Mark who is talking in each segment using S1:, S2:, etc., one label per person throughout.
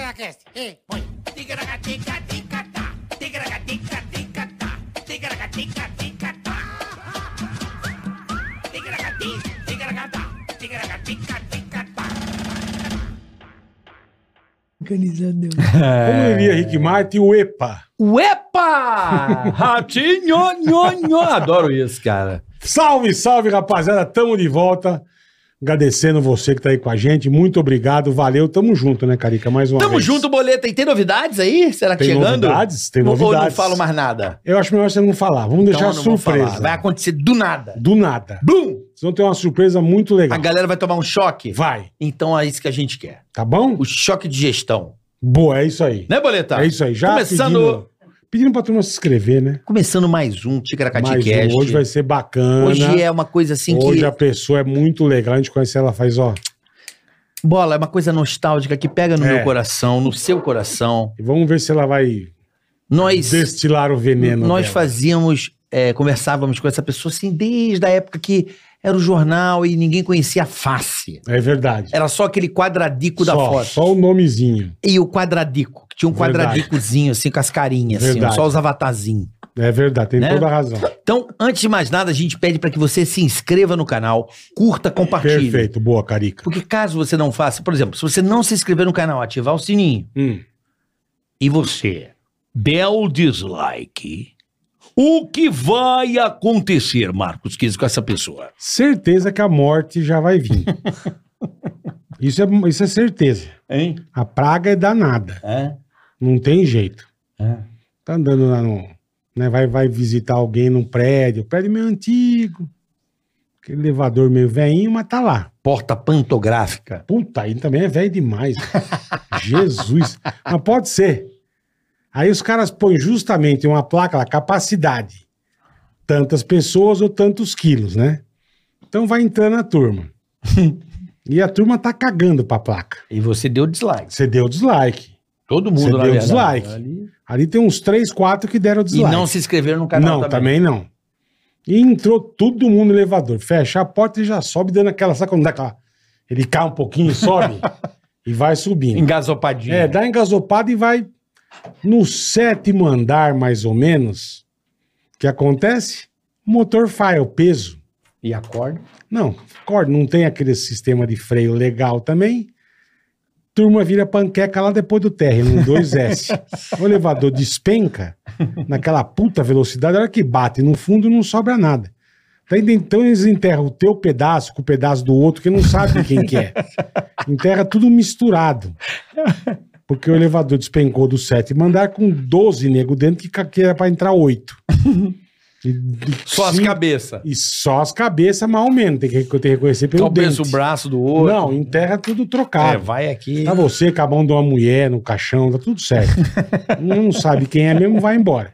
S1: podcast. Ei, põe. Tigaragatica-ticatá. Tigaragatica-ticatá. Tigaragatica-ticatá. Tigaragati, tigaragatá. Tigaragatica-ticatá.
S2: Organizadão.
S3: Como diria Rick Martin, o EPA.
S4: Uepa! Ratinho, nho, nho. Adoro isso, cara.
S3: Salve, salve, rapaziada. Tamo de volta. Agradecendo você que tá aí com a gente. Muito obrigado, valeu. Tamo junto, né, Carica? Mais uma
S4: Tamo
S3: vez.
S4: junto, Boleta. E tem novidades aí? Será que
S3: Tem
S4: chegando?
S3: novidades? Tem
S4: Não- Ou não
S3: novidades.
S4: falo mais nada?
S3: Eu acho melhor você não falar. Vamos deixar
S4: Então eu não vou
S3: surpresa.
S4: falar. Vai acontecer do nada.
S3: Do nada.
S4: Bum!
S3: Senão tem uma surpresa muito
S4: A
S3: legal.
S4: galera vai tomar um choque.
S3: Vai,
S4: Então é isso que a gente quer.
S3: tá bom?
S4: O choque de gestão.
S3: Boa, é isso aí.
S4: Né, Boleta?
S3: É isso aí. Já
S4: Começando-
S3: pedindo, pedindo pra turma se inscrever, né?
S4: Começando mais um Ticaracati
S3: Mais
S4: Cast.
S3: um. Hoje vai ser bacana.
S4: Hoje é uma coisa assim
S3: Hoje
S4: que...
S3: a pessoa é muito legal. A gente conhece ela faz, ó.
S4: Bola, é uma coisa nostálgica que pega no
S3: É.
S4: meu coração, no seu coração.
S3: E vamos ver se ela vai
S4: Nós...
S3: destilar o veneno.
S4: Nós
S3: dela.
S4: fazíamos, é, conversávamos com essa pessoa assim, desde a época que era o jornal e ninguém conhecia a face.
S3: É verdade.
S4: Era só aquele quadradico da
S3: só,
S4: foto.
S3: só o nomezinho.
S4: E o quadradico, que tinha um
S3: Verdade.
S4: quadradicozinho, assim, com as carinhas, assim,
S3: Verdade.
S4: só os avatazinhos.
S3: É verdade, tem
S4: Né?
S3: toda a razão.
S4: Então, antes de mais nada, a gente pede para que você se inscreva no canal, curta, compartilhe.
S3: Perfeito, boa, Carica.
S4: Porque caso você não faça, por exemplo, se você não se inscrever no canal, ativar o sininho,
S3: Hum.
S4: E você, del dislike. O que vai acontecer, Marcos Quis, com essa pessoa?
S3: Certeza que a morte já vai vir. isso, é, isso é certeza.
S4: Hein?
S3: A praga é danada.
S4: É?
S3: Não tem jeito.
S4: É.
S3: Tá andando lá no. Né, vai, vai visitar alguém num prédio. O prédio meio antigo. Aquele elevador meio velhinho, mas tá lá.
S4: Porta pantográfica.
S3: Puta, aí também é velho demais. Jesus. Mas pode ser. Aí os caras põem justamente uma placa lá, capacidade. Tantas pessoas ou tantos quilos, né? Então vai entrando a turma. e a turma tá cagando pra placa.
S4: E você deu dislike.
S3: Você deu dislike.
S4: Todo mundo
S3: Você
S4: na
S3: deu
S4: verdade.
S3: dislike.
S4: Ali.
S3: Ali tem uns três, quatro que deram
S4: E
S3: dislike.
S4: não se inscreveram no canal
S3: não, também. não. E entrou todo mundo no elevador. Fecha a porta e já sobe dando aquela. Sabe quando dá aquela. Ele cai um pouquinho e sobe e vai subindo.
S4: Engasopadinho.
S3: É, dá engasopada e vai no sétimo andar, mais ou menos. O que acontece? O motor falha, o peso.
S4: E acorda.
S3: Não, corda, não tem aquele sistema de freio legal também. Turma vira panqueca lá depois do térreo, no 2S. o elevador despenca naquela puta velocidade, a hora que bate no fundo não sobra nada. Daí, então eles enterram o teu pedaço com o pedaço do outro, que não sabe quem que é. Enterra tudo misturado. Porque o elevador despencou do sétimo andar com 12 nego dentro, que ca- que era pra entrar 8.
S4: Só as cabeças.
S3: E só as cabeças, mal ou menos. Tem que, tem que reconhecer pelo
S4: Cabeça o
S3: dente.
S4: braço do outro.
S3: Não, enterra tudo
S4: É,
S3: trocado.
S4: vai aqui.
S3: Tá você com a mão de uma mulher no caixão, tá tudo certo. não sabe quem é mesmo, vai embora.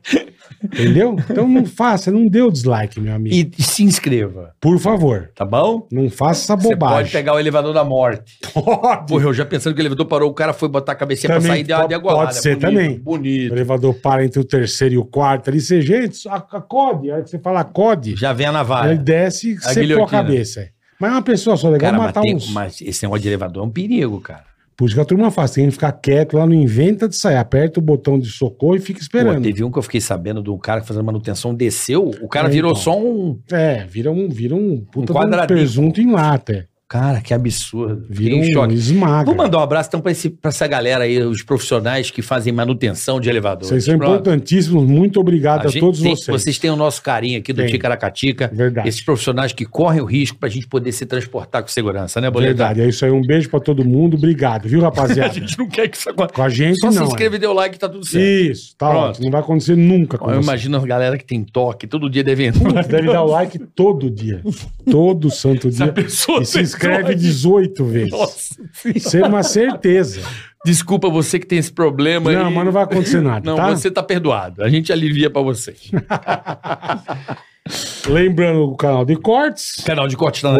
S3: Entendeu? Então não faça, não dê o dislike, meu amigo.
S4: E, e se inscreva,
S3: Por favor,
S4: tá bom?
S3: não faça essa
S4: Você pode
S3: bobagem.
S4: pegar o elevador da morte.
S3: Pode.
S4: Porra, eu já pensando que o elevador parou, o cara foi botar a cabecinha pra
S3: Também
S4: sair e deu uma
S3: pode-
S4: degolada.
S3: pode ser
S4: bonito,
S3: também. O
S4: Bonito.
S3: elevador para entre o terceiro e o quarto ali. Você, gente, acode. A hora que você fala acode,
S4: Já vem a navalha.
S3: ele desce e
S4: A
S3: secou a
S4: guilhotina.
S3: cabeça. Mas é uma pessoa só, legal
S4: Cara, mas,
S3: matar um
S4: tem-
S3: uns.
S4: mas esse negócio de elevador é um perigo, cara.
S3: Por isso que a turma faz, tem que ficar quieto lá, não inventa de sair. Aperta o botão de socorro e fica
S4: Pô,
S3: esperando.
S4: teve um que eu fiquei sabendo de um cara que fazendo manutenção, desceu, o cara
S3: É,
S4: virou
S3: então.
S4: só um.
S3: É, vira um, vira um puta de um
S4: quadradinho.
S3: presunto em lata. é.
S4: Cara, que absurdo.
S3: Vira
S4: Fiquei em
S3: um
S4: choque.
S3: esmaga.
S4: Vou mandar um abraço então pra, esse- pra essa galera aí, os profissionais que fazem manutenção de elevador.
S3: Vocês são importantíssimos. Muito obrigado a, todos vocês.
S4: Vocês têm o nosso carinho aqui do
S3: Tem.
S4: Ticaracatica.
S3: Verdade.
S4: Esses profissionais que correm o risco pra gente poder se transportar com segurança, né, Boletar?
S3: Verdade. É isso aí. Um beijo pra todo mundo. Obrigado, viu,
S4: A
S3: rapaziada?
S4: gente não quer que isso aconteça.
S3: Com a gente,
S4: Só
S3: não.
S4: se inscreve e dê o like, tá tudo
S3: é.
S4: certo.
S3: Isso, tá
S4: Pronto.
S3: ótimo. Não vai acontecer nunca com
S4: Eu
S3: você.
S4: imagino a galera que tem toque, todo dia deve entrar.
S3: Putz, Deve dar o like todo dia. Todo santo dia.
S4: pessoa
S3: E se
S4: tem
S3: inscreve
S4: toque.
S3: 18 vezes.
S4: Nossa Senhora.
S3: Isso é uma certeza.
S4: Desculpa você que tem esse problema
S3: Não,
S4: aí.
S3: mas não vai acontecer nada,
S4: Não,
S3: tá?
S4: você tá perdoado. A gente alivia pra você.
S3: Lembrando o canal de cortes.
S4: Canal de corte tá na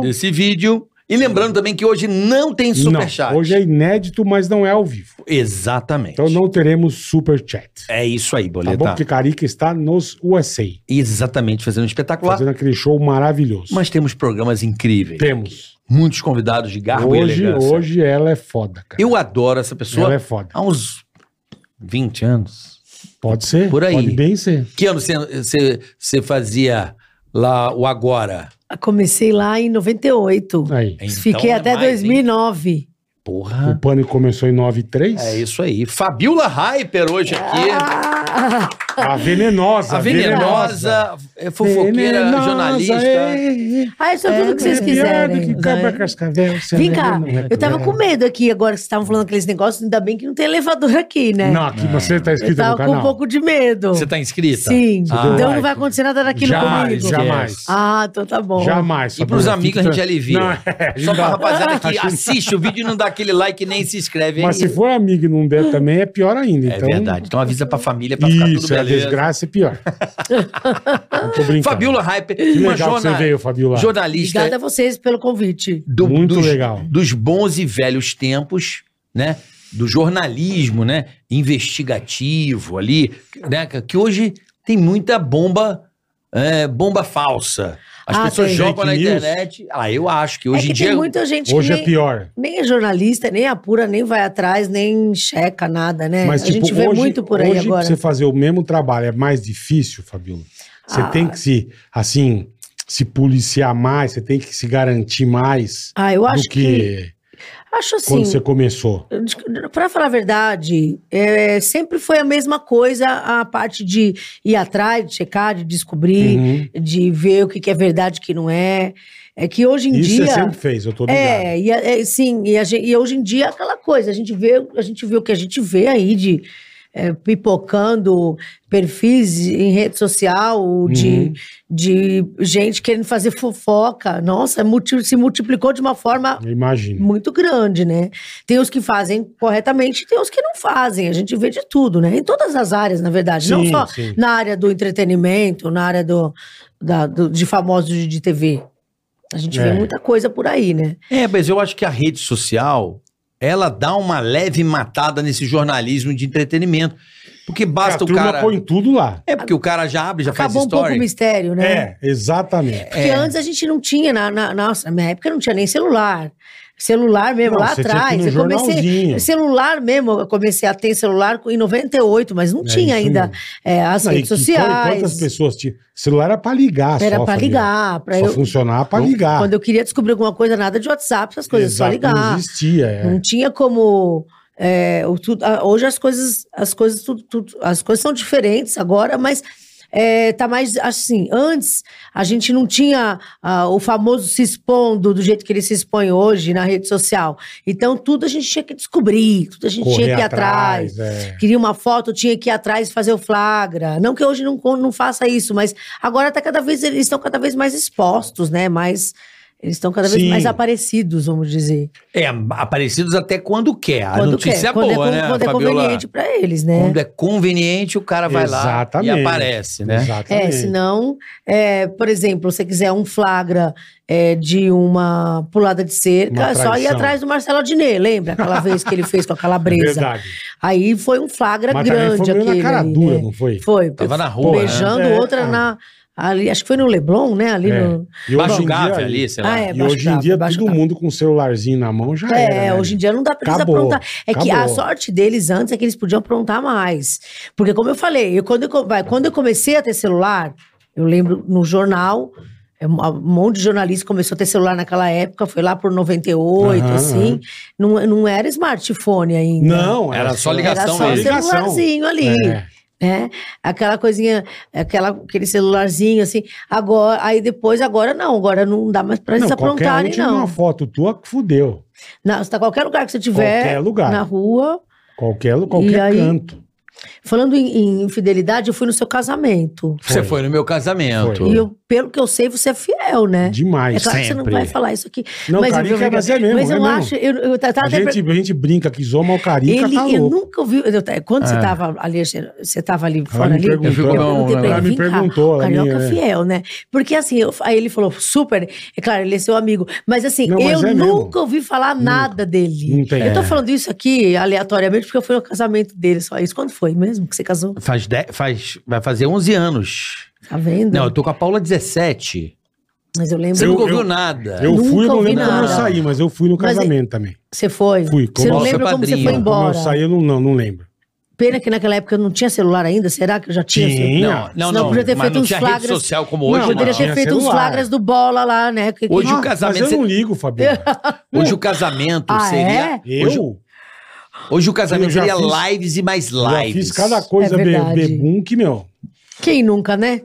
S4: descrição desse vídeo. E lembrando também que hoje não tem superchat.
S3: Não, hoje é inédito, mas não é ao vivo.
S4: Exatamente.
S3: Então não teremos superchat.
S4: É isso aí,
S3: Tá
S4: Boleta.
S3: bom? Porque Carica está nos USA,
S4: Exatamente, fazendo um espetacular.
S3: fazendo aquele show maravilhoso.
S4: Mas temos programas incríveis.
S3: Temos.
S4: Muitos convidados de garbo e
S3: Hoje,
S4: elegância.
S3: hoje ela é foda, cara.
S4: Eu adoro essa pessoa
S3: Ela é foda.
S4: há uns 20 anos.
S3: Pode ser.
S4: Por aí.
S3: Pode bem ser.
S4: Que ano você- você você fazia lá o Agora?
S5: Comecei lá em 98.
S3: Aí.
S4: Então
S5: Fiquei
S4: é
S5: até
S4: mais, hein?
S5: 2009.
S3: O
S4: Porra.
S3: pânico começou em 9 e 3.
S4: É isso aí. Fabiola Hyper hoje aqui.
S5: Ah,
S3: A venenosa.
S4: a venenosa, é, fofoqueira,
S3: Venenosa,
S4: jornalista.
S3: é, é.
S5: ah, eu sou tudo que vocês
S3: É pior do
S5: quiserem.
S3: que cabra
S5: né?
S3: cascavel, você
S5: Vem
S3: não
S5: cá,
S3: é, não é
S5: eu tava
S3: pior.
S5: com medo aqui agora que vocês estavam falando aqueles negócios, ainda bem que não tem elevador aqui, né?
S3: Não, aqui você tá
S5: eu
S3: escrito no
S5: tava com
S3: canal.
S5: um pouco de medo.
S4: Você tá inscrita?
S5: Sim,
S4: Ah,
S5: então
S3: like.
S5: não vai acontecer nada daquilo
S3: Jamais,
S5: comigo.
S3: jamais.
S5: Ah, então tá bom.
S3: Jamais.
S4: E pros
S3: Sabrina,
S4: amigos a
S3: fica
S4: gente alivia.
S3: Não, é, a gente
S4: Só pra
S3: dá-
S4: rapaziada que
S3: a gente-
S4: assiste o vídeo e não dá aquele like nem se inscreve.
S3: Mas
S4: aí.
S3: se for amigo e não der também, é pior ainda.
S4: É
S3: Então,
S4: verdade. Então avisa pra família pra ficar tudo
S3: Isso, é a
S4: beleza.
S3: desgraça é pior. não tô brincando.
S4: Fabiola Hyper,
S3: que
S4: uma
S3: legal que
S4: jorna-
S3: você veio, Fabiola.
S4: jornalista
S5: Obrigada a vocês pelo convite.
S4: do-
S3: Muito
S4: dos,
S3: legal.
S4: dos bons e velhos tempos, né? Do jornalismo, né? Investigativo ali, né? Que que hoje tem muita bomba, é, bomba falsa. As
S5: Ah,
S4: pessoas
S5: tem.
S4: jogam
S3: Fake
S4: na
S3: news.
S4: internet. Ah, eu acho que hoje
S5: é que
S4: em dia
S5: tem muita gente
S3: Hoje
S5: que
S3: é
S5: nem,
S3: pior.
S5: nem é jornalista, nem apura, nem vai atrás, nem checa nada, né?
S3: Mas,
S5: a
S3: tipo,
S5: gente vê
S3: hoje,
S5: muito por aí
S3: hoje
S5: agora.
S3: pra você fazer o mesmo trabalho é mais difícil, Fabiola. Você
S5: Ah.
S3: tem que se, assim, se policiar mais, você tem que se garantir mais
S5: Ah, eu acho
S3: do que,
S5: Acho assim.
S3: quando você começou.
S5: Pra falar a verdade, é, sempre foi a mesma coisa a parte de ir atrás, de checar, de descobrir,
S3: Uhum.
S5: de ver o que que é verdade, o que não é. É que hoje em
S3: Isso
S5: dia.
S3: você sempre um fez, eu tô ligado.
S5: É, e, a- é, sim, e, a gen- e hoje em dia é aquela coisa, a gente vê, a gente vê o que a gente vê aí de é, pipocando perfis em rede social, de,
S3: Uhum.
S5: de gente querendo fazer fofoca. Nossa, multi- se multiplicou de uma forma
S3: Eu imagino.
S5: muito grande, né? Tem os que fazem corretamente, tem os que não fazem. A gente vê de tudo, né? Em todas as áreas, na verdade. não
S3: Sim,
S5: só
S3: sim.
S5: na área do entretenimento, na área do, da- do- de famosos de, de TV. A gente
S3: É.
S5: vê muita coisa por aí, né?
S4: É, mas eu acho que a rede social, ela dá uma leve matada nesse jornalismo de entretenimento. Porque
S3: É, A
S4: basta o
S3: turma
S4: cara.
S3: põe tudo lá.
S4: É porque o cara já abre, já
S5: Acabou um
S4: faz
S5: pouco o
S4: story.
S5: mistério, né?
S3: É, exatamente.
S5: Porque antes a gente não tinha, na, na, nossa, na minha época não tinha nem celular. Celular mesmo,
S3: Não,
S5: lá
S3: você tinha que ir
S5: atrás.
S3: no
S5: Eu comecei.
S3: jornalzinho.
S5: Celular mesmo, eu comecei a ter celular em 98, mas não
S3: É
S5: tinha
S3: isso
S5: ainda
S3: mesmo.
S5: é, as
S3: Não, e
S5: redes
S3: que-
S5: sociais.
S3: Quantas pessoas tinham? Celular era pra ligar Ah, só,
S5: Era pra
S3: Fabiola.
S5: ligar, pra
S3: só
S5: eu.
S3: funcionar pra ligar.
S5: Quando eu queria descobrir alguma coisa, nada de WhatsApp, essas coisas, é
S3: Exato,
S5: só ligar.
S3: Não existia, é.
S5: Não tinha como. é, o tudo- ah, hoje as coisas, as coisas, tudo, tudo- as coisas são diferentes agora, mas é, tá mais assim. Antes a gente não tinha ah, o famoso se expondo do jeito que ele se expõe hoje na rede social. Então tudo a gente tinha que descobrir, tudo a gente
S3: Correr
S5: tinha que ir atrás.
S3: é.
S5: Queria uma foto, tinha que ir atrás e fazer o flagra. Não que hoje não, con- não faça isso, mas agora tá cada vez, eles estão cada vez mais expostos, né? Mais, eles estão cada vez
S3: Sim.
S5: mais aparecidos, vamos dizer.
S4: É, aparecidos até quando quer. A
S5: quando
S4: notícia
S5: quer,
S4: é
S5: quando
S4: boa,
S5: é, con-
S4: né,
S5: quando é
S4: Fabiola?
S5: conveniente pra eles, né?
S4: Quando é conveniente, o cara vai lá
S3: Exatamente.
S4: e aparece, né?
S3: Exatamente.
S5: É, senão, é, por exemplo, se você quiser um flagra é, de uma pulada de cerca,
S3: Uma
S5: é só ir
S3: traição.
S5: atrás do Marcelo Adnet, lembra? Aquela vez que ele fez com a
S3: É
S5: calabresa.
S3: verdade.
S5: Aí foi um flagra
S3: Mas também
S5: grande
S3: foi meio
S5: aquele.
S3: na cara
S5: ali,
S3: dura,
S5: né?
S3: não foi?
S5: Foi.
S4: Tava na rua.
S3: Porra,
S5: beijando
S3: né? É,
S5: outra
S3: cara.
S5: na. Ali, acho que foi no Leblon, né? Ali
S3: É.
S5: no.
S3: E
S4: Baixo
S3: hoje em
S4: Gávea
S3: dia,
S4: ali, sei lá.
S5: Ah, é,
S3: e
S5: baixo
S3: hoje em
S5: Gávea,
S3: dia,
S5: baixo
S3: todo
S5: Gávea.
S3: mundo com o celularzinho na mão já era.
S5: É,
S3: né?
S5: hoje em dia não dá pra eles
S3: Acabou,
S5: aprontar. É que a
S3: acabou.
S5: sorte deles antes é que eles podiam aprontar mais. Porque, como eu falei, eu, quando, eu, co- vai, quando eu comecei a ter celular, eu lembro no jornal, é, um um monte de jornalista começou a ter celular naquela época, foi lá por 98,
S3: Aham,
S5: assim.
S3: aham.
S5: Não, não era smartphone ainda.
S3: Não,
S4: Era só ligação
S5: Era só o
S4: mesmo.
S5: celularzinho ali,
S3: É.
S5: né? Aquela coisinha, aquela, aquele celularzinho, assim. Agora, aí depois, agora não. Agora não dá mais pra eles
S3: Não, qualquer um
S5: aprontarem,
S3: tira
S5: não.
S3: uma foto tua, fudeu.
S5: Na, você tá qualquer lugar que você tiver.
S3: Qualquer lugar.
S5: Na rua.
S3: Qualquer,
S5: E
S3: qualquer
S5: aí-
S3: canto.
S5: Falando em, em infidelidade, eu fui no seu casamento.
S4: Você foi no meu casamento.
S5: E eu, pelo que eu sei, você é fiel, né?
S3: Demais.
S5: é claro que você não
S4: sempre.
S5: vai falar isso aqui.
S3: Não,
S5: mas
S3: Carica
S5: eu, um
S3: é- mas é mesmo,
S5: mas
S3: é
S5: eu
S3: mesmo.
S5: acho. Eu, eu tava
S3: A
S5: até
S3: gente, a gente brinca que zoma o Carica,
S5: Ele,
S3: tá
S5: eu
S3: louco.
S5: nunca ouvi. eu ta- quando você
S4: Ah.
S5: tava ali, você tava ali fora
S3: É. me
S5: ali,
S3: perguntou.
S5: eu perguntei pra
S4: Ela
S5: ele,
S3: me
S5: "Vem cá,
S3: perguntou,
S5: o
S3: ela
S5: Carioca
S3: minha, é.
S5: fiel, né? Porque assim, eu- aí ele falou, super, é claro, ele é seu amigo. Mas assim,
S3: Não, mas
S5: eu
S3: é mesmo.
S5: nunca ouvi falar nada dele.
S3: Não tem.
S5: Eu tô
S3: É.
S5: falando isso aqui aleatoriamente porque eu fui no casamento dele, só isso. Quando foi mesmo que você casou?
S4: Faz dez- faz, vai fazer 11 anos.
S5: Tá vendo?
S4: Não, eu tô com a Paula 17.
S5: mas eu lembro.
S4: Você nunca
S3: Eu-
S4: ouviu
S3: eu-
S4: nada.
S3: Eu
S5: Nunca
S3: fui, eu não
S5: ouvi
S3: lembro como eu
S4: nada.
S3: saí, mas eu fui no
S5: Mas-
S3: casamento também.
S5: Você foi?
S3: Fui,
S5: Você não
S3: como
S5: lembra
S4: seu
S5: como você
S4: padrinho.
S5: foi
S4: Como
S5: embora?
S3: Como eu saí, eu não, não, não lembro.
S5: Pena que naquela época eu não tinha celular ainda. Será que eu já tinha?
S3: Tinha.
S4: Não, não,
S5: Senão
S4: não.
S5: podia ter
S4: mas
S5: feito
S4: não
S5: uns
S4: tinha
S5: flagras.
S4: rede social como
S5: Não,
S4: hoje, não.
S5: poderia ter
S3: Tinha
S5: feito uns
S3: celular.
S5: flagras do bola lá, né? Que- que-
S4: Hoje o
S3: Ah,
S4: casamento-
S3: Mas eu não ligo, Fabio.
S4: Hoje o casamento
S5: Ah,
S4: seria.
S3: Eu?
S4: Hoje, hoje o
S3: Eu
S4: casamento
S3: já
S4: seria
S3: fiz-
S4: lives e mais
S3: já
S4: lives.
S3: fiz cada coisa
S5: É
S3: be,
S5: verdade.
S3: bebum que, meu.
S5: Quem nunca, né?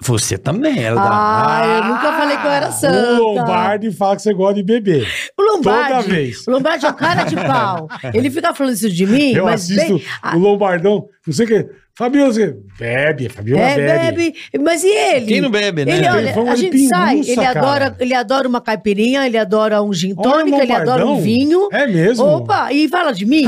S4: Você também tá- era
S5: Ah, eu nunca falei que eu era assim. santa.
S3: O Lombardi fala que você gosta de beber.
S5: O Lombardi.
S3: toda vez.
S5: O Lombardi é um cara de pau. Ele fica falando isso de mim,
S3: eu
S5: mas
S3: assisto
S5: bem... Ah,
S3: o Lombardão, não sei o quê. Fabiola, você bebe, Fabiola
S5: é,
S3: bebe.
S5: bebe. Mas e ele?
S4: Quem não bebe, né?
S5: Ele,
S3: Ele
S5: olha,
S3: foi um
S5: a
S3: de
S5: gente
S3: pinguça,
S5: sai, ele
S3: cara.
S5: adora, ele adora uma caipirinha, ele adora um gin
S3: Olha o
S5: tônica, ele adora um
S3: Lombardão.
S5: vinho.
S3: É mesmo?
S5: Opa, e fala de mim?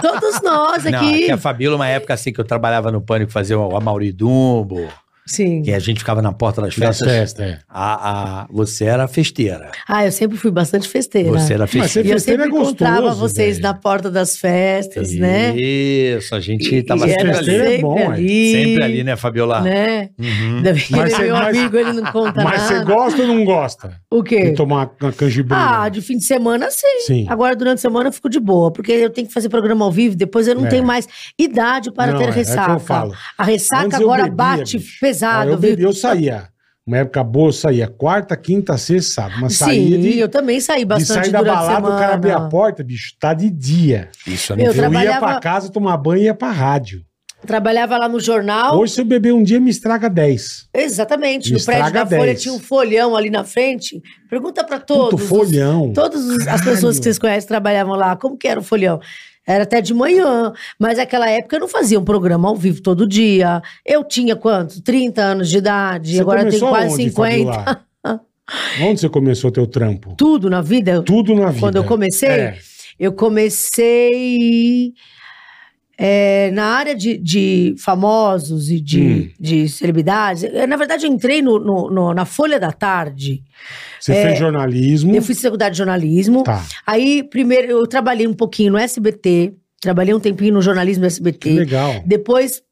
S5: Todos nós
S4: Não, é
S5: aqui.
S4: que a Fabíola, uma época assim que eu trabalhava no Pânico, fazia o Amaury Dumbo,
S5: Sim.
S4: que é. a gente ficava na porta das
S3: Da
S4: festas.
S3: festa, é.
S4: A, a- você era festeira.
S5: Ah, eu sempre fui bastante festeira.
S4: Você era
S3: Mas
S4: festeira.
S5: E eu
S3: Festeira
S5: sempre
S3: é gostoso,
S5: encontrava vocês
S3: velho.
S5: na porta das festas, né?
S4: Isso, a gente
S5: E-
S4: tava
S5: e
S4: sempre
S5: era
S4: ali.
S3: festeira é bom, é.
S5: ali.
S4: Sempre ali, né, Fabiola?
S5: né?
S4: Uhum.
S5: Ainda bem que
S3: Mas
S5: ele é
S3: você-
S5: meu
S3: mas-
S5: amigo, ele não conta
S3: Mas
S5: nada.
S3: você gosta ou não gosta
S5: O
S3: de
S5: quê?
S3: tomar uma canjibrina?
S5: Ah, de fim de semana, sim.
S3: Então, Sim.
S5: Agora, durante a semana, eu fico de boa, porque eu tenho que fazer programa ao vivo, depois eu não
S3: É.
S5: tenho mais idade para
S3: Não,
S5: ter
S3: é, é o que eu
S5: ressaca.
S3: falo.
S5: A ressaca
S3: Antes eu
S5: agora
S3: bebia,
S5: bate
S3: bicho.
S5: pesado,
S3: Ah, eu
S5: viu?
S3: bebi, eu saía. Uma época boa, eu saía. Quarta, quinta, sexta, sábado. Uma saía
S5: Sim,
S3: de,
S5: eu também saí
S3: de
S5: bastante
S3: sair da
S5: durante a
S3: balada,
S5: semana.
S3: o cara abria a porta, bicho, tá de dia.
S4: Isso
S5: Eu
S3: Eu, ia
S5: trabalhava-
S3: pra casa tomar banho e ia pra rádio.
S5: Trabalhava lá no jornal.
S3: Hoje, se eu beber um dia, me estraga 10.
S5: Exatamente.
S3: Me
S5: No prédio
S3: estraga
S5: da Folha
S3: 10.
S5: tinha um folhão ali na frente. Pergunta pra
S3: Puto
S5: todos. os-
S3: folhão.
S5: Todas os- as
S3: Caralho.
S5: pessoas que vocês conhecem trabalhavam lá. Como que era o folhão? Era até de manhã, mas naquela época eu não fazia um programa ao vivo todo dia. Eu tinha quanto? 30 anos de idade,
S3: Você
S5: agora eu tenho
S3: começou
S5: quase
S3: aonde,
S5: 50.
S3: Fabiola? Onde você começou o teu trampo?
S5: Tudo na vida.
S3: Tudo na vida.
S5: Quando eu comecei,
S3: É.
S5: eu comecei é, na área de, de famosos e de,
S3: Hum.
S5: de celebridades. Eu, na verdade, eu entrei no- no- no- na Folha da Tarde.
S3: Você fez jornalismo.
S5: é, Eu fiz um faculdade de jornalismo.
S3: Tá.
S5: Aí, primeiro, eu trabalhei um pouquinho no SBT. Trabalhei um tempinho no jornalismo do
S3: Que
S5: SBT.
S3: legal.
S5: Depois,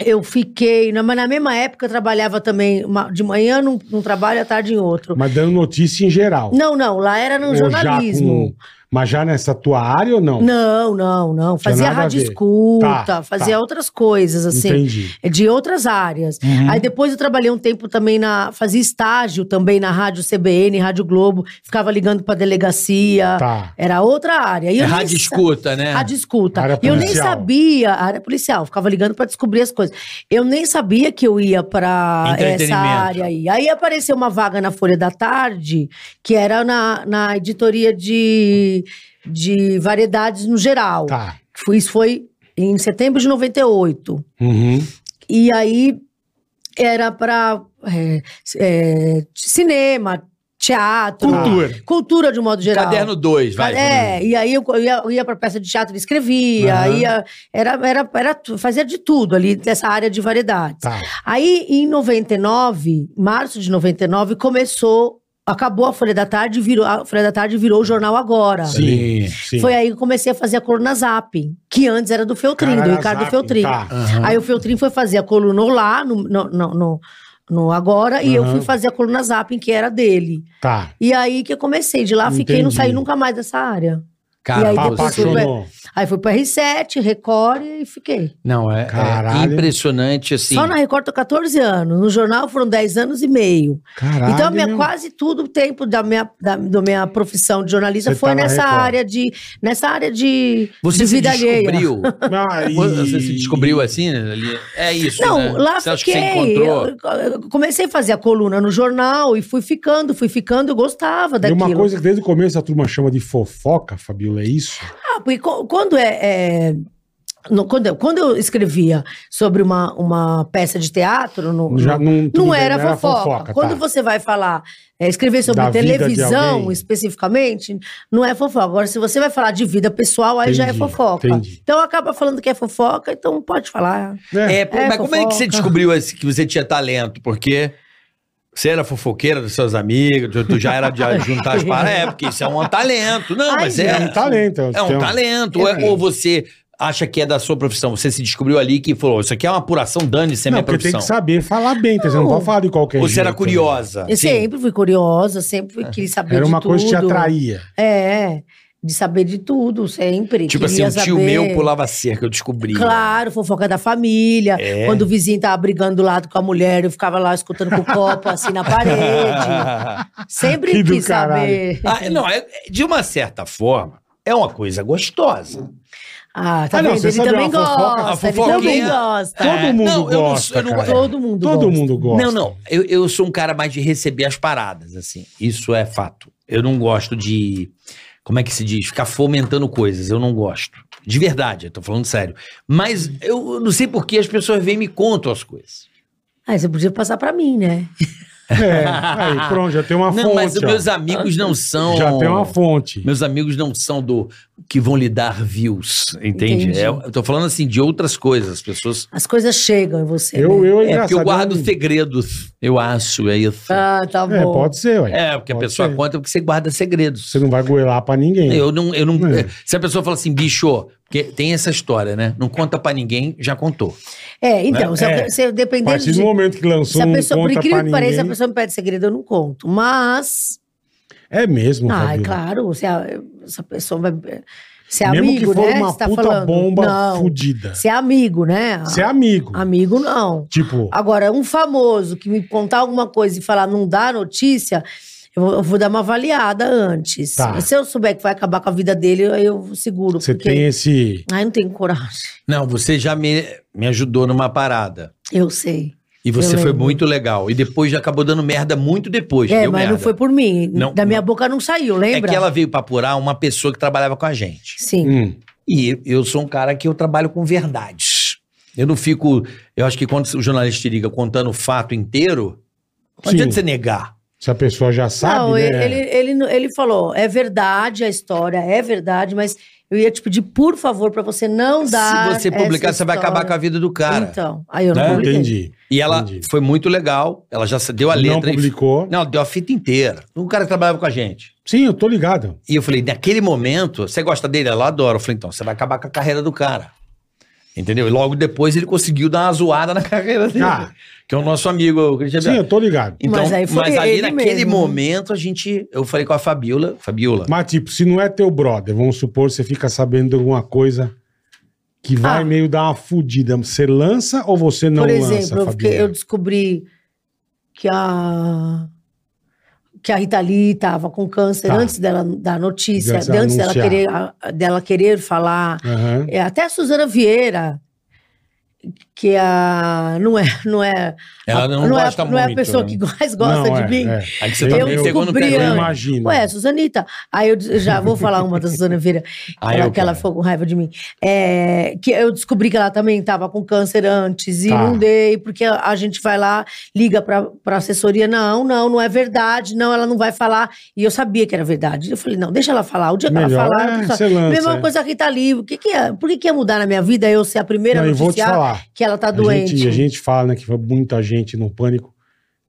S5: eu fiquei... na- Mas na mesma época, eu trabalhava também uma- de manhã num, num trabalho, à tarde em outro.
S3: Mas dando notícia em geral.
S5: Não, não. Lá era no
S3: Ou já
S5: jornalismo.
S3: com- Mas já nessa tua área ou não?
S5: Não, não, não. Fazia
S3: nada a
S5: rádio
S3: ver.
S5: escuta,
S3: Tá,
S5: fazia
S3: tá.
S5: outras coisas, assim.
S3: Entendi. Uhum.
S5: É de outras áreas. Aí depois eu trabalhei um tempo também na. Fazia estágio também na Rádio CBN, Rádio Globo. Ficava ligando pra delegacia.
S3: Tá.
S5: Era outra área. E eu
S4: É
S5: nem
S4: rádio
S5: sa-
S4: escuta, né?
S5: Rádio escuta.
S3: Área
S5: E eu nem
S3: policial.
S5: sabia. Área policial. Ficava ligando pra descobrir as coisas. Eu nem sabia que eu ia pra essa
S4: Entretenimento.
S5: área aí. Aí apareceu uma vaga na Folha da Tarde, que era na, na editoria de, de variedades no geral.
S3: Tá.
S5: Foi- Isso foi em setembro de 98.
S3: Uhum.
S5: E aí era para é, é, cinema, teatro,
S4: Cultura.
S5: cultura de um
S3: Ah.
S5: modo geral.
S4: Caderno 2, vai.
S5: É, e aí eu, eu ia, eu ia pra peça de teatro e escrevia,
S3: Aham.
S5: ia, era, era, era, tu- fazia de tudo ali nessa área de variedades.
S3: Tá.
S5: Aí, em 99, março de 99, começou, acabou a Folha da Tarde, e virou, a Folha da Tarde virou o Jornal Agora.
S3: Sim. sim.
S5: Tá. Foi aí que eu comecei a fazer a coluna Zap, que antes era do Feltrin,
S3: Caralho,
S5: do Ricardo
S3: Zap,
S5: Feltrin.
S3: Tá.
S5: Aí o Feltrin foi fazer a coluna lá no, no, no, no- no Agora e eu
S3: Aham.
S5: fui fazer a coluna Zapping, que era dele.
S3: Tá.
S5: E aí que eu comecei. De lá fiquei, não
S3: Entendi.
S5: saí nunca mais dessa área.
S4: Cara,
S5: E aí
S3: Tá
S5: depois
S4: você-
S5: foi-
S3: apaixonou.
S5: Aí fui pra R7, Record e fiquei.
S4: Não, é, é
S3: Caralho.
S4: impressionante, assim.
S5: Só na Record tô 14 anos. No jornal foram 10 anos e meio.
S3: Caralho.
S5: então, a minha,
S3: meu.
S5: quase tudo o tempo da minha, da, da minha profissão de jornalista
S3: Você
S5: foi
S3: tá na
S5: nessa
S3: Record.
S5: área de. Nessa área de.
S4: Você
S5: de
S4: se
S5: vida alheia.
S4: descobriu.
S3: Ah, e-
S4: Você se descobriu assim? né, ali? É isso,
S5: Não,
S4: né?
S5: lá
S4: você acha que
S5: fiquei.
S4: você encontrou?
S5: Eu- eu comecei a fazer a coluna no jornal e fui ficando, fui ficando, eu gostava
S3: E
S5: daquilo.
S3: uma coisa que desde o começo a turma chama de fofoca, Fabiola, é isso?
S5: Ah, porque co- quando é, é, no- quando, eu, quando eu escrevia sobre uma, uma peça de teatro, no-
S3: Já
S5: no-
S3: não, tudo
S5: não
S3: bem, né?
S5: era fofoca. quando
S3: tá.
S5: você vai falar, é, escrever sobre
S3: Da vida de
S5: televisão
S3: alguém.
S5: especificamente, não é fofoca. Agora, se você vai falar de vida pessoal, aí já é
S3: Entendi,
S5: fofoca.
S3: entendi.
S5: Então acaba falando que é fofoca, então pode falar.
S3: É,
S4: É, pô, mas como é que você
S5: fofoca.
S4: descobriu esse- que você tinha talento? Porque você era fofoqueira dos seus amigos, tu, tu já era de juntar as paradas. É, porque isso é um talento. Não,
S5: Ai,
S4: mas
S5: gente.
S4: é.
S3: é um talento.
S4: É um
S3: tem
S4: talento. Ou, é- ou você acha que é da sua profissão. Você se descobriu ali que falou: isso aqui é uma apuração, dane-se a
S3: Não,
S4: minha
S3: porque tem que né?
S4: profissão.
S3: saber falar bem, tá? você não
S5: Não.
S3: pode falar de qualquer
S4: Ou você era
S3: jeito,
S4: curiosa.
S5: Eu
S4: Sim.
S5: sempre fui curiosa, sempre quis
S3: né?
S5: saber
S3: Era
S5: de
S3: uma
S5: tudo.
S3: coisa que te atraía.
S5: É, de saber de tudo, sempre.
S4: Tipo assim,
S5: Queria
S4: um tio
S5: saber.
S4: meu pulava cerca, eu descobri.
S5: Claro, fofoca da família.
S4: É.
S5: Quando o vizinho tava brigando do lado com a mulher, eu ficava lá escutando com o copo assim na parede. Sempre
S3: Que do
S5: quis
S3: caralho.
S5: saber.
S4: Ah, não, é- de uma certa forma, é uma coisa gostosa.
S5: Ah, tá
S3: Ah, não,
S5: vendo?
S3: você
S5: Ele
S3: sabe
S5: também
S3: uma fofoca?
S5: gosta.
S4: A
S5: Ele também
S4: fofoquinha-
S5: gosta.
S3: Todo mundo
S4: não, eu não
S3: gosta,
S4: sou- eu não-
S3: cara.
S5: Todo mundo
S3: Todo
S5: gosta.
S3: mundo gosta.
S4: Não, não. Eu, eu sou um cara mais de receber as paradas, assim. Isso é fato. Eu não gosto de. Como é que se diz? Ficar fomentando coisas. Eu não gosto. De verdade, eu tô falando sério. Mas eu eu não sei por que as pessoas vêm e me contam as coisas.
S5: Ah, você podia passar pra mim, né?
S3: É, aí, pronto, já tem uma
S4: não,
S3: fonte.
S4: mas os
S3: ó.
S4: meus amigos não são.
S3: Já tem uma fonte.
S4: Meus amigos não são do que vão lhe dar views, entende?
S5: Entendi.
S4: É, eu tô falando assim de outras coisas. As pessoas.
S5: As coisas chegam em você.
S3: Eu,
S5: né?
S4: É
S3: eu,
S4: porque eu
S3: engraçado,
S4: guardo
S3: não-
S4: segredos. Eu acho, é isso.
S5: Ah, tá bom.
S3: É, pode ser, ué.
S4: É, porque a
S3: Pode
S4: pessoa
S3: ser.
S4: conta porque você guarda segredos.
S3: Você não vai goelar pra ninguém.
S4: Eu não, eu não.
S3: É.
S4: Se a pessoa fala assim, bicho, porque tem essa história, né? Não conta pra ninguém, já contou.
S5: É, então, se,
S3: É.
S5: se-
S3: a
S5: dependendo
S3: partir do
S5: de.
S3: momento que
S5: Se
S3: lançou,
S5: a
S3: não
S5: pessoa, por
S3: conta pra
S5: incrível que
S3: ninguém.
S5: pareça, a pessoa me pede segredo, eu não conto. Mas.
S3: É mesmo,
S5: Ah, é
S3: Fabiola.
S5: claro, se a, essa pessoa vai. Se é
S3: Mesmo
S5: amigo,
S3: que for
S5: né?
S3: uma
S5: você tá
S3: puta
S5: falando.
S3: bomba
S5: não.
S3: fudida.
S5: Se é amigo, né?
S3: Você é amigo.
S5: Amigo, não.
S3: Tipo,
S5: Agora, um famoso que me contar alguma coisa e falar não dá notícia, eu vou, eu vou dar uma avaliada antes.
S3: Tá.
S5: Se eu souber que vai acabar com a vida dele, eu, eu seguro.
S3: você
S5: porque...
S3: tem esse...
S5: Ai, não tenho coragem.
S4: Não, você já me, me ajudou numa parada.
S5: Eu sei.
S4: E você
S5: Eu
S4: foi
S5: lembro.
S4: muito legal. E depois já acabou dando merda muito depois.
S5: é,
S4: deu
S5: mas
S4: merda.
S5: não foi por mim.
S4: Não,
S5: da minha
S4: não.
S5: boca não saiu,
S4: É
S5: lembra?
S4: que ela veio pra apurar uma pessoa que trabalhava com a gente.
S5: Sim.
S3: Hum,
S4: E eu sou um cara que eu trabalho com verdades. Eu não fico. Eu acho que quando o jornalista te liga contando o fato inteiro, não
S3: Sim.
S4: adianta você negar.
S3: se a pessoa já sabe,
S5: não,
S3: né?
S5: ele, ele, ele, ele falou, é verdade a história, é verdade, mas eu ia te pedir, por favor, pra você não dar
S4: Se você publicar,
S5: essa
S4: você vai acabar com a vida do cara.
S5: Então, aí eu não
S4: Né?
S5: publiquei.
S3: Entendi.
S4: e ela
S3: entendi.
S4: foi muito legal. Ela já deu a
S3: Não
S4: letra. e
S3: publicou.
S4: Não, deu a fita inteira. Um cara que trabalhava com a gente.
S3: Sim, eu tô ligado.
S4: E eu falei, naquele momento, você gosta dele? Ela adora. Eu falei, então, você vai acabar com a carreira do cara. Entendeu? E logo depois ele conseguiu dar uma zoada na carreira dele.
S3: Ah.
S4: Que é o nosso amigo, o Cristian
S3: Sim,
S4: Bianchi.
S3: eu tô ligado.
S4: Então, mas,
S5: Mas aí foi
S4: ali
S5: ele
S4: naquele
S5: mesmo, né?
S4: momento a gente. Eu falei com a Fabiola. Fabiola.
S3: Mas, tipo, se não é teu brother, vamos supor, você fica sabendo de alguma coisa que vai
S5: Ah.
S3: meio dar uma fudida. Você lança ou você não
S5: Por
S3: lança,
S5: exemplo, eu, fiquei-
S3: Fabiola?
S5: eu descobri que a que a Rita Lee estava com câncer
S3: Tá.
S5: antes dela dar notícia,
S3: Antes
S5: antes,
S3: dela
S5: dela
S3: anunciar.
S5: querer a- dela querer falar.
S3: Aham.
S5: É, até a Suzana Vieira que a não é não é
S4: Ela não,
S5: é-
S4: gosta
S5: não é
S4: muito.
S5: a pessoa
S4: né?
S5: que mais gosta
S3: Não,
S5: de
S3: é,
S5: mim.
S3: é.
S4: Aí você
S3: Eu
S4: também pegou no
S5: descobri
S4: pé.
S3: Eu
S5: antes.
S4: dela.
S3: imagino.
S5: Ué, Suzanita, aí eu d- já vou falar uma da Suzana Vieira,
S4: Ah,
S5: ela,
S4: eu
S5: né, que ela
S4: quero.
S5: ficou com raiva de mim. É, que eu descobri que ela também estava com câncer antes e
S3: Tá.
S5: não dei, porque a a gente vai lá, liga pra, pra assessoria, não, não, não é verdade, não, ela não vai falar. E eu sabia que era verdade. Eu falei, não, deixa ela falar, o dia que
S3: Melhor
S5: ela falar...
S3: é
S5: eu só-
S3: você lança,
S5: Mesma
S3: é.
S5: coisa que tá ali, o que que é? por que que ia mudar na minha vida eu ser a primeira
S3: Não,
S5: a
S3: eu vou te
S5: noticiar
S3: falar.
S5: que ela tá
S3: A
S5: doente?
S3: gente, a gente fala, né, que foi muita gente no Pânico.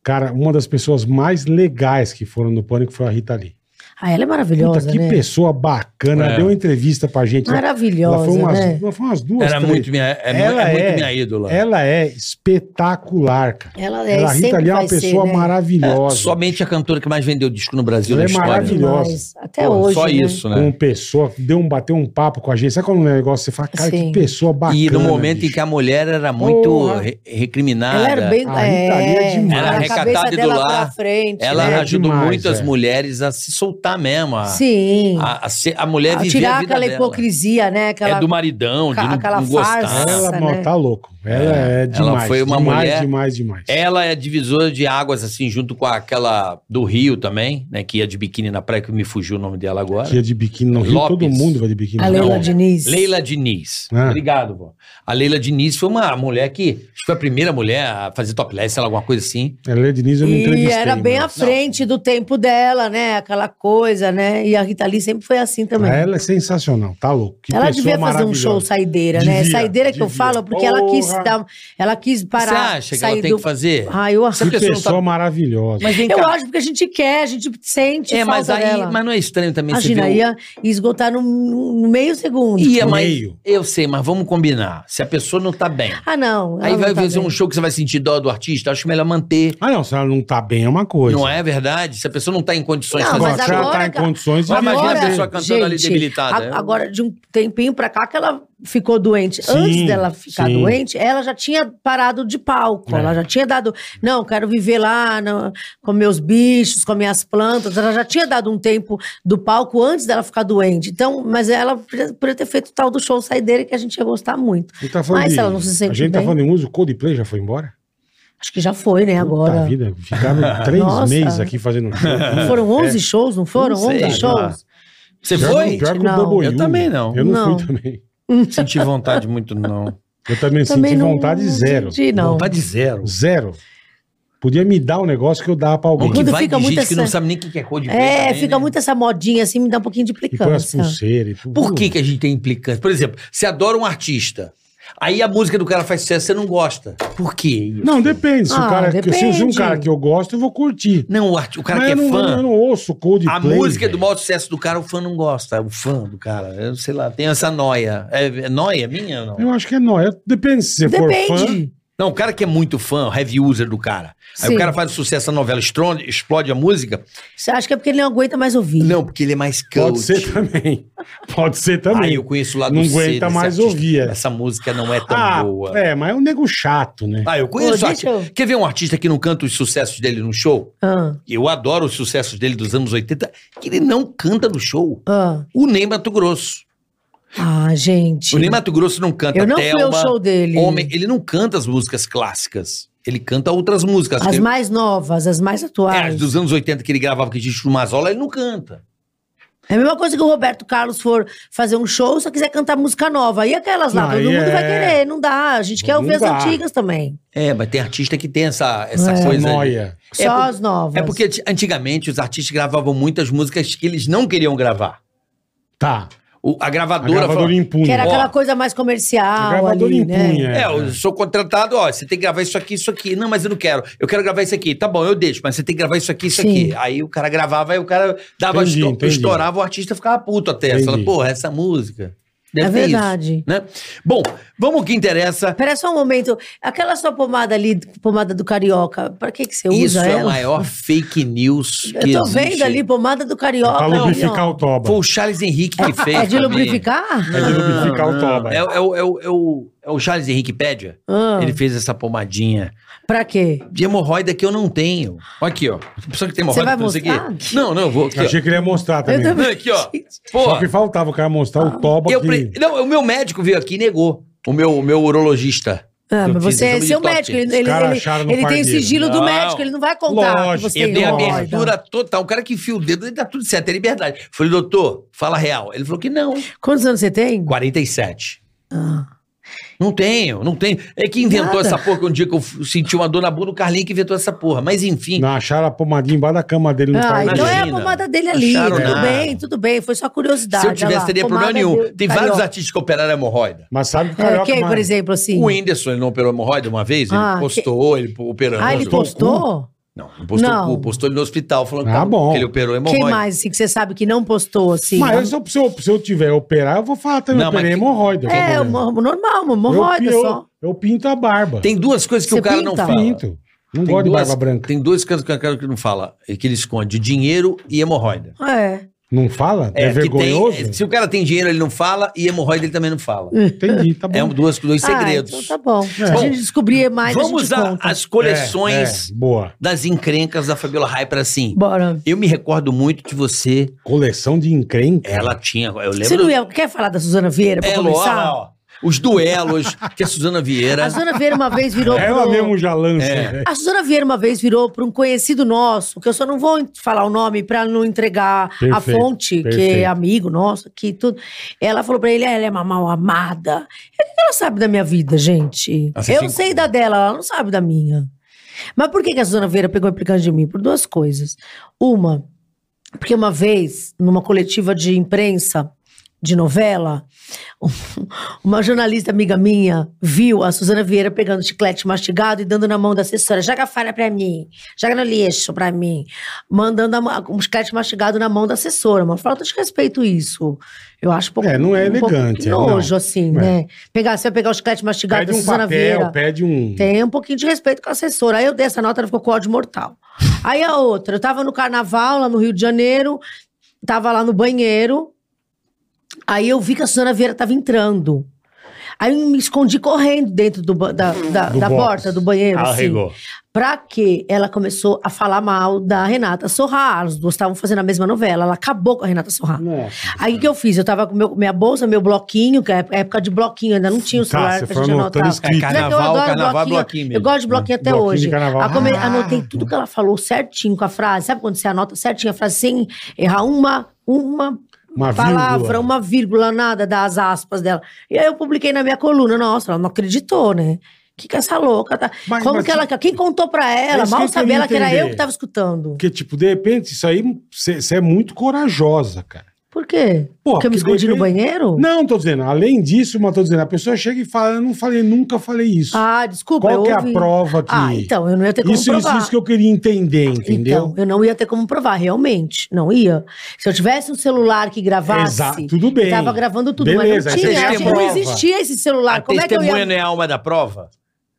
S3: Cara, uma das pessoas mais legais que foram no Pânico foi a Rita Lee.
S5: Ah, ela é
S3: Puta,
S5: maravilhosa,
S3: que
S5: né?
S3: pessoa bacana.
S4: É.
S3: Deu uma entrevista pra gente. né? Ela
S5: Maravilhosa,
S3: foi umas,
S5: né?
S3: ela foi umas duas,
S4: Era
S3: três.
S4: muito minha, é, mu-
S3: Ela
S4: é muito
S3: é-
S4: minha ídola.
S3: Ela é espetacular, cara.
S5: Ela é,
S3: Ela, a
S5: sempre
S3: Rita Lee é uma
S5: vai ser,
S3: pessoa
S5: né?
S3: maravilhosa.
S4: Somente a cantora que mais vendeu disco no Brasil
S3: Ela
S4: na
S3: é
S4: história.
S3: maravilhosa.
S5: Demais. Até
S4: Pô,
S5: hoje.
S4: Só
S5: né?
S4: isso, né?
S3: Como pessoa, deu um, bateu um papo com a gente. Sabe quando é um negócio? Você fala, cara, que
S5: Sim.
S3: pessoa bacana.
S4: e no momento em
S3: bicho.
S4: que a mulher era muito
S3: Porra.
S4: re- recriminada.
S5: Ela era bem.
S3: A Rita Lee é demais.
S4: Era
S5: a
S4: recatada
S5: cabeça
S4: e do
S5: dela
S4: lar.
S5: pra frente.
S4: Ela
S5: né?
S3: era
S4: ajudou
S3: demais,
S4: muito as
S3: é.
S4: mulheres a se soltar mesmo. A,
S5: Sim.
S4: a, a ser- a mulher
S5: A
S4: vivia Ah, a
S5: tirar
S4: vida
S5: aquela
S4: dela.
S5: hipocrisia, né? Aquela...
S4: É do maridão, de
S5: ca-
S4: não,
S5: aquela
S4: não gostar.
S5: farsa.
S3: Ela,
S5: Nossa,
S3: mano,
S5: né?
S3: tá louco. Ela é, demais.
S4: foi uma
S3: demais,
S4: mulher-
S3: demais, demais.
S4: Ela é divisora de águas, assim, junto com aquela do Rio também, né? Que ia de biquíni na praia, que me fugiu o nome dela agora.
S3: Dia de biquíni no Rio,
S4: Lopes.
S3: todo mundo vai de biquíni.
S5: A
S3: no
S5: Leila
S3: Rio.
S5: Diniz.
S4: Leila Diniz.
S3: Ah.
S4: Obrigado, vó. A Leila Diniz foi uma mulher que... Acho que foi a primeira mulher a fazer topless, sei lá, alguma coisa assim.
S3: A Leila Diniz eu não
S5: E
S3: entrevistei.
S5: era
S4: né?
S5: bem à
S3: mas-
S5: frente do tempo dela, né? Aquela coisa, né? E a Rita Lee sempre foi assim também.
S3: Ela é sensacional, tá louco. Que
S5: ela
S3: pessoa
S5: devia fazer um show
S3: maravilhosa.
S5: saideira, né?
S3: Devia,
S5: saideira que eu
S3: devia.
S5: falo, porque ela quis
S3: Porra.
S5: dar, um, ela quis
S4: Você
S5: parar.
S4: acha que
S5: sair
S4: ela tem
S5: do-
S4: que fazer?
S5: Ah, eu acho.
S4: Você-
S3: Que
S4: pessoa não
S3: pessoa
S4: tá-
S3: maravilhosa.
S4: Mas vem
S5: Eu
S4: cá.
S5: acho porque a gente quer, a gente sente
S4: É,
S5: falta
S4: mas aí...
S5: dela.
S4: Mas não é estranho também
S5: Imagina, um
S4: você ver... o-
S5: ia esgotar no, no meio segundo.
S4: Ia,
S3: No
S4: mas...
S3: meio.
S4: Eu sei, mas vamos combinar. Se a pessoa não tá bem...
S5: Ah, não.
S4: Aí
S5: ela
S4: vai
S5: não tá
S4: fazer
S5: bem.
S4: um show que você vai sentir dó do artista, acho melhor manter.
S3: Ah, não, se ela não tá bem é uma coisa.
S4: Não é verdade? Se a pessoa não tá em condições
S5: Não,
S4: de fazer
S5: mas
S3: Agora, se ela
S5: agora,
S3: tá em
S5: cara,
S3: condições de
S4: Mas imagina
S5: Agora,
S4: a pessoa cantando ali
S5: gente,
S4: debilitada. né?
S5: a- agora, de um tempinho pra cá que ela ficou doente.
S3: Sim,
S5: Antes dela ficar
S3: sim.
S5: doente, ela já tinha parado de palco.
S3: É.
S5: Ela já tinha dado. Não, quero viver lá no- com meus bichos, com minhas plantas. Ela já tinha dado um tempo do palco antes dela ficar doente. Então, mas ela podia podia ter feito o tal do show saideira que a gente ia gostar muito.
S3: Ele tá falando
S5: Mas
S3: de-
S5: se ela não se sente
S3: A gente tá
S5: bem?
S3: falando em uso, o Coldplay já foi embora?
S5: Acho que já foi, né?
S3: Puta
S5: Agora.
S3: vida, ficaram três
S5: Nossa.
S3: meses aqui fazendo show.
S5: Foram
S3: É.
S5: 11 shows, não foram?
S4: Não sei,
S5: 11 shows?
S4: Você
S3: Pior-
S4: foi?
S3: Pior que o
S5: Não.
S3: Bobo
S4: Eu
S3: Yumi.
S4: também não.
S3: Eu não,
S5: Não.
S3: fui também.
S4: Não senti vontade muito, não.
S3: Eu também,
S5: Também
S3: senti
S5: não-
S3: vontade
S5: não
S3: zero.
S5: senti, não.
S4: Vontade zero.
S3: Zero. Podia me dar um negócio que eu dava pra alguém.
S4: Bom que
S5: Quando
S4: vai
S5: fica
S4: de
S5: muito
S4: gente que não
S5: essa-
S4: sabe nem o que que é cor de
S5: É,
S4: também,
S5: fica
S4: né?
S5: muito essa modinha assim, me dá um pouquinho de
S3: E põe as
S5: implicância.
S3: pulseiras e tudo.
S4: Por que, que a gente tem implicância? Por exemplo, você adora um artista. Aí a música do cara faz sucesso, você não gosta. Por quê? isso?
S3: Não, depende. Se, o
S5: Ah,
S3: cara, se- se um
S5: depende.
S3: cara que eu gosto, eu vou curtir.
S4: Não, o, arti- o cara
S3: Mas
S4: que é
S3: eu não,
S4: fã.
S3: Eu não ouço Coldplay.
S4: a música é do
S3: velho.
S4: maior sucesso do cara, o fã não gosta. O fã do cara, eu sei lá, tem essa noia. É, é noia minha ou não?
S3: Eu acho que é nóia. Depende se você for fã.
S5: Depende.
S4: Não, o cara que é muito fã, o heavy user do cara. Aí
S5: Sim.
S4: o cara faz sucesso na novela, estronde- explode a música.
S5: Você acha que é porque ele não aguenta mais ouvir?
S4: Não, porque ele é mais coach.
S3: Pode ser também. Pode ser também.
S4: Aí eu conheço lá do
S3: Não
S4: C
S3: aguenta
S4: desse
S3: mais
S4: artista.
S3: ouvir, é.
S4: Essa música não é tão
S3: ah,
S4: boa.
S3: é, mas é um nego chato, né?
S4: Ah, eu conheço.
S5: Pô,
S4: arti-
S5: deixa eu-
S4: Quer ver um artista que não canta os sucessos dele no show?
S5: Ah,
S4: Eu adoro os sucessos dele dos anos 80, que ele não canta no show.
S5: ah.
S4: O Ney Mato Grosso.
S5: Ah, gente.
S4: O Ney Mato Grosso não canta
S5: Eu não fui ao
S4: Thelma,
S5: show dele.
S4: Homem. Ele não canta as músicas clássicas. Ele canta outras músicas.
S5: As
S4: que-
S5: mais novas, as mais
S4: tá É, as
S5: atuais.
S4: dos anos 80 que ele gravava que a gente no Mazola, ele não canta.
S5: É a mesma coisa que o Roberto Carlos for fazer um show, só quiser cantar música nova. E aquelas lá,
S3: Não,
S5: todo
S3: aí
S5: mundo vai
S3: é-
S5: querer, não dá. A gente quer
S3: Não
S5: ouvir as
S3: dá.
S5: antigas também.
S4: É, mas tem artista que tem essa, essa
S5: É.
S4: coisa. de-
S3: Nóia.
S5: Só
S4: por-
S5: as novas.
S4: É porque anti- antigamente os artistas gravavam muitas músicas que eles não queriam gravar.
S3: Tá.
S4: O- a
S3: A
S4: gravadora,
S3: gravadora
S4: falou.
S3: impunha.
S5: Que era
S4: Ó.
S5: aquela coisa mais
S3: A
S5: comercial.
S3: gravadora
S5: ali, né?
S3: impunha.
S4: É,
S3: é.
S4: eu sou contratado, ó, você tem que gravar isso aqui, isso aqui. Não, mas eu não quero. Eu quero gravar isso aqui. Tá bom, eu deixo, mas você tem que gravar isso aqui, isso
S5: Sim.
S4: aqui. Aí o cara gravava, aí o cara dava
S3: Entendi,
S4: esto-
S3: entendi.
S4: estourava, o artista ficava puto até.
S3: Entendi.
S4: Falava, porra, essa música. Deve
S5: É
S4: ter isso",
S5: verdade.
S4: né? Bom, vamos ao que interessa.
S5: Pera só um momento. Aquela sua pomada ali, pomada do carioca, pra que, que você
S4: Isso
S5: usa
S4: é a
S5: ela?
S4: maior fake news que
S5: Eu tô
S4: existe.
S5: vendo ali, pomada do carioca.
S3: Pra
S5: ali, ó.
S3: lubrificar o toba.
S4: Foi o Charles Henrique que fez.
S5: É de
S4: pra mim.
S5: lubrificar?
S3: É de lubrificar o toba.
S4: É, o- é o- é o- é o- é o Charles Henrique Pédia.
S5: Ah,
S4: Ele fez essa pomadinha
S5: Pra quê?
S4: de hemorroida que eu não tenho. Olha aqui, ó. A pessoa que tem
S5: Você
S4: hemorroida,
S5: vai
S4: não sei o
S5: mostrar?
S4: quê. Não, não, eu vou. Aqui,
S3: Eu achei
S4: ó.
S3: que ele ia mostrar também.
S5: Eu também.
S4: Não, aqui, ó.
S3: Só
S4: Pô,
S3: que faltava o cara mostrar o toba
S4: Ah, eu
S3: que...
S4: pre- não, o meu médico veio aqui e negou. O meu, o meu urologista.
S5: Ah,
S4: Eu
S5: mas
S4: fiz
S5: você é
S4: exame de
S5: seu
S4: toque.
S5: médico, ele,
S3: Os
S5: ele,
S3: caras
S5: ele-
S3: acharam no
S5: ele tem o
S3: pardeiro.
S5: sigilo do
S4: Não.
S5: médico, ele não vai contar
S3: Lógico,
S5: que você
S4: Eu dei
S5: tem
S4: a
S3: lógico.
S4: abertura total. Um cara que enfia o dedo, ele dá tudo certo, é liberdade. Falei, doutor, fala real. Ele falou que não.
S5: Quantos anos você tem?
S4: 47.
S5: Ah.
S4: Não tenho, não tenho. É que inventou
S5: Nada.
S4: essa porra, que um dia que eu f- senti uma dor na bunda, o Carlinho que inventou essa porra. Mas enfim,
S3: Não, acharam a pomadinha embaixo da cama dele no
S5: Ah,
S3: parque.
S5: então é a
S4: Imagina.
S5: pomada dele ali.
S4: Acharam
S5: Tudo
S4: nada.
S5: bem, tudo bem. Foi só curiosidade.
S4: se eu
S5: olha
S4: tivesse,
S5: lá,
S4: teria problema
S5: pomada
S4: nenhum.
S5: do
S4: Tem
S5: carioca.
S4: vários artistas que operaram hemorroida.
S3: Mas sabe que o
S5: É,
S3: carioca...
S5: quem,
S3: mais-
S5: por exemplo, assim?
S4: O Whindersson, ele não operou hemorroida uma vez? Ele
S5: Ah, que-
S4: postou, ele operando.
S5: Ah, ele postou?
S4: Não, não postou
S5: Não.
S4: o cu, postou ele no hospital, falando que,
S3: Ah,
S4: tava-
S3: bom.
S4: que ele operou é
S5: Quem
S4: hemorroida.
S5: mais, assim, que você sabe que não postou, assim?
S3: Mas eu, se, eu, se, eu, se eu tiver operar, eu vou falar também.
S4: Não,
S3: eu operei
S4: mas-
S3: hemorroida. qual o
S5: É,
S3: problema?
S5: uma- normal, uma
S3: Eu
S5: hemorroida
S3: pi- eu,
S5: só.
S3: Eu pinto a barba.
S4: Tem duas coisas que
S5: Você
S4: o cara não
S5: pinta?
S4: fala.
S3: Pinto. Não
S4: Tem
S3: gosto de
S4: duas-
S3: barba branca.
S4: Tem dois cantos que o cara que não fala, e que ele esconde: dinheiro e hemorroida.
S5: É.
S3: Não fala? É,
S4: que tem-
S3: vergonhoso?
S4: se o cara tem dinheiro, ele não fala, e hemorroida ele também não fala.
S3: Entendi, tá bom.
S4: É um, duas, dois segredos.
S5: Ah, então tá bom. Se
S3: É.
S5: a
S4: Bom,
S5: gente descobrir mais, a
S4: Vamos
S5: gente
S4: a-
S5: conta.
S4: às coleções
S3: É, é, boa.
S4: das encrencas da Fabiola Hyper, assim.
S5: Bora.
S4: Eu me recordo muito de você.
S3: Coleção de encrenca.
S4: Ela tinha. Eu lembro.
S5: Você não ia, quer falar da Suzana Vieira pra
S4: é, Ló,
S5: começar?
S4: ó, ó. os duelos que a Suzana Vieira.
S5: A Suzana Vieira uma vez virou.
S3: Ela
S5: pro-
S3: mesmo já lança.
S4: É.
S3: né? velho.
S5: A Suzana Vieira uma vez virou para um conhecido nosso, que eu só não vou en- falar o nome para não entregar a
S3: Perfeito,
S5: fonte, que é
S3: perfeito.
S5: amigo nosso, que tudo. Ela falou para ele, ela é uma mal amada. Ele- Ela sabe da minha vida, gente.
S4: Ah, você
S5: eu
S4: tem-
S5: sei da dela, ela não sabe da minha. Mas por que, que a Suzana Vieira pegou implicância de mim? Por duas coisas. Uma, porque uma vez, numa coletiva de imprensa de novela, uma jornalista amiga minha viu a Suzana Vieira pegando chiclete mastigado e dando na mão da assessora. Joga fora pra mim, joga no lixo pra mim. Mandando a ma- um chiclete mastigado na mão da assessora. Uma falta de respeito isso. Eu acho um pouco.
S3: É, não é
S5: um pouco
S3: elegante, é,
S5: nojo,
S3: não.
S5: assim,
S3: É.
S5: né? Pegar, você vai pegar o chiclete mastigado
S3: Pede
S5: da
S3: um
S5: Suzana Vieira.
S3: papel, pede um.
S5: Tem um pouquinho de respeito com a assessora. Aí eu dei essa nota, ela ficou com ódio mortal. Aí a outra, eu tava no carnaval lá no Rio de Janeiro, tava lá no banheiro. Aí eu vi que a Suzana Vieira tava entrando. Aí eu me escondi correndo dentro do, ba- da, da,
S3: Do
S5: da
S3: box.
S5: porta do banheiro. assim.
S6: Arregou.
S5: Pra que ela começou a falar mal da Renata Sorrar? As duas estavam fazendo a mesma novela. Ela acabou com a Renata Sorrar.
S3: Nossa.
S5: Aí o que eu fiz? Eu tava com meu- minha bolsa, meu bloquinho, que é época de bloquinho, ainda não tinha o
S3: Tá,
S5: celular
S3: você
S5: pra
S3: foi
S5: gente
S3: anotando
S5: anotar.
S3: escrito.
S5: Não é que eu
S4: Carnaval,
S5: adoro
S4: carnaval é bloquinho mesmo.
S5: Eu gosto de bloquinho até
S3: Bloquinho de
S5: hoje.
S3: carnaval.
S5: A come-
S3: Ah.
S5: Anotei tudo que ela falou certinho com a frase. Sabe quando você anota certinho a frase sem errar uma, uma
S3: Uma
S5: palavra,
S3: vírgula.
S5: uma vírgula, nada das aspas dela. E aí eu publiquei na minha coluna. Nossa, ela não acreditou, né? Que que essa louca tá?
S3: Mas-
S5: Como
S3: mas
S5: que ela quem contou pra
S3: É
S5: ela?
S3: isso que
S5: Mal
S3: eu
S5: sabia
S3: queria
S5: ela que era
S3: entender.
S5: eu que tava escutando.
S3: Porque, tipo, de repente, isso aí você é muito corajosa, cara.
S5: Por quê?
S3: Pô,
S5: Porque eu
S3: porque
S5: me escondi no
S3: daí-
S5: banheiro?
S3: Não, tô dizendo, além disso, mas tô dizendo, a pessoa chega e fala, eu não falei, nunca falei isso.
S5: Ah, desculpa,
S3: Qual
S5: eu
S3: que é a
S5: ouvi.
S3: prova que.
S5: Ah, então, eu não ia ter como
S3: isso,
S5: provar.
S3: isso, isso que eu queria entender, entendeu?
S5: Então, eu não ia ter como provar, realmente. Não ia. Se eu tivesse um celular que gravasse.
S3: Exato, tudo bem.
S5: Eu tava gravando tudo,
S3: Beleza,
S5: mas não
S4: aí
S5: tinha.
S4: você tem
S5: Não
S4: prova.
S5: existia esse celular.
S4: A
S5: Como é que eu
S4: testemunha
S5: ia.
S4: não é a alma da prova?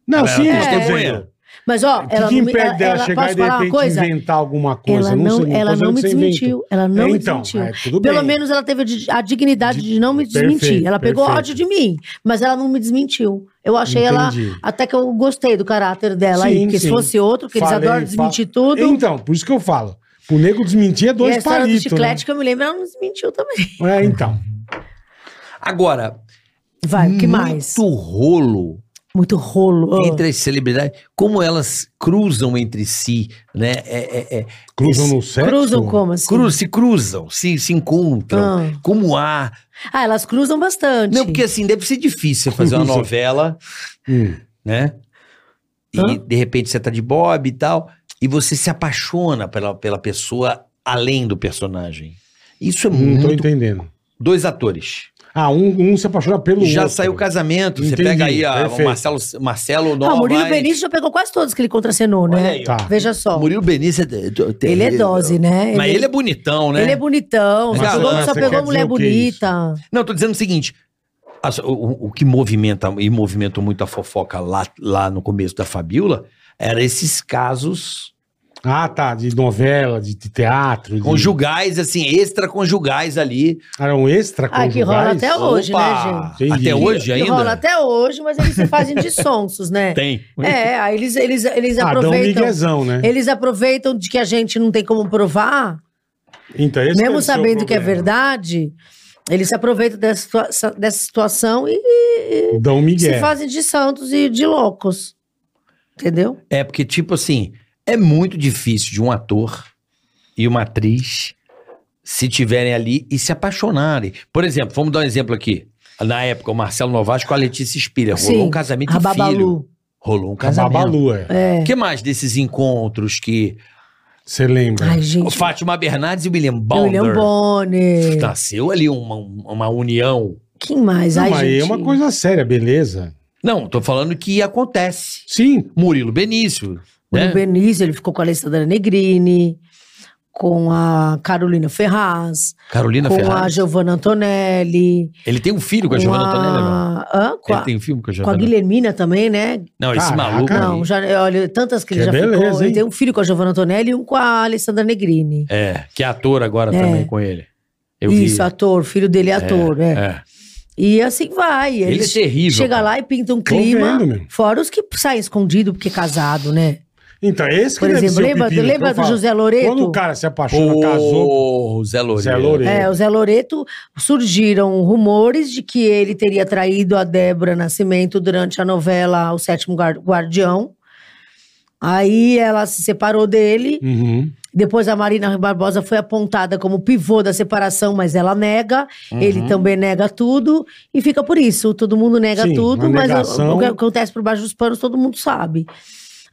S3: não,
S4: Ela
S3: sim,
S4: é
S3: eu tô
S4: testemunha.
S3: dizendo.
S5: Mas, ó,
S3: O que,
S5: ela
S3: que
S5: não me.
S3: impede
S5: Ela,
S3: dela
S5: ela,
S3: chegar
S5: posso
S3: e de
S5: falar uma
S3: repente
S5: coisa?
S3: inventar alguma coisa?
S5: Ela não,
S3: sei, tô
S5: ela
S3: dizendo que
S5: não me
S3: você inventa.
S5: desmentiu. Ela não
S3: É,
S5: me
S3: então,
S5: desmentiu.
S3: é, tudo
S5: Pelo
S3: bem.
S5: menos ela teve a di- a dignidade de, não me
S3: Perfeito,
S5: desmentir. ela pegou
S3: perfeito.
S5: ódio de mim, mas ela não me desmentiu. Eu achei
S3: Entendi.
S5: ela. Até que eu gostei do caráter dela
S3: Sim,
S5: aí. Porque se
S3: sim.
S5: fosse outro, que eles
S3: Falei,
S5: adoram desmentir
S3: fa-
S5: tudo.
S3: Então, por isso que eu falo. O nego desmentir é
S5: e a
S3: dois
S5: história do
S3: palitos.
S5: chiclete, que eu me lembro, ela não desmentiu também.
S3: Né? É, então.
S4: Agora,
S5: Vai, o que
S4: muito
S5: mais?
S4: rolo
S5: Muito rolo. Ah.
S4: entre as celebridades, como elas cruzam entre si, né? É, é, é,
S3: Cruzam
S4: Esse-
S3: no sexo?
S5: cruzam como assim?
S4: cru- se cruzam, se, se encontram.
S5: Ah.
S4: Como há.
S5: Ah, elas cruzam bastante.
S4: Não, porque assim, deve ser difícil você fazer uma
S3: Cruzam.
S4: novela,
S3: Hum.
S4: né? E
S5: Hã?
S4: de repente você tá de Bob e tal, e você se apaixona pela, pela pessoa além do personagem. Isso é
S3: Não tô
S4: muito.
S3: entendendo.
S4: Dois atores.
S3: Ah, um, um se apaixona pelo
S4: Já
S3: outro.
S4: saiu o casamento. Você
S3: Entendi,
S4: pega aí a- o
S3: perfeito.
S4: Marcelo, Marcelo
S5: Ah,
S4: Nova.
S5: o Murilo Benício já pegou quase todos que ele contracenou, né?
S4: aí,
S3: ó. Tá.
S5: Veja só.
S4: Murilo Benício. é-
S5: ele é dose, né?
S4: Mas ele, é bonitão, né?
S5: Ele é bonitão,
S4: Mas
S5: só
S4: você-
S5: pegou,
S4: mas
S5: só
S4: você
S5: pegou
S3: quer
S5: mulher
S3: dizer o que é isso?
S5: bonita.
S4: Não, eu tô dizendo o seguinte. as- o, o- o que movimenta e movimentou muito a fofoca lá, lá no começo da Fabiola era esses casos
S3: Ah, tá. De novela, de, de teatro. De...
S4: conjugais, assim, extraconjugais ali.
S3: Ah, Era um extra
S5: Ah, que rola até
S3: hoje.
S5: hoje, né,
S4: Opa!
S5: gente?
S3: gente?
S4: Até
S3: Entendi.
S4: hoje
S5: Que Rola
S4: ainda?
S5: até hoje, mas eles se fazem de sonsos, né?
S4: Tem.
S5: É, aí eles, eles, eles
S3: Ah, dá um
S5: aproveitam.
S3: miguezão, né?
S5: Eles aproveitam de que a gente não tem como provar,
S3: Então, esse deve
S5: mesmo
S3: ser o
S5: sabendo que é
S3: problema.
S5: verdade, eles se aproveitam dessa, situa- dessa situação e- e
S3: Dá um migué.
S4: É.
S5: se fazem de santos e de loucos. Entendeu?
S4: É, porque, tipo assim, é muito difícil de um ator e uma atriz se tiverem ali e se apaixonarem. Por exemplo, vamos dar um exemplo aqui. Na época, o Marcelo Novaes com a Letícia Spiller. Rolou
S5: Sim,
S4: um casamento
S5: a
S4: de filho.
S5: Babalu.
S4: Rolou um casamento.
S3: Casabalu, é.
S4: O que mais desses encontros que...
S3: Você lembra?
S5: Ai,
S4: O
S5: gente.
S4: Fátima Bernardes e o William
S5: o
S4: Bonner.
S5: William Bonner.
S4: Nasceu ali uma, uma união.
S5: Quem mais?
S3: Não,
S5: Ai,
S3: mas aí
S5: gente.
S3: é uma coisa séria, beleza?
S4: Não, tô falando que acontece.
S3: Sim.
S4: Murilo Benício.
S5: O
S4: Né?
S5: Benício, ele ficou com a Alessandra Negrini, com a Carolina Ferraz,
S4: Carolina
S5: com a
S4: Ferraz.
S5: Giovanna Antonelli.
S4: Ele tem um filho com a Giovanna Antonelli, não?
S5: Hã? Com
S4: Ele
S5: a,
S4: tem um filme com a
S5: com a
S4: Giovanna
S5: Guilhermina também, né?
S4: Não, esse
S3: Caraca.
S4: maluco. aí.
S5: Não, já, olha, tantas que ele
S3: Que é
S5: já
S3: beleza,
S5: ficou. Ele
S3: hein?
S5: tem um filho com a Giovanna Antonelli e um com a Alessandra Negrini.
S4: É, que é ator agora
S5: É.
S4: também com ele. Eu
S5: Isso,
S4: vi.
S5: ator, filho dele é ator, é.
S4: É.
S5: E assim vai.
S4: Ele, é terrível.
S5: Chega
S4: cara.
S5: lá e pinta um
S3: Tô
S5: clima.
S3: vendo, meu.
S5: fora os que saem escondido porque é casado, né?
S3: Então, esse que
S5: Por
S3: deve
S5: exemplo,
S3: ser o
S5: lembra,
S3: pepino que eu
S5: lembra do
S3: falo.
S5: José Loreto?
S3: Quando o cara se apaixona, casou.
S4: Ô, Zé Loureiro.
S3: Zé Loureiro.
S5: É, o Zé Loreto surgiram rumores de que ele teria traído a Débora Nascimento durante a novela O Sétimo Guar- Guardião. Aí ela se separou dele.
S3: Uhum.
S5: Depois a Marina Barbosa foi apontada como pivô da separação, mas ela nega.
S3: Uhum.
S5: Ele também nega tudo e fica por isso. Todo mundo nega
S3: Sim,
S5: tudo,
S3: uma
S5: mas o,
S3: negação.
S5: o que acontece por baixo dos panos todo mundo sabe.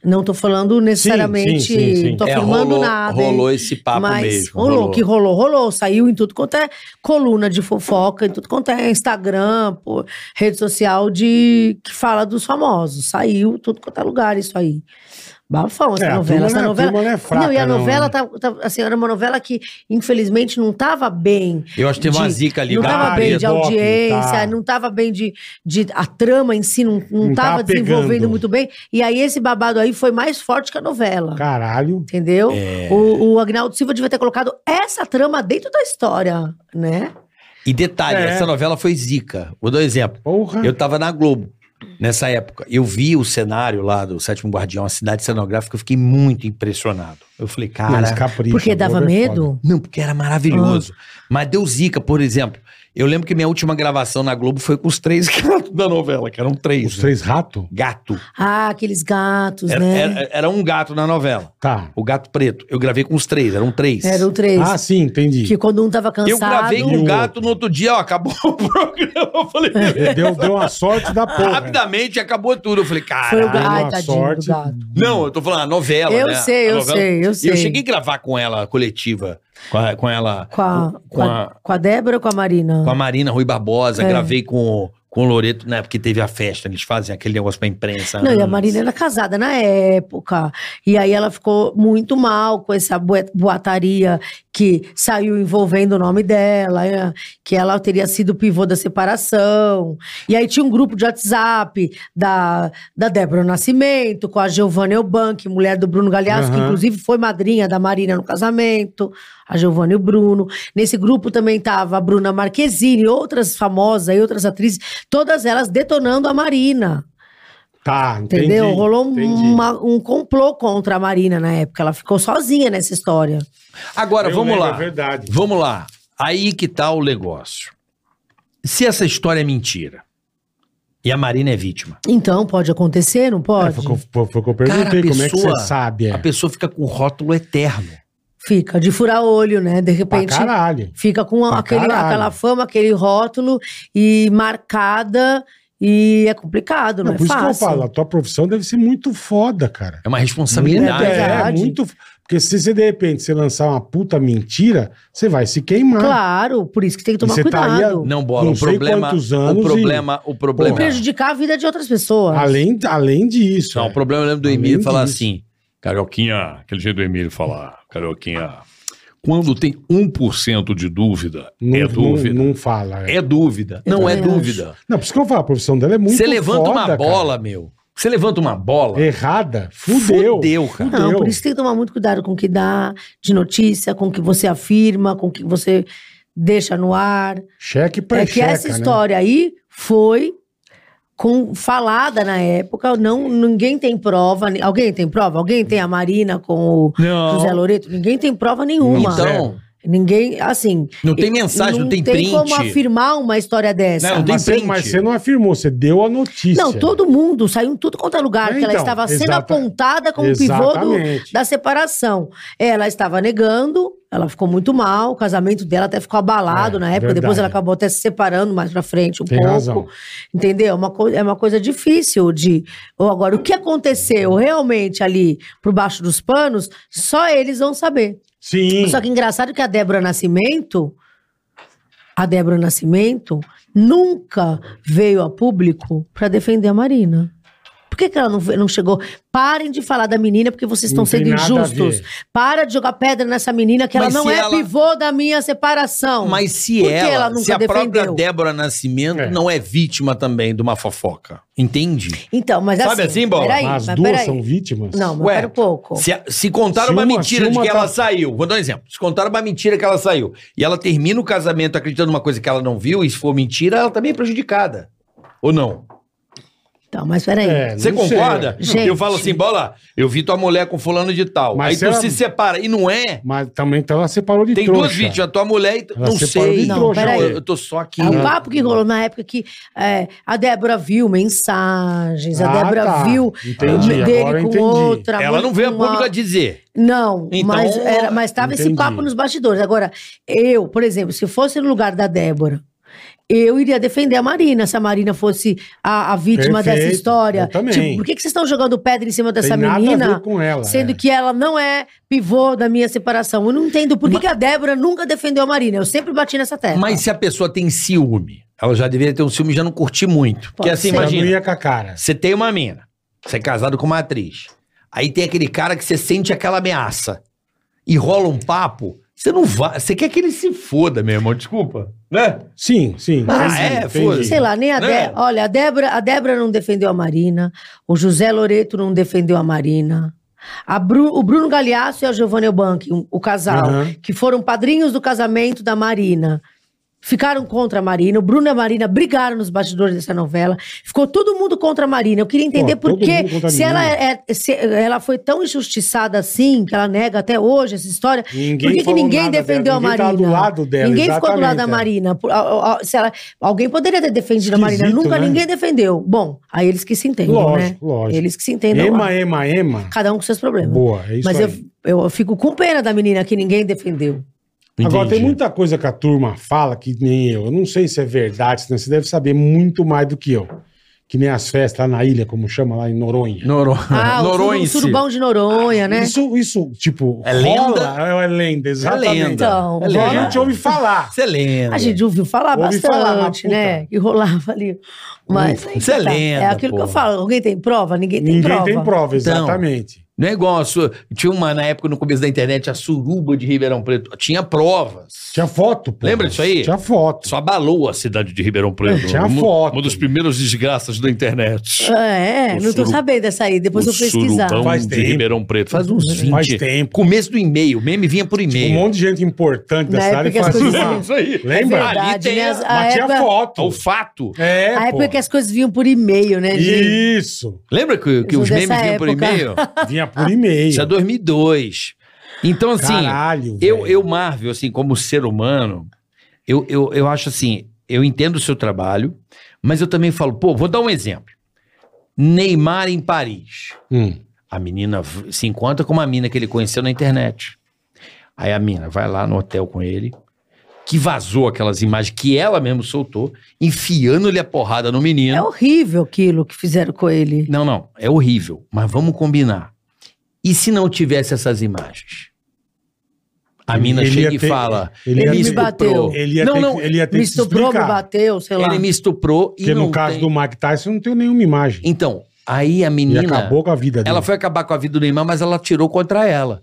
S5: Não tô falando necessariamente,
S3: sim, sim.
S5: não tô
S4: É,
S5: afirmando
S4: rolou,
S5: nada. hein?
S4: Rolou esse papo
S5: mas
S4: mesmo.
S5: rolou, que rolou, rolou. Saiu em tudo quanto é coluna de fofoca, em tudo quanto é Instagram, pô, rede social de que fala dos famosos. Saiu tudo quanto é lugar isso aí. Bafão, essa
S3: É, a
S5: novela.
S3: turma
S5: essa
S3: não é- a
S5: novela.
S3: turma não é fraca,
S5: e a
S3: não,
S5: novela
S3: né?
S5: tá, tá- assim, era uma novela que, infelizmente, não tava bem.
S4: Eu acho que teve uma
S5: de-
S4: zica ali.
S5: Não tava
S4: Gabi,
S5: bem de
S3: Ibope,
S5: audiência,
S3: tá.
S5: não tava bem de, de. A trama em si não, não,
S3: Não
S5: tava,
S3: tava
S5: desenvolvendo
S3: pegando.
S5: muito bem. E aí, esse babado aí foi mais forte que a novela.
S3: Caralho.
S5: Entendeu? O, o Agnaldo Silva devia ter colocado essa trama dentro da história, né?
S4: E detalhe,
S3: É.
S4: essa novela foi zica. Vou dar um exemplo.
S3: Porra.
S4: Eu tava na Globo nessa época. Eu vi o cenário lá do Sétimo Guardião, a cidade cenográfica, eu fiquei muito impressionado. Eu falei,
S3: Não,
S4: cara.
S3: esse capricho,
S5: Porque dava
S3: é foda.
S5: medo.
S4: Não, porque era maravilhoso.
S3: Ah.
S4: Mas deu zica, por exemplo. Eu lembro que minha última gravação na Globo foi com os três gatos da novela, que eram três.
S3: Os
S4: né?
S3: três ratos?
S4: Gato.
S5: Ah, aqueles gatos,
S4: Era,
S5: né?
S4: era- era um gato na novela.
S3: Tá.
S4: O gato preto. Eu gravei com os três, eram três.
S5: Era o três.
S3: Ah, sim, entendi.
S5: que quando um tava cansado.
S4: eu gravei com
S3: E
S4: o
S3: o
S4: gato no outro dia, ó, acabou o programa. Eu falei,
S5: É.
S3: É, Deu, deu uma sorte da porra.
S4: rapidamente acabou tudo. Eu falei,
S5: Foi
S4: cara.
S5: o gato. Ai,
S3: uma
S5: tadinho
S3: sorte.
S5: do gato.
S4: Não, eu tô falando a novela.
S5: Eu
S4: né?
S5: sei,
S4: A
S5: eu
S4: novela.
S5: sei, eu sei.
S4: Eu cheguei a gravar com ela, a coletiva. Com, a- com ela.
S5: Com a,
S4: com
S5: com a,
S4: a-
S5: com a Débora ou com a Marina?
S4: Com a Marina Rui Barbosa,
S5: Ah. É.
S4: gravei com, com o Loreto, né? Porque teve a festa, eles fazem aquele negócio pra imprensa. né?
S5: Não, e a
S4: antes.
S5: Marina era casada na época. E aí ela ficou muito mal com essa bue- boataria que saiu envolvendo o nome dela, né? que ela teria sido o pivô da separação. E aí tinha um grupo de WhatsApp da, da Débora Nascimento, com a Giovanna Eubank, mulher do Bruno Galeazzo, que
S3: Aham.
S5: inclusive foi madrinha da Marina no casamento, a Giovanna e o Bruno. Nesse grupo também tava a Bruna Marquezine, outras famosas e outras atrizes, todas elas detonando a Marina.
S3: Tá, entendi.
S5: Entendeu? Rolou um-
S3: entendi.
S5: uma- um complô contra a Marina na época. Ela ficou sozinha nessa história.
S4: Agora,
S3: Eu
S4: vamos
S3: lembro,
S4: lá.
S3: É verdade.
S4: Vamos lá. Aí que tá o negócio. Se essa história é mentira e a Marina é vítima,
S5: Então, pode acontecer, não
S3: É,
S5: pode?
S3: foi, o que eu- foi, foi o que eu
S4: Cara, a
S3: perguntei, como é que
S4: pessoa-
S3: você sabe? É.
S4: a pessoa fica com o rótulo eterno.
S5: Fica de furar olho, né? De
S3: Pra
S5: repente.
S3: caralho.
S5: Fica com
S3: Pra
S5: aquele,
S3: caralho.
S5: aquela fama, aquele rótulo e marcada. E é complicado, não,
S3: Não,
S5: é
S3: por isso
S5: fácil.
S3: que eu falo, a tua profissão deve ser muito foda, cara.
S4: É uma
S3: Muito,
S4: responsabilidade. né?
S5: É
S3: é, é
S5: verdade.
S3: muito. Porque se você, de repente, você lançar uma puta mentira, você vai se queimar.
S5: Claro, por isso que tem
S3: né?
S5: que
S3: E
S5: tomar
S3: você tá aí há
S5: cuidado.
S4: Não, bola.
S3: Não
S4: o
S3: sei
S4: problema.
S3: quantos anos
S4: o problema. O
S5: E
S4: problema.
S5: prejudicar a vida de outras pessoas.
S3: Além, além disso.
S4: Não,
S3: é.
S4: o problema eu lembro do
S3: Além
S4: Emílio falar
S3: disso.
S4: assim.
S6: Carioquinha, aquele jeito do Emílio falar, Carioquinha, quando tem 1% de dúvida,
S3: não,
S6: é dúvida.
S3: Não, não fala. É.
S4: É dúvida.
S5: Eu
S4: não é
S5: também
S4: dúvida.
S3: Não, por isso que eu falo, a profissão dela é muito
S4: Você levanta
S3: foda,
S4: uma
S3: cara.
S4: bola, meu. Você levanta uma bola.
S3: errada, fudeu.
S4: Fudeu, cara.
S5: Não,
S3: Entendeu?
S5: por isso tem que tomar muito cuidado com o que dá de notícia, com o que você afirma, com o que você deixa no ar.
S3: Cheque pra
S5: é que
S3: checa,
S5: essa
S3: né?
S5: história aí foi com- falada na época, não, ninguém tem prova, ni- alguém tem prova? Alguém tem a Marina com o
S6: Não.
S5: José Loreto? Ninguém tem prova nenhuma.
S4: Então,
S5: ninguém, assim...
S4: não tem mensagem, não, tem print.
S5: como afirmar uma história dessa.
S4: Não, não tem
S3: Mas você,
S4: print.
S3: mas você não afirmou, você deu a notícia.
S5: Não, todo mundo saiu em tudo quanto é lugar,
S3: É,
S5: que ela
S3: então,
S5: estava sendo
S3: exata-
S5: apontada é como pivô do,
S3: Exatamente.
S5: da separação. Ela estava negando, ela ficou muito mal, o casamento dela até ficou abalado
S3: É,
S5: na época,
S3: verdade.
S5: depois ela acabou até se separando mais pra frente um
S3: Tem
S5: pouco.
S3: razão.
S5: Entendeu? É uma, coi- é uma coisa difícil de. Ou agora, o que aconteceu realmente ali por baixo dos panos, só eles vão saber.
S3: Sim.
S5: Só que engraçado que a Débora Nascimento, a Débora Nascimento nunca veio a público pra defender a Marina. Por que, que ela não, ve- não chegou? Parem de falar da menina porque vocês estão
S3: Não tem
S5: sendo
S3: nada a
S5: injustos.
S3: ver.
S5: Para de jogar pedra nessa menina que
S4: Mas
S5: ela não
S4: se
S5: é
S4: ela-
S5: pivô da minha separação.
S4: Mas se
S5: Por que
S4: ela,
S5: ela nunca
S4: se a própria
S5: defendeu?
S4: Débora Nascimento
S3: É.
S4: não é vítima também de uma fofoca, entende?
S5: Então, mas
S4: Sabe assim, Bola?
S5: Peraí,
S3: Mas
S5: mas
S3: as duas
S5: peraí.
S3: são vítimas?
S5: Não, mas
S4: Ué,
S5: pera um pouco.
S4: Se, a- se contaram
S3: Se
S4: uma,
S3: uma-
S4: mentira
S3: se
S4: de
S3: uma
S4: que ela
S3: tá-
S4: saiu, vou dar um exemplo. Se contaram uma mentira que ela saiu e ela termina o casamento acreditando numa coisa que ela não viu, e se for mentira, ela também é prejudicada. Ou não?
S5: Então, legal, mas peraí.
S3: É.
S4: Você
S3: Não sei.
S4: concorda?
S5: Gente.
S4: Eu falo assim, bola, eu vi tua mulher com fulano de tal.
S3: Mas
S4: Aí tu
S3: ela-
S4: se separa. E não é.
S3: Mas também então ela separou de
S4: Tem
S3: trouxa.
S4: dois vídeos, a tua mulher e...
S3: Ela
S4: Não
S3: separou
S4: sei.
S3: de
S5: Não,
S3: trouxa.
S5: peraí.
S4: eu, eu tô só aqui.
S5: É um papo que rolou na época que é, a Débora viu mensagens, a
S3: Ah,
S5: Débora
S3: tá.
S5: viu
S3: Entendi,
S5: dele
S3: agora eu
S5: com
S3: entendi.
S5: outra.
S4: Ela não veio a
S5: com uma-
S4: pública dizer.
S5: Não,
S4: Então,
S5: mas, era, mas tava esse
S3: entendi.
S5: papo nos bastidores. Agora, eu, por exemplo, se fosse no lugar da Débora, eu iria defender a Marina, se a Marina fosse a, a vítima dessa
S3: Perfeito,
S5: história.
S3: eu também.
S5: Tipo, por que, que vocês estão jogando pedra em cima
S3: Tem
S5: dessa
S3: nada a ver
S5: menina?
S3: com ela,
S5: sendo
S3: é.
S5: que ela não é pivô da minha separação. Eu não entendo por que que a Débora nunca defendeu a Marina. Eu sempre bati nessa tecla.
S4: Mas se a pessoa tem ciúme, ela já deveria ter um ciúme e já não curtir muito. Porque assim,
S5: ser.
S3: Ela não
S4: imagina,
S3: ia com a cara.
S4: você tem uma mina, você é casado com uma atriz. Aí tem aquele cara que você sente aquela ameaça. E rola um papo, você não vai. Você quer que ele se foda, meu irmão, desculpa. Né?
S3: Sim, sim.
S4: Ah,
S3: entendi,
S4: é?
S3: entendi.
S4: Foda-se.
S5: Sei lá, nem a
S4: Né?
S5: Débora. Olha, a Débora, a Débora não defendeu a Marina, o José Loreto não defendeu a Marina. a Bru- o Bruno Galhaço e a Giovanna Eubank, um- o casal,
S3: Aham.
S5: que foram padrinhos do casamento da Marina. Ficaram contra a Marina, o Bruno e a Marina brigaram nos bastidores dessa novela. Ficou todo mundo contra a Marina. Eu queria entender
S3: Pô,
S5: por
S3: todo
S5: que
S3: mundo contra a
S5: se ela,
S3: menina.
S5: é- é- se ela foi tão injustiçada assim, que ela nega até hoje essa história.
S3: Ninguém
S5: por que que,
S3: falou
S5: ninguém
S3: nada
S5: defendeu
S3: dela,
S5: a
S3: ninguém
S5: Marina?
S3: tava do lado dela,
S5: Ninguém ficou do lado da
S3: exatamente, é.
S5: Marina. Marina. Por- a- a- se ela- alguém poderia ter defendido a Marina.
S3: Esquisito,
S5: Nunca
S3: né?
S5: ninguém defendeu. Bom, aí eles que se entendem, né?
S3: Lógico, lógico.
S5: Eles que se entendem.
S3: Ema, ema, ema.
S5: Cada um com seus problemas.
S3: Boa, é isso
S5: Mas
S3: aí.
S5: eu, eu fico com pena da menina que ninguém defendeu.
S3: Agora, tem
S4: Entendi.
S3: muita coisa que a turma fala que nem eu. Eu não sei se é verdade, senão você deve saber muito mais do que eu. Que nem as festas lá na ilha, como chama lá em Noronha.
S4: Noro...
S5: Ah, o suru- o
S4: Noronha.
S5: surubão de Noronha, né?
S3: Isso, isso, tipo,
S4: É lenda?
S3: rola, é lenda, exatamente.
S4: lenda.
S5: Então,
S4: É
S3: Só
S4: lenda.
S3: a gente ouve falar.
S4: Você é lenda.
S5: A gente ouviu falar
S3: Ouvi
S5: bastante,
S3: falar, mas puta.
S5: né? E rolava ali. Mas. aí que
S4: isso é
S5: tá.
S4: lenda,
S5: É aquilo
S4: porra.
S5: que eu falo. Alguém tem prova? Ninguém tem
S3: Ninguém
S5: prova.
S3: tem prova,
S4: Então.
S3: exatamente.
S4: Não é igual a sua. Tinha uma, na época, no começo da internet, a suruba de Ribeirão Preto. Tinha provas.
S3: Tinha foto, pô.
S4: Lembra disso aí?
S3: Tinha foto.
S6: Só abalou a cidade de Ribeirão Preto.
S3: É, Tinha
S6: Uma-
S3: foto.
S6: Uma das primeiras desgraças da internet.
S5: É,
S6: O
S5: não tô
S6: suru-
S5: sabendo dessa aí. Depois
S6: o
S5: eu pesquisar.
S6: surubão
S3: Faz
S6: de
S3: tempo.
S6: Ribeirão Preto. Faz uns 20.
S3: Faz tempo.
S4: Começo do e-mail. O meme vinha por
S3: Um
S4: e-mail.
S3: monte de gente importante
S5: Na
S3: dessa área
S5: época que as
S3: faz
S5: coisas
S3: uma-
S5: eram-
S6: Isso aí.
S5: É
S3: Lembra?
S5: verdade,
S4: Ali tem
S5: né?
S4: as-
S5: A
S3: Mas tinha
S5: época-
S3: foto.
S4: O fato.
S3: É,
S5: A
S3: pô.
S5: época que as coisas vinham por e-mail, né, gente?
S3: Isso.
S4: Lembra que, que
S5: Isso
S4: os memes
S5: dessa
S4: vinham por
S5: época.
S4: e-mail?
S3: Vinha por e-mail.
S4: Isso é 2002. Então, assim,
S3: Caralho,
S4: eu,
S3: velho.
S4: eu, Marvel, assim, como ser humano, eu, eu, eu acho assim, eu entendo o seu trabalho, mas eu também falo, pô, vou dar um exemplo. Neymar em Paris.
S3: Hum.
S4: A menina v- se encontra com uma mina que ele conheceu na internet. Aí a mina vai lá no hotel com ele, que vazou aquelas imagens que ela mesmo soltou, enfiando-lhe a porrada no menino.
S5: É horrível aquilo que fizeram com ele.
S4: Não, não, é horrível, mas vamos combinar. E se não tivesse essas imagens? A mina
S3: Ele
S4: chega
S3: ia
S4: e
S3: ter-
S4: fala:
S3: ele
S5: ia
S4: me
S5: ter-
S4: estuprou.
S3: Ele ia
S4: não,
S3: ter,
S4: não,
S3: que, ele ia ter
S5: Me
S3: que se
S5: estuprou, me
S3: explicar.
S5: bateu, sei lá.
S4: ele me estuprou e
S3: Porque
S4: não
S3: no caso
S4: tem-
S3: do Mike Tyson não tem nenhuma imagem.
S4: Então, aí a
S3: E
S4: menina,
S3: acabou com a vida dele.
S4: ela foi acabar com a vida do Neymar, mas ela tirou contra ela.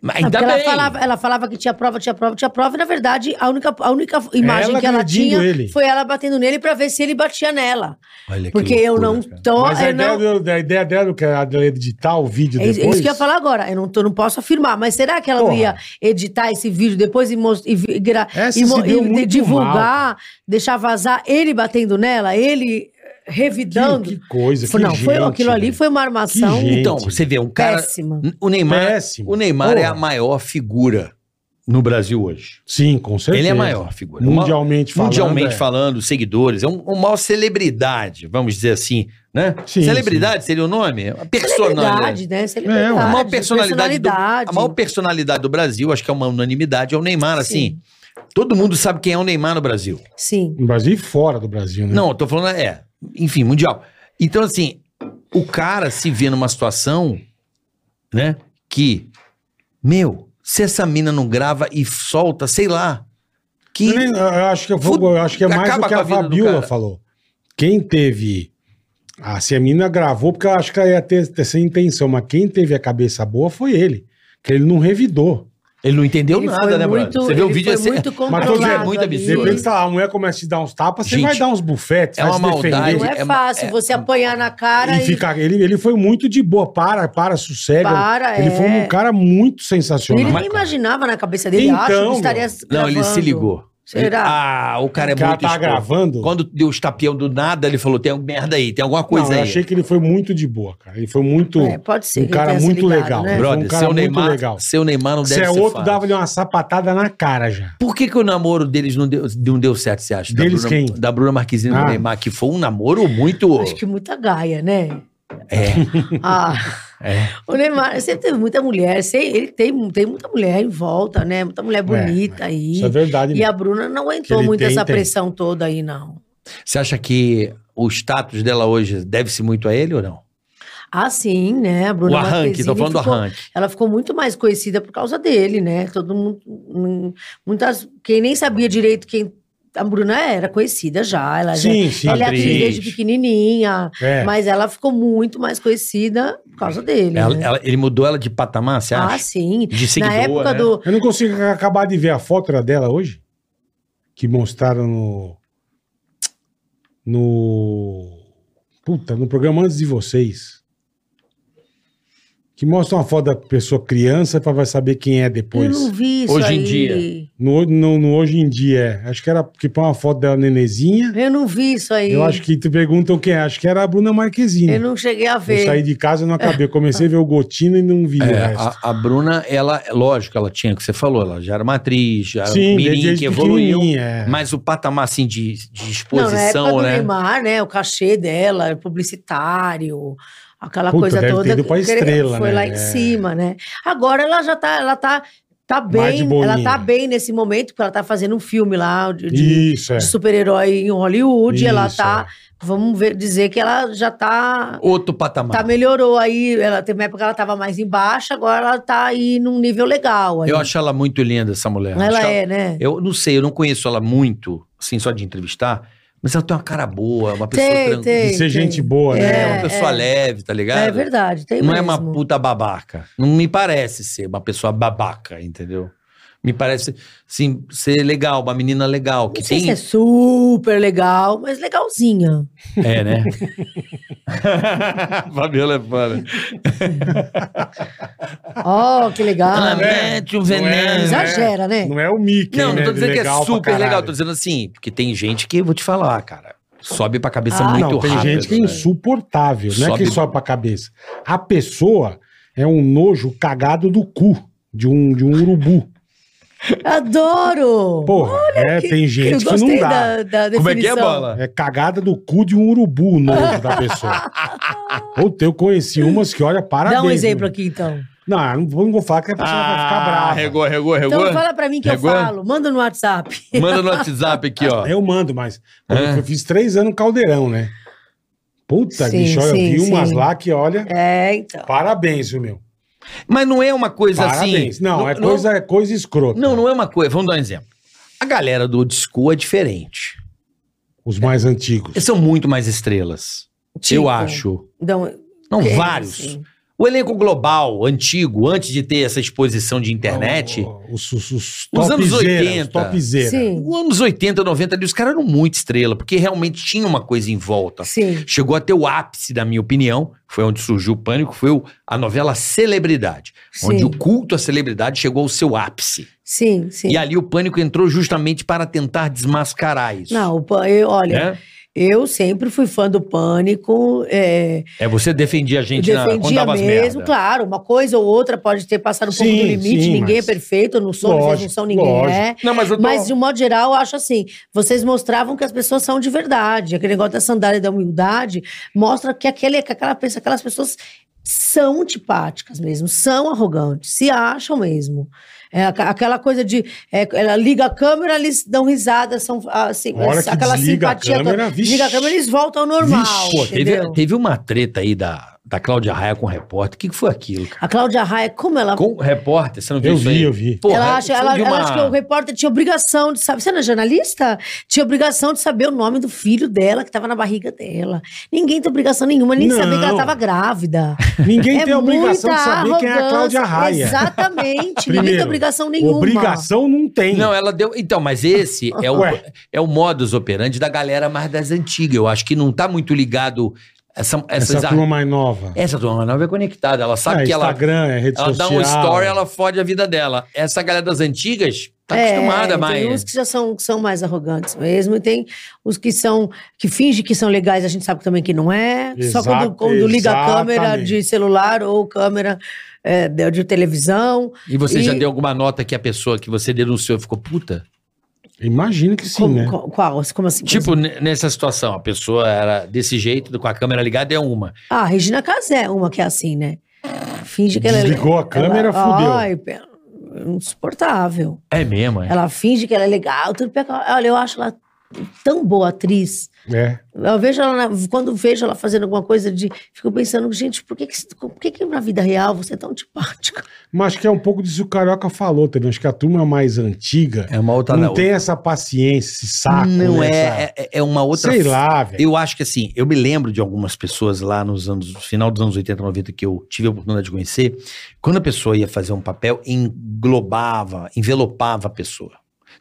S4: Mas
S5: Ah,
S4: Ainda
S5: porque
S4: bem.
S5: ela, falava, ela falava que tinha prova, tinha prova, tinha prova, e na verdade a única, a única imagem
S3: Ela
S5: que ela
S3: agredindo
S5: tinha
S3: ele.
S5: foi ela batendo nele pra ver se ele batia nela.
S4: Olha É, que
S5: Porque eu
S4: loucura,
S5: não
S4: cara.
S5: tô.
S3: Mas a
S5: eu Então, é, não-
S3: ideia, do- a ideia dela, que era editar o vídeo
S5: É
S3: depois...
S5: isso- é isso que eu ia falar agora. Eu não, tô- não posso afirmar, mas será que ela não
S3: Porra.
S5: ia editar esse vídeo depois e, mos- e, vi- gra-
S3: Essa se
S5: e, mo-
S3: deu
S5: e de-
S3: muito
S5: divulgar, deixar vazar ele batendo nela, ele eh, revidando?
S3: Que- que coisa,
S5: Foi-
S3: que
S5: não, foi,
S3: gente,
S5: aquilo ali
S3: velho.
S5: foi uma armação.
S3: gente.
S4: Então, você vê, um cara.
S5: Péssima.
S4: O Neymar,
S3: Péssimo.
S4: O Neymar é a
S3: Porra.
S4: maior figura no Brasil hoje.
S3: Sim, com certeza.
S4: Ele é a maior figura.
S3: Mundialmente
S4: Uma-
S3: falando,
S4: Mundialmente
S3: é.
S4: falando, seguidores. É um, uma maior celebridade, vamos dizer assim, né?
S3: Sim,
S4: celebridade seria o nome? A personalidade.
S5: Celebridade, né?
S3: É,
S5: Celebridade.
S4: A maior personalidade, do,
S5: personalidade.
S4: a maior personalidade do Brasil, acho que é uma unanimidade, é o Neymar, assim. Todo mundo sabe quem é o Neymar no Brasil.
S5: Sim.
S3: No Brasil e fora do Brasil, né?
S4: Não, eu tô falando, é, enfim, mundial. Então, assim, o cara se vê numa situação, né, que, meu, se essa mina não grava e solta, sei lá, que...
S3: Eu, nem- eu acho que, eu vou-
S4: Fu-
S3: eu acho que é mais
S4: acaba
S3: do que
S4: com
S3: a,
S4: a vida do
S3: Fabiola
S4: cara.
S3: falou. Quem teve. Ah, se a menina gravou, porque eu acho que ela ia ter, ter essa intenção, mas quem teve a cabeça boa foi ele. Que ele não revidou.
S4: Ele não entendeu
S5: Ele foi
S4: nada, né,
S5: muito-
S4: Bruno? Você vê o
S5: ele
S4: vídeo
S5: foi
S4: assim,
S5: muito
S3: Mas tô dizendo,
S5: controlado
S4: muito
S5: ali.
S4: Sim.
S3: De repente, tá lá, a mulher começa a te dar uns tapas, você
S4: Gente,
S3: vai dar uns bufetes,
S4: é
S3: vai
S4: uma
S3: se defender.
S4: maldade.
S5: Não é,
S4: É uma-
S5: fácil
S4: é-
S5: você apanhar na cara
S3: E
S5: e,
S3: ficar, ele, ele foi muito de boa, para, para, sossega.
S5: Para,
S3: ele
S5: é.
S3: foi um cara muito
S5: E
S3: sensacional.
S5: ele nem
S3: cara.
S5: imaginava na cabeça dele,
S3: Então,
S5: acho que
S3: meu.
S5: estaria
S4: né? Não, ele se
S5: gravando.
S4: ligou.
S5: Será?
S4: Ah, o cara é
S3: O cara
S4: muito
S3: tá
S4: escroto.
S3: gravando?
S4: Quando deu os tapião do nada, ele falou: tem alguma merda aí, tem alguma coisa
S3: não, eu
S4: aí.
S3: achei que ele foi muito de boa, cara. Ele foi muito.
S5: É, pode ser.
S3: um
S5: que ele
S3: cara
S5: tenha se
S3: muito
S5: ligado,
S3: legal,
S5: Né?
S3: bro.
S4: Brother,
S3: um cara
S4: seu
S3: muito
S4: Neymar.
S3: legal.
S4: Seu Neymar não deve
S3: Se é
S4: ser
S3: outro,
S4: fácil.
S3: dava-lhe uma sapatada na cara já.
S4: Por que, que o namoro deles não deu, não deu certo, você acha?
S3: Deles
S4: da Bruna,
S3: quem?
S4: Da Bruna Marquezine e do
S3: Ah.
S4: Neymar, que foi um namoro muito.
S5: Acho que muita gaia, né?
S4: É.
S5: Ah,
S4: É.
S5: O Neymar sempre teve muita mulher. sei- Ele tem, tem muita mulher em volta, né? Muita
S4: É,
S5: mulher bonita aí.
S3: Isso é verdade.
S5: E
S3: né?
S5: a Bruna não aguentou
S3: ele
S5: muito
S3: tem,
S5: essa
S3: tem.
S5: pressão toda aí, não.
S4: Você acha que o status dela hoje deve-se muito a ele ou não?
S5: Ah, sim, né? A Bruna
S4: o arranque,
S5: Marquezine
S4: tô falando
S5: ficou-
S4: do arranque.
S5: Ela ficou muito mais conhecida por causa dele, né? Todo mundo. hum, Muitas. Quem nem sabia direito quem. A Bruna era conhecida já. Ela já
S3: Sim, sim.
S5: ela é atriz
S4: atriz.
S5: desde pequenininha,
S3: É.
S5: mas ela ficou muito mais conhecida por causa dele.
S4: Ela-
S5: né?
S4: ela- ele mudou ela de patamar, você
S5: ah,
S4: acha?
S5: sim.
S4: De seguidora,
S5: Na época
S4: né?
S5: do.
S3: Eu não consigo acabar de ver a foto era dela hoje. Que mostraram no. No. Puta, no programa antes de vocês. Que mostra uma foto da pessoa criança pra vai saber quem é
S5: Eu
S3: depois.
S5: não vi isso
S4: Hoje em
S5: aí.
S4: dia.
S3: No, no, no hoje em dia. é. Acho que era porque põe uma foto dela nenezinha.
S5: Eu não vi isso aí.
S3: Eu acho que te perguntam quem é. Acho que era a Bruna Marquezine.
S5: Eu não cheguei a
S3: Eu
S5: ver.
S3: saí de casa e não acabei. Eu comecei a ver o Gotino e não vi o
S4: É,
S3: resto.
S4: a, a Bruna, ela, lógico, ela tinha o que você falou, ela já era uma atriz, já era um
S3: Sim,
S4: mirim,
S3: desde
S4: que evoluiu.
S3: pequenininha, é.
S4: Mas o patamar, assim, de, de
S5: Não, na
S4: exposição,
S5: época do
S4: né?
S5: Neymar, né? O cachê dela, publicitário, aquela
S3: Puta,
S5: coisa
S3: deve ter
S5: toda.
S3: ido pra
S5: que
S3: estrela,
S5: foi
S3: né?
S5: lá em
S3: É.
S5: cima, né? Agora ela já tá, ela tá, tá
S3: Mais de
S5: bem,
S3: boinha.
S5: ela tá bem nesse momento, porque ela tá fazendo um filme lá de, de-
S3: Isso, é.
S5: de super-herói em Hollywood, ela
S3: Isso,
S5: tá, vamos ver, dizer que ela já tá,
S4: Outro patamar.
S5: tá melhorou aí, ela teve uma época que ela tava mais embaixo, agora ela tá aí num nível legal. aí.
S4: Eu acho ela muito linda, essa mulher. Acho
S5: ela
S4: que
S5: é, né?
S4: Eu não sei, eu não conheço ela muito, assim, só de entrevistar, mas ela tem uma cara boa, uma pessoa
S5: Tem,
S4: tranquila.
S5: tem.
S3: De ser
S5: tem.
S3: gente boa,
S4: É,
S3: né?
S4: uma pessoa leve, tá ligado?
S5: É verdade, tem
S4: Não é
S5: mesmo.
S4: uma puta babaca. Não me parece ser uma pessoa babaca, entendeu? Me parece, sim, ser legal, uma menina legal. Que
S5: Não sei
S4: tem.
S5: se é super legal, mas legalzinha.
S4: É, né? Fabiola é foda.
S5: Ó, que legal.
S4: Ela mete o um veneno.
S3: é, Não é-
S5: Exagera, né?
S3: Não é o Mickey,
S4: Ah, né? Não,
S3: né?
S4: não tô dizendo que é
S3: Legal pra
S4: super
S3: caralho.
S4: legal, tô dizendo assim, porque tem gente que, vou te falar, cara, sobe pra cabeça
S5: Ah,
S4: muito
S3: Não, tem
S4: rápido.
S3: gente que é
S4: né?
S3: insuportável. Não é
S4: Sobe-
S3: que sobe pra cabeça. A pessoa é um nojo cagado do cu de um, de um urubu.
S5: Adoro!
S3: Porra, é, tem
S5: Eu
S3: gente que não
S5: gostei
S3: dá.
S5: da, da definição. um
S4: Como é que é, bola?
S3: É cagada do cu de um urubu o nojo da pessoa. Ou eu conheci umas que, olha, parabéns.
S5: Dá um exemplo
S3: né?
S5: aqui, então.
S3: Não, não vou- não vou falar que a pessoa vai
S4: Ah,
S3: ficar brava.
S4: regou,
S5: Então fala pra mim que
S4: Pegou?
S5: eu falo. Manda no WhatsApp.
S4: Manda no WhatsApp aqui, ó.
S3: Eu mando, mas pô,
S4: É.
S3: eu fiz três anos caldeirão, né? Puta,
S5: Sim,
S3: bicho, olha, eu
S5: sim,
S3: vi umas
S5: sim.
S3: lá que, olha,
S5: É, então.
S3: parabéns, viu, meu.
S4: Mas não é uma coisa
S3: Parabéns.
S4: assim.
S3: não, é, coisa, é coisa escrota.
S4: Não, não é uma coisa. Vamos dar um exemplo. A galera do old school é diferente.
S3: Os mais antigos.
S4: Eles são muito mais estrelas.
S5: Tipo?
S4: Eu acho.
S5: Então,
S4: Não,
S5: é,
S4: vários.
S5: assim.
S4: O elenco global, antigo, antes de ter essa exposição de internet.
S3: Os, os, os,
S4: Os anos
S3: topzera,
S4: 80.
S3: Os topzera.
S5: Sim,
S4: Os anos 80, 90 ali, os caras eram muito estrela, porque realmente tinha uma coisa em volta.
S5: sim.
S4: Chegou até o ápice, da minha opinião, foi onde surgiu o pânico, foi o- a novela Celebridade, onde
S5: Sim.
S4: o culto à celebridade chegou ao seu ápice.
S5: Sim, sim.
S4: E ali o pânico entrou justamente para tentar desmascarar isso.
S5: Não, o Pân- eu, olha,
S4: né?
S5: eu sempre fui fã do Pânico. É,
S4: É, você defendia a gente
S5: Eu
S4: na, quando
S5: defendia
S4: dava as
S5: mesmo,
S4: merda.
S5: claro. Uma coisa ou outra pode ter passado um pouco do
S3: Sim,
S5: limite.
S3: sim,
S5: ninguém
S3: mas-
S5: é perfeito, eu não sou, vocês não
S3: Lógico,
S5: são ninguém,
S3: lógico.
S5: né?
S4: Não, mas eu tô...
S5: Mas, de um modo geral, eu acho assim: vocês mostravam que as pessoas são de verdade. Aquele negócio da sandália da humildade mostra que, aquele, que aquela, pessoa- aquelas pessoas são antipáticas mesmo, são arrogantes, se acham mesmo. É, aqua- aquela coisa de. é, ela liga a câmera, eles dão risada, são assim,
S3: A hora que
S5: aquela
S3: desliga a
S5: simpatia.
S3: câmera,
S5: toda.
S3: vixe.
S5: liga a câmera, eles voltam ao normal.
S3: Vixe,
S4: Pô, teve,
S5: entendeu?
S4: teve uma treta aí da, da Cláudia Raia com o repórter. O que, que foi aquilo, cara?
S5: A Cláudia Raia, como ela
S4: Com o repórter? Você não viu
S3: Eu
S4: isso
S3: vi,
S4: aí?
S3: eu vi.
S4: Porra,
S5: ela, acha,
S4: isso
S5: ela,
S4: de
S5: ela
S4: uma-
S5: acha que o repórter tinha obrigação de saber. Você não é jornalista? Tinha obrigação de saber o nome do filho dela, que estava na barriga dela. Ninguém tem obrigação nenhuma, nem
S3: Não.
S5: saber que ela estava grávida. É
S3: Ninguém tem a
S5: muita
S3: obrigação de saber quem é a
S5: arrogância.
S3: Cláudia Raia.
S5: Exatamente. ninguém tem
S3: Primeiro,
S5: obrigação nenhuma.
S3: Obrigação não tem.
S4: Não, ela deu. Então, mas esse é o,
S3: Ué.
S4: é o modus operandi da galera mais das antigas. Eu acho que não tá muito ligado Essa,
S3: Essa
S4: essas ar-
S3: turma mais nova.
S4: Essa turma mais nova é conectada. Ela sabe
S3: É,
S4: que ela,
S3: Instagram, é rede
S4: ela dá
S3: social.
S4: um story, ela fode a vida dela. Essa galera das antigas tá
S5: É,
S4: acostumada
S5: Tem
S4: mais.
S5: uns que já são, que são mais arrogantes mesmo, e tem os que são que fingem que são legais, a gente sabe também que não é. Só
S3: Exato,
S5: quando, quando liga a câmera
S3: exatamente.
S5: de celular ou câmera é, de, de televisão.
S4: E você já
S5: e-
S4: deu alguma nota que a pessoa que você denunciou ficou puta?
S3: Imagino que sim,
S5: como,
S3: né?
S5: co- Qual? Como assim?
S4: Tipo, ne- nessa situação, a pessoa era desse jeito, com a câmera ligada, é uma.
S5: Ah, a Regina Casé é uma que é assim, né? Finge que ela é
S3: Desligou a câmera,
S5: ela,
S3: fudeu.
S5: Ai, pe- insuportável.
S4: É mesmo, é.
S5: Ela finge que ela é legal, tudo pega. Olha, eu acho ela tão boa atriz.
S3: É.
S5: Eu vejo ela, na- quando vejo ela fazendo alguma coisa de. Fico pensando, gente, por que, que, por que, que na vida real você é tão antipática?
S3: Mas acho que é um pouco disso que o Carioca falou também. Acho que a turma mais antiga
S4: É uma outra.
S3: não tem essa paciência, esse saco.
S4: Não
S3: né, essa-
S4: é, é, é uma outra.
S3: Sei lá, velho.
S4: Eu acho que assim, eu me lembro de algumas pessoas lá nos anos, no final dos anos 80, 90, que eu tive a oportunidade de conhecer, quando a pessoa ia fazer um papel, englobava, envelopava a pessoa.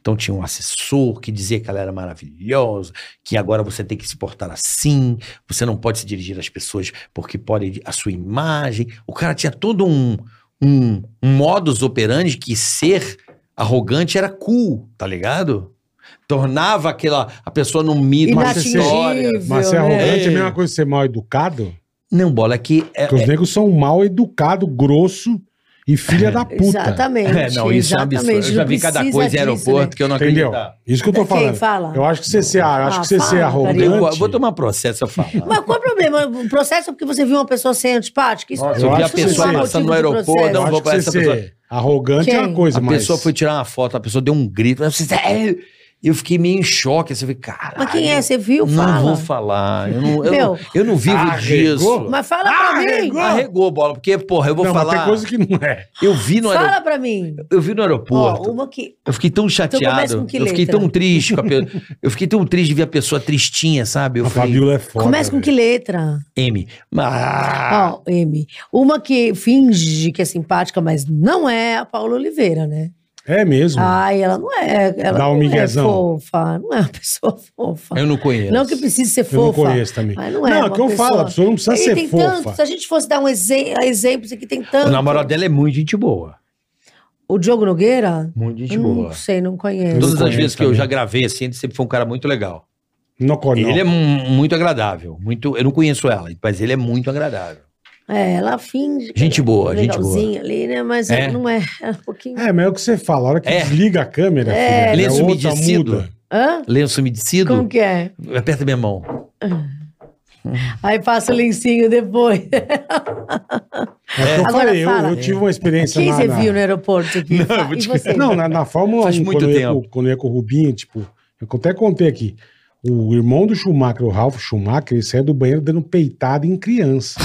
S4: Então tinha um assessor que dizia que ela era maravilhosa, que agora você tem que se portar assim, você não pode se dirigir às pessoas porque pode a sua imagem. O cara tinha todo um, um, um modus operandi que ser arrogante era cool, tá ligado? Tornava aquela a pessoa num mito, numa história.
S5: Inatingível.
S3: Mas ser
S5: né?
S3: arrogante é a
S4: É.
S3: mesma coisa que ser mal educado?
S4: Não, bola, é que é,
S3: Porque os negros são mal educados, grosso e filha da puta.
S5: Exatamente.
S4: É, não, isso é um absurdo. Eu
S5: exatamente.
S4: já
S5: Não
S4: vi cada
S5: precisa
S4: coisa em
S5: disso,
S4: aeroporto
S5: né?
S4: que eu não
S3: Entendeu?
S4: acredito.
S3: Isso que eu tô
S5: É Quem
S3: falando.
S5: fala?
S3: Eu acho que você ser, acho
S5: Ah,
S3: que você ser
S5: fala,
S3: arrogante.
S5: Carioca.
S4: Eu, vou tomar processo, eu falo.
S5: Mas qual é o problema? O processo é porque você viu uma pessoa ser antipática? Isso
S4: Nossa,
S5: não-
S3: eu vi a
S5: isso não
S3: pessoa
S5: é
S4: passando no
S5: motivo de
S4: aeroporto, é um
S5: processo.
S3: Eu
S4: não
S3: acho
S4: vou
S3: que
S4: pra
S3: você
S4: essa
S3: ser
S4: pessoa.
S3: arrogante é
S5: Quem?
S3: uma coisa,
S4: a
S3: mas.
S4: pessoa foi tirar uma foto, a pessoa deu um grito. Eu, fiz, "É!" eu fiquei meio em choque. Assim, eu falei, caralho.
S5: Mas quem é? Você viu?
S4: Não
S5: Fala.
S4: vou falar. Eu não, eu
S5: Meu.
S4: não, eu não vivo
S3: Arregou?
S4: disso.
S5: Mas fala pra mim.
S4: Arregou, bola, porque, porra, eu vou
S3: Não, mas
S4: falar.
S3: tem coisa que não é.
S4: Eu vi no aeroporto.
S5: Fala pra mim.
S4: Eu vi no aeroporto.
S5: Ó, uma que.
S4: Eu fiquei tão
S5: começa
S4: chateado.
S5: com que
S4: eu fiquei
S5: letra?
S4: tão triste. com a pe- Eu fiquei tão triste de ver a pessoa tristinha, sabe? Eu
S3: A
S4: falei,
S3: Fabiola é foda.
S5: Começa com que letra?
S4: M. Ah,
S5: Ó, M. Uma que finge que é simpática, mas não é a Paula Oliveira, né?
S3: velho. É mesmo.
S5: Ai, ela não é. Ela
S3: Dá um
S5: não
S3: miguezão.
S5: é fofa. Não é uma pessoa fofa.
S4: eu não conheço.
S5: Não que precise ser
S3: eu não
S5: fofa.
S3: conheço também.
S5: Mas não é
S3: não,
S5: uma
S3: que eu
S5: pessoa-
S3: falo, a pessoa não precisa
S5: E
S3: ser
S5: tem
S3: fofa.
S5: tanto, se a gente fosse dar um exe exemplo, isso aqui tem tanto.
S4: O namorado dela é muito gente boa.
S5: O Diogo Nogueira?
S4: Muito gente
S5: Eu
S4: boa.
S5: não sei, não conheço.
S3: Todo-
S4: Todas as
S3: conheço
S4: vezes que eu
S3: também.
S4: já gravei, assim, ele sempre foi um cara muito legal.
S3: Não conheço.
S4: Ele é mu- muito agradável. Muito, eu não conheço ela, mas ele é muito agradável.
S5: É, ela finge. que
S4: Gente
S5: é
S4: boa, gente boa.
S5: legalzinha ali, né? Mas
S4: É.
S5: não é. É um pouquinho.
S3: É, mas é o que você fala. A hora que
S4: É.
S3: desliga a câmera, filha,
S5: É.
S3: a
S4: Lenço
S3: outra
S4: umedecido.
S3: muda.
S5: Hã?
S4: Lenço umedecido?
S5: Como que é?
S4: Aperta minha mão.
S5: Aí passa o lencinho depois.
S3: É o que eu
S5: Agora
S3: falei, eu,
S5: fala. É.
S3: eu tive uma experiência
S5: Quem
S3: na-
S5: você
S3: na-
S5: viu no aeroporto? aqui?
S4: Não,
S5: Fa-
S4: eu vou te
S5: e você?
S3: Não, na, na Fórmula
S4: Faz
S3: 1,
S4: muito
S3: quando, eu ia
S4: tempo.
S3: com- quando eu ia com o Rubinho, tipo, eu até contei aqui. O irmão do Schumacher, o Ralf Schumacher, ele saiu do banheiro dando peitada em criança.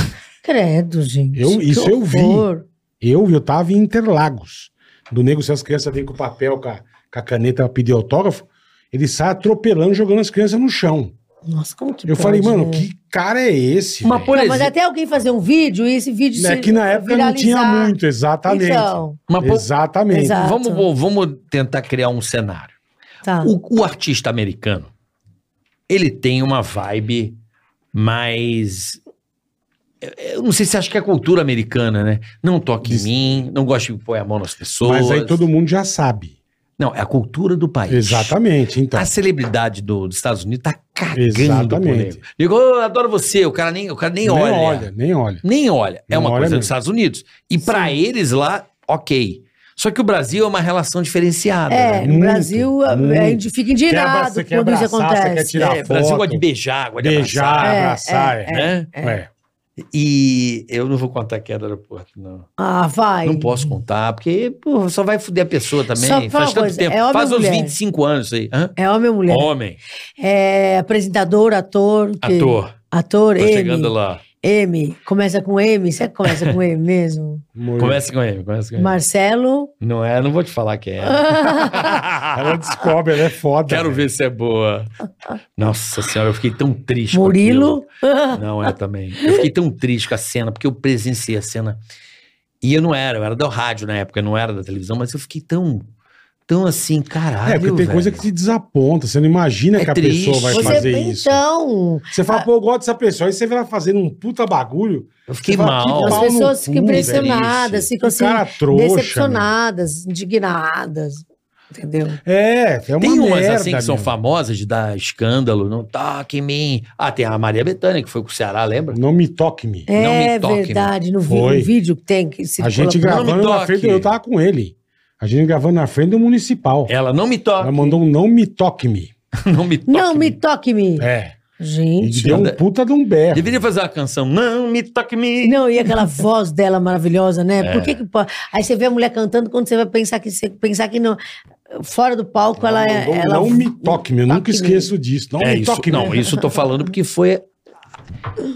S5: Credo, gente.
S3: Eu- isso
S5: que
S3: eu vi.
S5: horror.
S3: Eu, eu tava em Interlagos. Do nego, se as crianças vêm com o papel, com a, com a caneta pra pedir autógrafo, ele sai atropelando, jogando as crianças no chão.
S5: Nossa, como que
S3: eu
S5: pode,
S3: falei, mano,
S5: né?
S3: que cara é esse?
S4: Mas, é
S3: velho?
S4: por
S5: Não, mas
S4: exemplo-
S5: até alguém fazer um vídeo e esse vídeo
S3: Né,
S5: se
S3: que na época não tinha
S5: viralizar.
S3: muito, exatamente.
S5: Então,
S4: Mas, pô,
S3: exatamente.
S5: Exato.
S4: vamos, vou- vamos tentar criar um cenário.
S5: tá.
S4: O, o artista americano, ele tem uma vibe mais. Eu não sei se acha que é a cultura americana, né? Não toque
S3: Diz-
S4: em mim, não gosto de pôr a mão nas pessoas.
S3: Mas aí todo mundo já sabe.
S4: Não, é a cultura do país.
S3: Exatamente, então.
S4: A celebridade do- dos Estados Unidos tá cagando por
S3: Exatamente.
S4: ele. Digo, "Ô, adoro você, o cara nem, o cara nem, Assim, olha.
S3: nem olha.
S4: Nem olha. É
S3: Não
S4: uma
S3: olha
S4: coisa
S3: mesmo.
S4: dos Estados Unidos. E pra eles lá, ok. Só que o Brasil é uma relação diferenciada.
S5: É,
S4: né?
S5: no
S3: Muito,
S5: Brasil a-
S3: muito.
S5: a gente fica indignado
S3: Você quer
S5: quando isso
S3: abraçar, você
S5: acontece.
S3: quer tirar
S4: É, o Brasil
S3: foto,
S4: gosta de beijar, gosta de
S3: Beijar,
S4: abraçar,
S5: É,
S3: abraçar, é.
S4: né?
S3: Ué,
S4: E eu não vou contar que é do aeroporto, não.
S5: Ah, vai.
S4: Não posso contar, porque pô, só vai fuder a pessoa também.
S5: Só fala
S4: Faz
S5: uma
S4: tanto
S5: coisa,
S4: tempo.
S5: é homem
S4: Faz
S5: ou
S4: uns
S5: mulher?
S4: 25 anos isso aí. Hã?
S5: É homem ou mulher?
S4: Homem,
S5: É apresentador, ator. que-
S4: ator.
S5: Ator,
S4: Tô
S5: M.
S4: chegando lá.
S5: M. Começa com M. Será que começa com M mesmo?
S3: amor.
S4: Começa com ele, começa com
S3: É.
S4: ele.
S5: Marcelo.
S4: Não é, não vou te falar que é.
S3: Ela descobre, ela é foda.
S4: Quero
S3: velho.
S4: ver se é boa. Nossa senhora, eu fiquei tão triste.
S3: Tipo
S4: com
S5: Murilo.
S4: aquilo. Não é também. Eu fiquei tão triste com a cena, porque eu presenciei a cena. E eu não era, eu era do rádio na época, eu não era da televisão, mas eu fiquei tão tão assim, caralho.
S3: É, porque tem
S4: velho.
S3: coisa que te desaponta. Você não imagina
S4: É
S3: que a
S4: triste.
S3: pessoa vai
S4: Você
S3: fazer isso.
S5: então.
S3: Você fala, pô, eu gosto dessa pessoa. Aí você vai lá fazendo um puta bagulho.
S4: Eu fiquei
S3: Você é fala,
S4: mal.
S3: que
S5: As
S3: pau no
S5: pessoas ficam
S3: cu,
S5: impressionadas,
S4: velho.
S5: ficam
S3: Que
S5: assim,
S3: cara trouxa,
S5: decepcionadas, indignadas. Entendeu?
S3: É, é uma
S4: Tem umas
S3: merda,
S4: assim que são
S3: meu.
S4: famosas de dar escândalo, não toque em mim. Ah, tem a Maria Bethânia, que foi com o Ceará, lembra?
S3: Não me toque-me.
S4: Não me
S5: É
S4: toque, né?
S5: verdade, no, vi-
S3: Foi.
S5: no vídeo que tem que se
S3: A gente
S5: coloca-
S4: Não me
S3: gravando na
S4: toque.
S3: frente, eu tava com ele. A gente gravando na frente do municipal.
S4: Ela não me toca.
S3: Ela mandou um não me toque-me.
S4: Não me toque.
S5: Não me toque-me.
S3: É. E
S5: Gente.
S3: deu um
S4: Anda-
S3: puta de um berro.
S4: Deveria fazer uma canção. Não me toque me.
S5: Não, e aquela voz dela maravilhosa, né?
S3: É.
S5: Por que que pode? Aí você vê a mulher cantando, quando você vai pensar que você pensar que não fora do palco ela é-
S3: Mandou um
S5: ela
S3: não me toque-me. Eu nunca
S5: toque-me.
S3: esqueço disso. Não
S4: É
S3: me
S4: isso.
S3: toque-me.
S4: Não, isso eu tô falando porque foi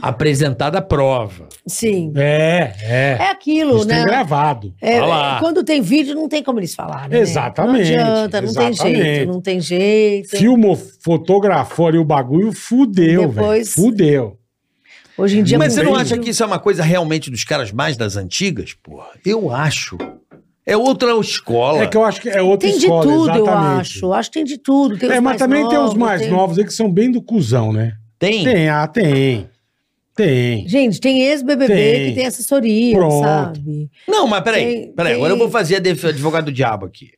S4: apresentada a prova.
S5: Sim.
S3: É, é.
S5: É aquilo,
S3: Isso tem
S5: né?
S3: gravado.
S5: É,
S4: Olha lá.
S5: quando tem vídeo, não tem como eles falarem. né?
S3: Exatamente,
S5: Não adianta, não tem
S3: exatamente.
S5: jeito, não tem jeito.
S3: Filmou, fotografou ali o bagulho, fudeu,
S5: Depois-
S3: velho. Fudeu.
S5: Hoje em dia.
S4: Mas
S5: com
S4: você não
S5: vídeo-
S4: acha que isso é uma coisa realmente dos caras mais das antigas? Porra, eu acho. É outra escola.
S3: É que eu acho que é outra
S5: Tem de
S3: escola,
S5: tudo,
S3: exatamente.
S5: eu acho. Acho que tem de tudo. Tem
S3: É,
S5: os
S3: mas
S5: mais
S3: também tem os
S5: novos,
S3: mais
S5: tem-
S3: novos aí que são bem do cuzão, né?
S4: Tem?
S3: Tem, ah, tem. Tem.
S5: Gente, tem ex-BBB
S3: Tem.
S5: que tem assessoria,
S3: Pronto.
S5: sabe?
S4: Não, mas peraí.
S5: Tem-
S4: peraí,
S5: tem-
S4: agora eu vou fazer a def- advogado do diabo aqui.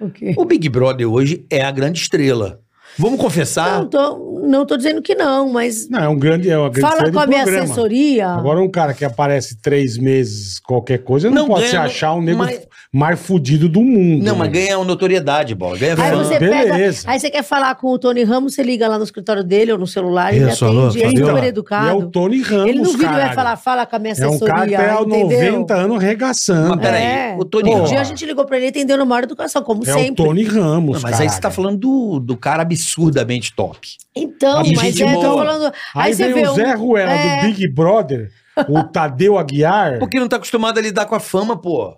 S5: O quê?
S4: O Big Brother hoje é a grande estrela. Vamos confessar?
S5: Não, tô, não tô dizendo que não, mas
S3: Não, é um grande, é uma grande
S5: fala
S3: série
S5: com a
S3: de
S5: minha
S3: programa.
S5: assessoria.
S3: Agora um cara que aparece três meses qualquer coisa, não,
S4: Não
S3: pode
S4: ganha,
S3: se achar o nego
S4: mas-
S3: mais fudido do mundo.
S4: Não, mas
S3: né?
S4: ganha notoriedade, bola. Ganha
S5: Aí
S4: fama.
S5: você
S3: Beleza.
S5: pega, aí você quer falar com o Tony Ramos, você liga lá no escritório dele ou no celular, ele
S4: Isso, alô,
S5: atende, é
S4: Fabiola.
S5: super
S3: E é
S5: educado.
S3: o Tony Ramos,
S5: ele no vídeo
S3: caralho.
S5: vai falar, fala com a minha
S3: É
S5: assessoria,
S3: um cara que tá há
S5: entendeu?
S3: 90 anos
S4: Mas
S3: regaçando.
S4: Ah, peraí,
S5: É.
S4: o Tony
S5: Um
S3: Porra.
S5: dia a gente ligou pra ele e atendeu na maior educação, como
S3: É o
S5: sempre.
S3: Tony Ramos,
S4: Não, mas aí você tá
S3: caralho.
S4: falando do, do cara absurdamente top.
S5: Então,
S4: E
S5: mas
S4: gente
S5: é,
S4: boa.
S5: tô falando...
S3: Aí,
S5: Aí você
S3: vem
S5: vê
S3: o
S5: um-
S3: Zé Ruela
S5: É.
S3: do Big Brother, o Tadeu Aguiar.
S4: Porque não tá acostumado a lidar com a fama, pô.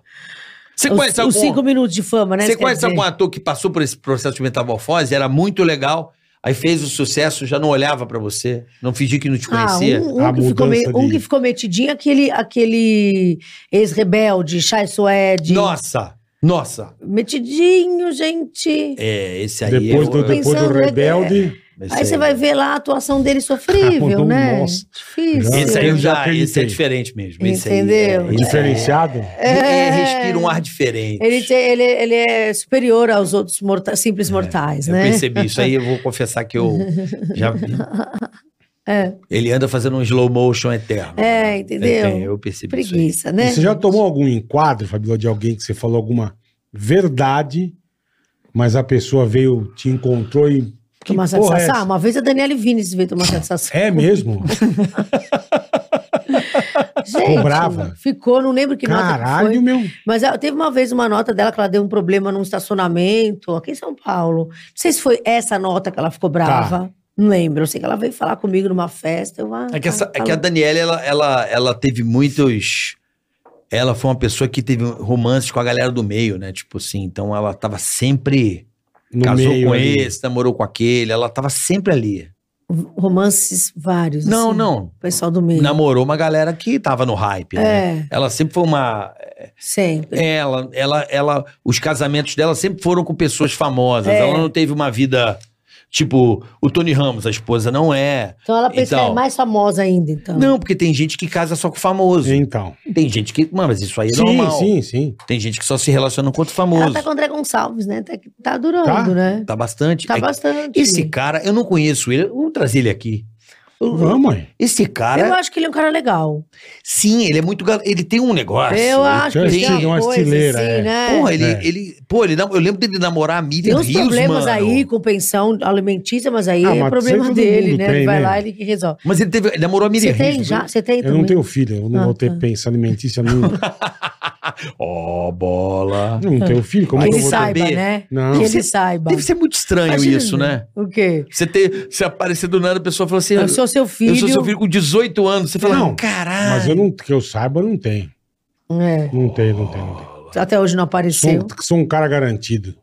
S4: Você
S5: Os,
S4: conhece algum,
S5: os cinco minutos de fama, né?
S4: você
S5: isso quer
S4: conhece
S5: dizer.
S4: algum ator que passou por esse processo de metamorfose? Era muito legal, aí fez o sucesso, já não olhava pra você, não fingia que não te
S5: Ah,
S4: conhecia.
S5: um,
S3: A
S5: um que ficou
S3: mudança
S5: me- um
S3: de-
S5: que ficou metidinho é aquele, aquele ex-rebelde, Chai Suede.
S4: Nossa, nossa.
S5: Metidinho, gente.
S4: É, esse aí...
S3: Depois
S4: eu-
S3: do, depois do
S5: Pensando, né,
S3: Rebelde.
S4: esse
S5: Aí você vai ver lá a atuação dele sofrível,
S3: Ah,
S5: né?
S3: nossa.
S5: Difícil.
S4: Esse aí eu já...
S3: Eu já
S4: Esse é
S3: acreditei.
S4: diferente mesmo. esse aí,
S5: Entendeu?
S4: é, esse aí
S3: Diferenciado.
S4: é-
S5: É.
S4: ele respira um ar diferente.
S5: Ele, te- ele, ele é superior aos outros morta- simples mortais,
S4: É, Eu
S5: né?
S4: percebi isso aí, eu vou confessar que eu já vi. Ele anda fazendo um slow motion eterno.
S5: É, entendeu?
S4: É, eu percebi isso.
S5: Preguiça, né?
S3: Você já tomou algum enquadro, Fabiola, de alguém que você falou alguma verdade, mas a pessoa veio, te encontrou e. Que
S5: Tomar
S3: porra é,
S5: satisfação? Ah,
S3: essa?
S5: uma vez a Daniela Vines veio tomar satisfação.
S3: é mesmo?
S5: Gente,
S3: brava?
S5: Ficou, não lembro que nota que foi.
S3: Caralho, meu.
S5: Mas ela- teve uma vez uma nota dela que ela deu um problema num estacionamento aqui em São Paulo. Não sei se foi essa nota que ela
S3: Tá.
S5: ficou brava. Não lembro. Eu sei que ela veio falar comigo numa festa. Eu, ah,
S4: É que, essa-
S5: tá,
S4: é que a
S5: tá.
S4: Daniela, ela, ela, ela teve muitos. Ela foi uma pessoa que teve romances com a galera do meio, né? Tipo assim, então ela tava sempre.
S3: No
S4: casou
S3: meio
S4: com
S3: ali.
S4: esse, namorou com aquele, ela tava sempre ali.
S5: Romances vários.
S4: Não,
S5: assim,
S4: não.
S5: O pessoal do meio.
S4: Namorou uma galera que tava no hype, né?
S5: É,
S4: Ela sempre foi uma.
S5: sempre.
S4: Ela, ela, ela, os casamentos dela sempre foram com pessoas famosas.
S5: É.
S4: Ela não teve uma vida tipo o Tony Ramos, a esposa não é.
S5: Então ela pensa que
S4: Então-
S5: ela é mais famosa ainda, então.
S4: Não, porque tem gente que casa só com famoso.
S3: Então.
S4: Tem gente que, mano, mas isso aí é
S3: sim,
S4: normal.
S3: sim, sim.
S4: Tem gente que só se relaciona com outro famoso.
S5: Ela tá
S4: Tá,
S5: com o André Gonçalves, né? Tá, tá durando,
S3: Tá?
S5: né?
S4: bastante.
S5: Tá
S4: É-
S5: bastante.
S4: Esse cara, eu não conheço ele. Vamos trazer ele aqui.
S3: Vamos, mãe.
S4: Esse
S5: Eu
S4: cara,
S5: acho que ele é um cara legal.
S4: sim, ele é muito. gal- Ele tem um negócio.
S5: eu acho que
S3: ele
S5: ele é
S3: tinha
S5: uma
S3: uma
S5: coisa
S3: estileira,
S5: assim,
S3: é.
S5: né?
S4: Porra, ele,
S3: É.
S4: ele. Pô, ele, nam- eu lembro dele namorar a Miriam
S5: Tem uns
S4: Rios,
S5: problemas
S4: mano.
S5: aí com pensão alimentícia, mas aí
S3: Ah, mas
S5: é
S3: isso
S5: problema
S3: aí todo
S5: dele,
S3: mundo
S5: né?
S3: tem,
S5: ele vai
S3: né?
S5: lá, ele que resolve.
S4: Mas ele teve. Ele namorou a Miriam
S5: Você
S4: Rios.
S5: tem já? Você tem
S3: Eu
S5: também?
S3: não tenho filho, eu não
S5: Ah,
S3: vou ter
S5: tá.
S3: pensão alimentícia nunca.
S4: Ó, bola.
S3: Eu não tenho filho, como
S4: Aí
S3: que eu
S4: vou
S3: vou
S5: Que ele saiba,
S4: saber?
S5: né?
S3: Não.
S5: Que
S4: Você-
S5: ele saiba.
S4: Deve ser muito estranho
S5: Imagina,
S4: isso, né?
S5: O quê?
S4: Você ter. Você aparecer do nada, a pessoa fala assim.
S5: Eu sou seu filho.
S4: Eu sou seu filho com 18 anos. Você fala,
S3: Não,
S4: caralho.
S3: Mas eu não, que eu saiba, eu não tenho.
S5: É,
S3: Não tenho, não tenho, não tenho.
S5: até hoje não
S3: Sou,
S5: apareceu.
S3: um- sou um cara garantido.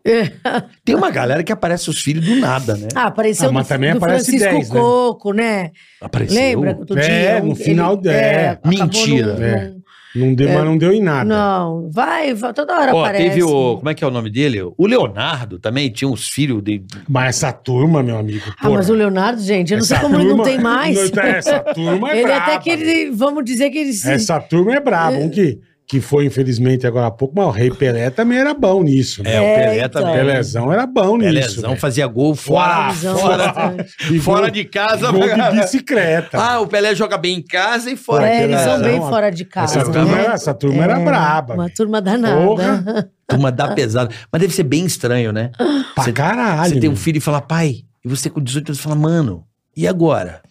S4: Tem uma galera que aparece os filhos do nada, né?
S5: Ah, apareceu
S3: Ah, mas
S5: do,
S3: também
S5: do
S3: aparece
S5: Francisco
S3: 10, né?
S5: Coco, né?
S4: Apareceu.
S5: Lembra? Outro
S3: É,
S5: dia,
S3: no final- é.
S5: acabou
S4: Mentira.
S5: num-
S3: É. Não deu, mas não deu em nada.
S5: Não, vai, vai, toda hora
S4: Ó,
S5: aparece.
S4: teve o. Como é que é o nome dele? O Leonardo também tinha uns filhos de.
S3: Mas essa turma, meu amigo.
S5: Ah, mas o Leonardo, gente, eu não sei como ele não tem mais.
S3: Essa turma é
S5: ele
S3: braba.
S5: até que ele, vamos dizer que ele se-
S3: Essa turma é braba. Um que, que foi, infelizmente, agora há pouco, mas o Rei Pelé também era bom nisso. Né?
S4: É, o
S5: É,
S4: Pelé
S5: então.
S4: também.
S3: Pelezão era bom nisso. né?
S4: Pelezão
S3: velho.
S4: fazia gol fora,
S5: Pelezão,
S4: fora,
S5: exatamente.
S3: E
S4: fora
S3: gol-
S4: de casa.
S3: Gol de bicicleta.
S4: Ah, o Pelé joga bem em casa e fora
S5: É,
S4: de
S5: eles
S4: casa.
S5: são bem
S3: Não,
S5: fora de casa.
S3: né? essa turma,
S5: né?
S3: era, essa turma era
S5: É,
S3: braba.
S5: Uma
S3: velho.
S5: turma danada.
S3: Porra.
S4: Turma dá pesada. Mas deve ser bem estranho, né?
S3: Pra
S4: Você-
S3: caralho.
S4: Você tem um
S3: meu.
S4: filho e fala, pai, e você com 18 anos fala, mano, e agora?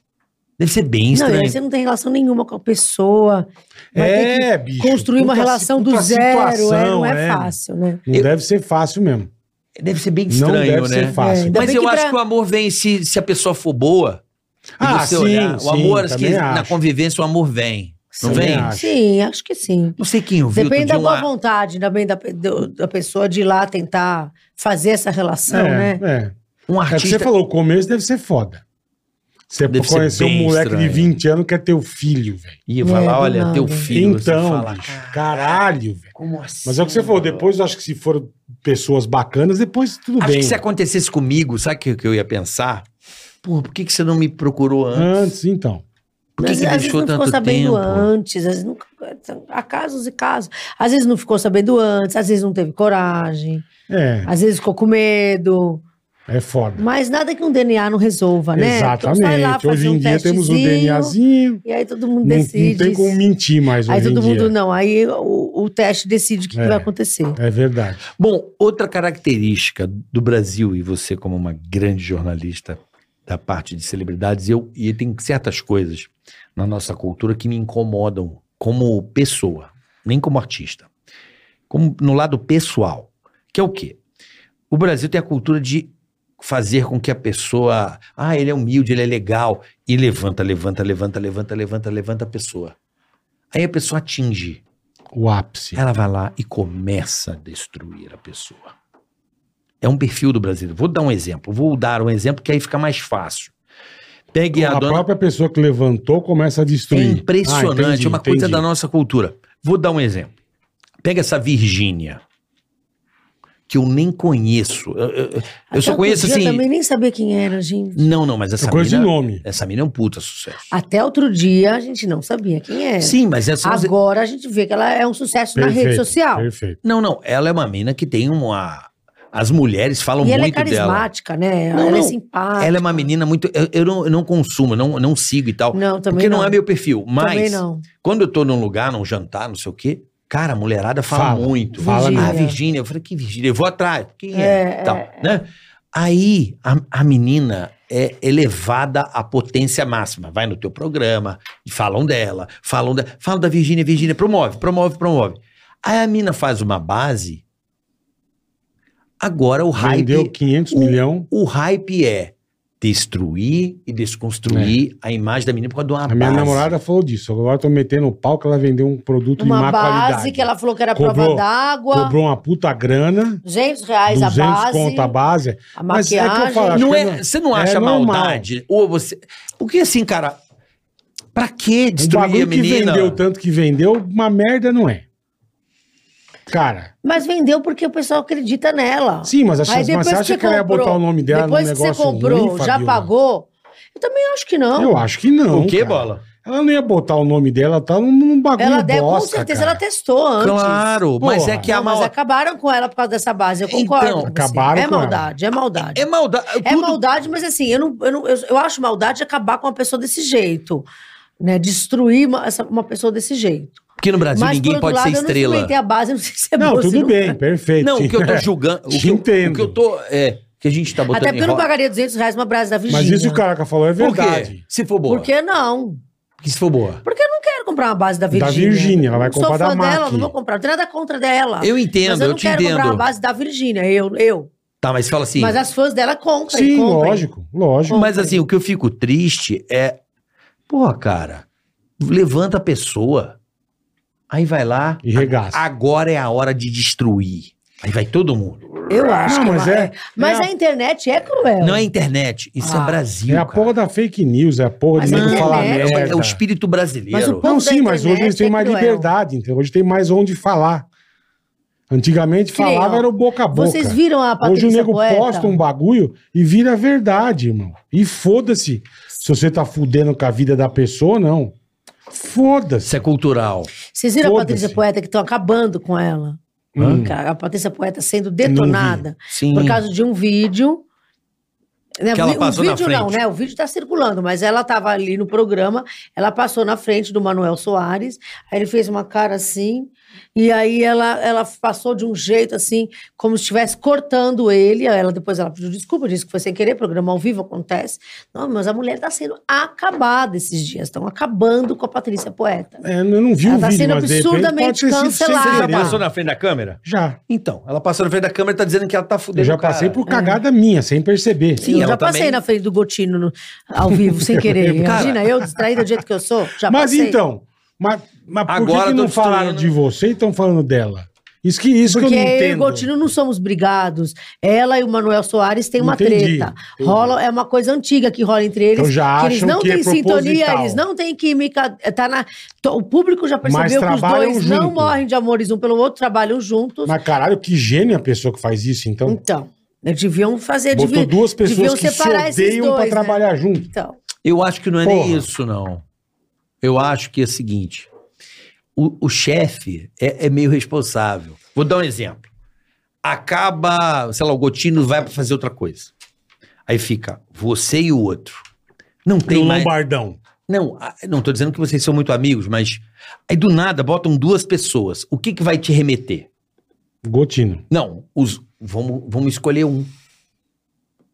S4: Deve ser bem
S5: Não, e
S4: estranho.
S5: aí você não tem relação nenhuma com a pessoa. Vai ter que
S3: É, bicho.
S5: construir uma
S3: puta-
S5: relação do
S3: puta
S5: zero. é,
S3: situação,
S5: não é,
S3: né?
S5: fácil, né?
S3: Não
S4: Eu-
S3: deve ser fácil mesmo.
S4: Deve ser bem
S3: não
S4: estranho,
S3: deve
S4: né?
S3: ser
S5: É,
S3: fácil.
S5: ainda
S4: Mas
S5: bem
S4: eu
S5: que
S4: acho
S5: pra-
S4: que o amor vem se, se a pessoa for boa. e
S3: Ah,
S4: você
S3: sim,
S4: olhar.
S3: sim,
S4: O amor, acho que
S3: também
S4: na
S3: acho.
S4: convivência, o amor vem. Não
S5: Sim.
S4: vem?
S3: acho.
S5: Sim, acho que sim.
S4: Não sei quem ouviu.
S5: Depende
S4: outro
S5: da
S4: dia um
S5: boa
S4: uma-
S5: vontade também da, pe- do- da pessoa de ir lá tentar fazer essa relação,
S3: é,
S5: né?
S3: é.
S4: um
S3: É o que você
S4: artista.
S3: falou, o começo deve ser foda. Você
S4: Deve ser
S3: conhecer um
S4: bem
S3: moleque
S4: estranho.
S3: de 20 anos que é teu filho, velho.
S4: Ih, vai
S5: É,
S4: lá,
S5: do
S4: olha,
S5: nada.
S4: teu filho.
S3: então,
S4: você fala,
S3: bicho, caralho, velho.
S4: como assim?
S3: Mas é o que você falou, depois eu acho que se foram pessoas bacanas, depois tudo
S4: Acho
S3: bem.
S4: que é se acontecesse comigo, sabe o que, que eu ia pensar? Pô, por que, que você não me procurou antes?
S3: Antes, então.
S4: Por que,
S5: Mas
S4: que
S5: às vezes
S4: deixou
S5: não ficou
S4: tanto
S5: sabendo
S4: tempo?
S5: antes, às vezes nunca, há casos e casos. Às vezes não ficou sabendo antes, às vezes não teve coragem,
S3: É,
S5: às vezes ficou com medo.
S3: é foda.
S5: Mas nada que um DNA não resolva, né? Então sai lá,
S3: Exatamente.
S5: faz
S3: Hoje em
S5: um
S3: dia temos um
S5: testezinho,
S3: DNAzinho.
S5: E aí todo mundo
S3: Não, não
S5: decide.
S3: tem como mentir mais
S5: Aí
S3: hoje em
S5: todo mundo
S3: dia.
S5: não, aí o, o teste decide o que, que
S3: É.
S5: vai acontecer.
S3: É verdade.
S4: Bom, outra característica do Brasil, e você, como uma grande jornalista da parte de celebridades, eu e tem certas coisas na nossa cultura que me incomodam como pessoa, nem como artista. Como no lado pessoal, que é o quê? O Brasil tem a cultura de fazer com que a pessoa, ah, ele é humilde, ele é legal, e levanta, levanta, levanta, levanta, levanta, levanta a pessoa. Aí a pessoa atinge
S3: O ápice.
S4: ela vai lá e começa a destruir a pessoa. É um perfil do brasileiro. Vou dar um exemplo. Vou dar um exemplo que aí fica mais fácil. Pegue a,
S3: a
S4: dona.
S3: própria pessoa que levantou começa a
S4: É
S3: destruir.
S4: impressionante,
S3: Ah, entendi,
S4: é uma coisa
S3: entendi.
S4: da nossa cultura. Vou dar um exemplo. Pega essa Virgínia, que eu nem conheço. Eu, eu- eu
S5: Até
S4: só
S5: outro
S4: conheço
S5: dia
S4: assim.
S5: Eu também nem sabia quem era, gente.
S4: Não, não, mas essa
S3: É coisa de
S4: mina.
S3: nome.
S4: Essa mina é um puta sucesso.
S5: Até outro dia a gente não sabia quem era.
S4: Sim, mas é essa.
S5: é? Agora a gente vê que ela é um sucesso na rede
S3: Perfeito,
S5: social.
S3: Perfeito.
S4: Não, não. Ela é uma mina que tem uma. As mulheres falam
S5: E ela é
S4: muito dela.
S5: carismática, né?
S4: Não,
S5: ela é
S4: não.
S5: simpática.
S4: Ela é uma menina muito. Eu, eu não, eu não consumo, não, não sigo e tal.
S5: Não, também
S4: porque
S5: não.
S4: não. é meu perfil.
S5: Também
S4: Mas,
S5: não.
S4: quando eu tô num lugar, num jantar, não sei o quê, cara, a mulherada fala,
S3: Fala.
S4: muito.
S3: Fala
S5: Virgínia.
S4: Ah, Virgínia. Eu falei, que Virgínia? Eu vou atrás. Quem é?
S5: É,
S4: tal,
S5: é,
S4: né? Aí, a, a menina é elevada à potência máxima. Vai no teu programa, e falam dela, falam da, falam da Virgínia, Virgínia, promove, promove, promove. Aí a mina faz uma base. Agora o hype
S3: Vendeu 500
S4: o-
S3: milhões.
S4: o hype é destruir e desconstruir a imagem da menina por causa de uma
S3: É. A minha
S4: base.
S3: namorada falou disso. Agora eu tô metendo o pau que ela vendeu um produto de má
S5: Uma base
S3: qualidade.
S5: que ela falou que era
S3: Cobrou-
S5: prova d'água.
S3: Cobrou uma puta grana,
S5: 200 reais a
S3: 200
S5: base.
S3: conto a base.
S5: A
S3: Mas é que eu
S5: maquiagem.
S3: falo, acho
S4: Não
S3: que
S4: é,
S3: não-
S4: você não
S3: é
S4: acha
S3: normal.
S4: maldade? Ou você... Porque assim, cara, pra que
S3: Um
S4: destruir a
S3: bagulho que
S4: menina?
S3: vendeu tanto que vendeu, uma merda não é. Cara,
S5: Mas vendeu porque o pessoal acredita nela.
S3: sim, mas, acho,
S5: Aí
S3: mas
S5: depois
S3: você
S5: que
S3: acha
S5: você
S3: que ela ia
S5: comprou-
S3: botar o nome dela
S5: Depois
S3: no
S5: que você
S3: um negócio
S5: comprou,
S3: ruim,
S5: já
S3: Fabiola?
S5: pagou? Eu também acho que não.
S3: Eu acho que não,
S4: o quê,
S3: cara.
S4: bola?
S3: Ela não ia botar o nome dela, tá num, num bagulho
S5: Ela deve, com
S3: bosta,
S5: certeza,
S3: cara.
S5: ela testou antes.
S4: Claro, mas
S3: Porra.
S4: é que a
S5: Não, mas
S4: mal...
S5: acabaram com ela por causa dessa base, eu concordo.
S4: Então,
S5: com você.
S3: acabaram
S5: é
S3: com ela.
S5: maldade, é maldade.
S4: É maldade.
S5: É maldade, mas assim, eu, não, eu, não- eu- eu acho maldade acabar com uma pessoa desse jeito. Né? Destruir uma, essa- uma pessoa desse jeito.
S4: Porque no Brasil
S5: mas, por
S4: ninguém
S5: outro
S4: pode
S5: lado,
S4: ser
S5: eu não
S4: estrela.
S5: experimentei a base, não sei se é
S3: Não,
S5: boa, se
S3: tudo
S5: não
S3: bem,
S5: é.
S3: perfeito.
S4: Não, o que eu tô
S3: É.
S4: julgando... O
S3: Te
S4: que, eu-
S3: entendo.
S4: o que eu tô... É, que a gente tá botando
S5: Até porque eu não
S4: roda-
S5: pagaria 200 reais uma brasa da Virgínia.
S3: Mas isso o Caraca falou é
S4: Por quê?
S3: verdade.
S4: Se for boa.
S5: Por que não?
S4: Porque se for boa.
S5: Porque eu não quero comprar uma base da Virgínia.
S3: Virgínia, ela vai
S5: Não sou
S3: comprar da
S5: fã dela,
S3: MAC.
S5: não vou comprar. Não tem nada contra dela.
S4: Eu entendo,
S5: mas
S4: eu,
S5: eu não
S4: te
S5: quero comprar uma
S4: entendo.
S5: base da Virgínia, eu, eu.
S4: Tá, mas fala assim...
S5: Mas as fãs dela compram.
S3: Sim,
S5: comprem.
S3: lógico, lógico.
S4: Mas assim, o que eu fico triste é. Porra, cara, levanta a pessoa. Aí vai lá.
S3: E regaça.
S4: Agora é a hora de destruir. Aí vai todo mundo.
S5: Eu acho.
S3: Não,
S5: que
S3: mas
S5: ela-
S3: é-
S5: Mas
S3: é a-
S5: a internet é cruel.
S4: Não é internet, isso
S5: Ah.
S4: é Brasil.
S3: É a
S4: cara.
S3: porra da fake news, é a porra
S5: Mas
S3: de
S5: é
S3: não falar
S5: internet.
S4: É,
S3: merda.
S4: o espírito brasileiro.
S5: Mas o povo
S3: Não,
S5: da
S3: sim, mas
S5: internet
S3: hoje eles têm
S5: é
S3: mais
S5: cruel.
S3: liberdade, entendeu? Hoje tem mais onde falar. Antigamente
S5: Que nem,
S3: falava
S5: ó,
S3: era o boca a boca.
S5: Vocês viram a
S3: hoje
S5: Patrícia
S3: o nego
S5: Poeta?
S3: posta um bagulho e vira verdade, irmão. E foda-se se você tá fudendo com a vida da pessoa, não. Foda-se.
S4: Isso é cultural.
S5: Vocês viram a
S3: Foda-se.
S5: Patrícia Poeta que estão acabando com ela?
S3: Hum.
S5: Cara, A Patrícia Poeta sendo detonada
S4: Sim.
S5: por causa de um vídeo. Né,
S4: Hum. Que ela
S5: vi- o
S4: passou na
S5: vídeo não,
S4: frente.
S5: né? O vídeo tá circulando, mas ela tava ali no programa, ela passou na frente do Manuel Soares, aí ele fez uma cara assim, e aí ela, ela passou de um jeito assim, como se estivesse cortando ele, aí ela depois ela pediu desculpa, disse que foi sem querer, programa ao vivo acontece. Não, mas a mulher tá sendo acabada esses dias, estão acabando com a Patrícia Poeta.
S3: É, eu não vi
S5: Ela
S3: o
S5: tá
S3: vídeo,
S5: sendo
S3: mas de repente pode
S5: absurdamente
S3: ter sido sem
S5: cancelada.
S4: Você já
S3: querer.
S4: passou na frente da câmera?
S3: Já.
S4: Então, ela passou na frente da câmera e tá dizendo que ela tá fudendo.
S3: Eu já
S4: o cara.
S3: passei
S5: É.
S3: por cagada minha, sem perceber.
S4: Sim,
S5: eu
S4: ela
S5: já passei
S4: também-
S5: na frente do Gotino no- ao vivo, sem querer. Imagina, eu distraída do jeito que eu sou, já
S3: mas
S5: passei.
S3: então, mas, mas por
S4: Agora
S3: que, que
S4: eu tô
S3: não falaram de
S4: destruindo.
S3: você e estão falando dela? Isso que, isso
S5: Porque
S3: que eu não
S5: eu e o
S3: entendo.
S5: Gotino não somos brigados. Ela e o Manuel Soares têm uma
S3: Entendi,
S5: treta.
S3: entendi.
S5: Rola, é uma coisa antiga que rola entre eles.
S3: Então já
S5: que eles
S3: acham
S5: não
S3: que é
S5: têm sintonia,
S3: proposital.
S5: eles não têm química. é, Tá na, to- o público já percebeu que os
S3: trabalham
S5: dois não
S3: junto.
S5: morrem de amores um pelo outro, trabalham juntos.
S3: Mas caralho, que gênio a pessoa que faz isso, então.
S5: Então, eles deviam fazer.
S3: Botou
S5: deviam-
S3: duas pessoas
S5: É, deviam
S3: que se
S5: separar esses
S3: odeiam pra
S5: dois, né?
S3: trabalhar junto.
S5: Então,
S4: Eu acho que não é nem
S3: Porra.
S4: isso, não. Eu acho que é o seguinte: o, o chefe é, é meio responsável. Vou dar um exemplo. Acaba, sei lá, o Gotino vai pra fazer outra coisa. Aí fica você e o outro. Não
S3: E o
S4: tem mais.
S3: Um Lombardão.
S4: Não, a- não tô dizendo que vocês são muito amigos, mas aí do nada botam duas pessoas. O que que vai te remeter?
S3: Gotino.
S4: Não, os- vamos, vamos escolher um.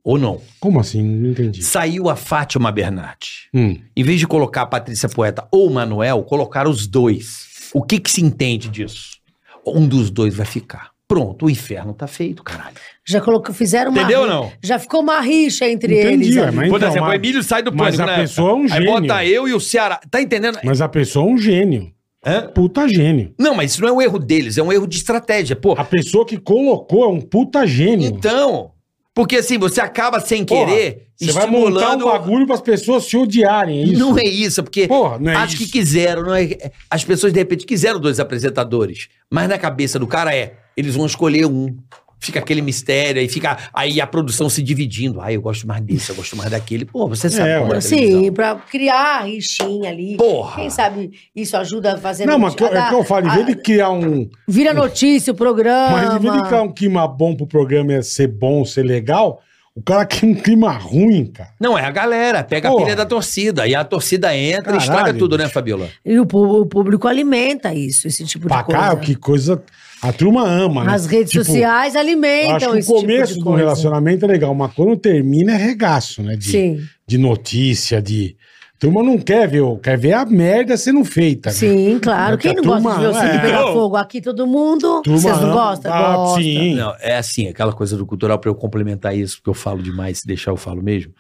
S4: Ou não.
S3: Como assim? Não entendi.
S4: Saiu a Fátima Bernardi.
S3: Hum.
S4: Em vez de colocar a Patrícia Poeta ou o Manuel, colocaram os dois. O que que se entende disso? Um dos dois vai ficar. Pronto, o inferno tá feito, caralho.
S5: já colocou, fizeram uma.
S4: Entendeu ou
S5: ri-
S4: não?
S5: Já ficou uma rixa entre
S3: Entendi,
S5: eles.
S3: ué,
S5: ali.
S3: mas
S4: Por
S3: então,
S4: exemplo, o
S3: mas-
S4: Emílio sai do
S3: mas
S4: pânico,
S3: a
S4: né?
S3: pessoa é um
S4: Aí
S3: gênio.
S4: bota eu e o Ceará. Tá entendendo?
S3: Mas a pessoa é um gênio.
S4: Hã?
S3: Puta gênio.
S4: Não, mas isso não é um erro deles, é um erro de estratégia. Pô,
S3: A pessoa que colocou é um puta gênio.
S4: Então, porque assim, você acaba sem
S3: Porra,
S4: querer
S3: Você vai montar um bagulho para as pessoas se odiarem, é isso?
S4: Não é isso, porque
S3: Porra, não é
S4: acho
S3: isso.
S4: que quiseram, não é... As pessoas de repente quiseram dois apresentadores, mas na cabeça do cara é, eles vão escolher um. Fica aquele mistério, aí fica aí a produção se dividindo. Ah, eu gosto mais desse, eu gosto mais daquele. Pô, você sabe
S3: É,
S4: como
S3: ué.
S4: é a
S5: Sim,
S4: televisão.
S5: pra criar a rixinha ali.
S4: Porra.
S5: Quem sabe isso ajuda a fazer...
S3: Não, mas
S5: a
S3: que- é
S5: dar-
S3: que eu falo, em
S5: a-
S3: vez de criar um.
S5: Vira notícia o
S3: Mas
S5: programa.
S3: em vez de criar um clima bom pro programa ia ser bom, ser legal, o cara cria um clima ruim, cara.
S4: Não, é a galera, pega
S3: Porra.
S4: a pilha da torcida, e a torcida entra e estraga
S3: Caralho,
S4: tudo, né,
S3: bicho.
S4: Fabiola?
S5: E o, pu- o público alimenta isso, esse tipo de
S3: Pra
S5: coisa.
S3: cá, é que coisa. A turma ama, né?
S5: As redes
S3: Tipo,
S5: sociais
S3: eu Acho
S5: alimentam
S3: que
S5: esse
S3: o começo
S5: tipo de
S3: do
S5: coisa.
S3: relacionamento é legal, mas quando termina é regaço, né? De,
S5: Sim,
S3: de notícia, de. A turma não quer ver, o- quer ver a merda sendo feita. né?
S5: sim, claro.
S3: É que
S5: Quem
S3: a
S5: não gosta de ver
S3: turma-
S5: o sangue
S3: é.
S5: pegar fogo? Aqui todo mundo.
S3: Turma
S5: Vocês não
S3: ama-
S5: gostam?
S3: Ah,
S5: Gosta.
S3: sim.
S4: Não, é assim, aquela coisa do cultural, pra eu complementar isso, porque eu falo demais, se deixar eu falo mesmo.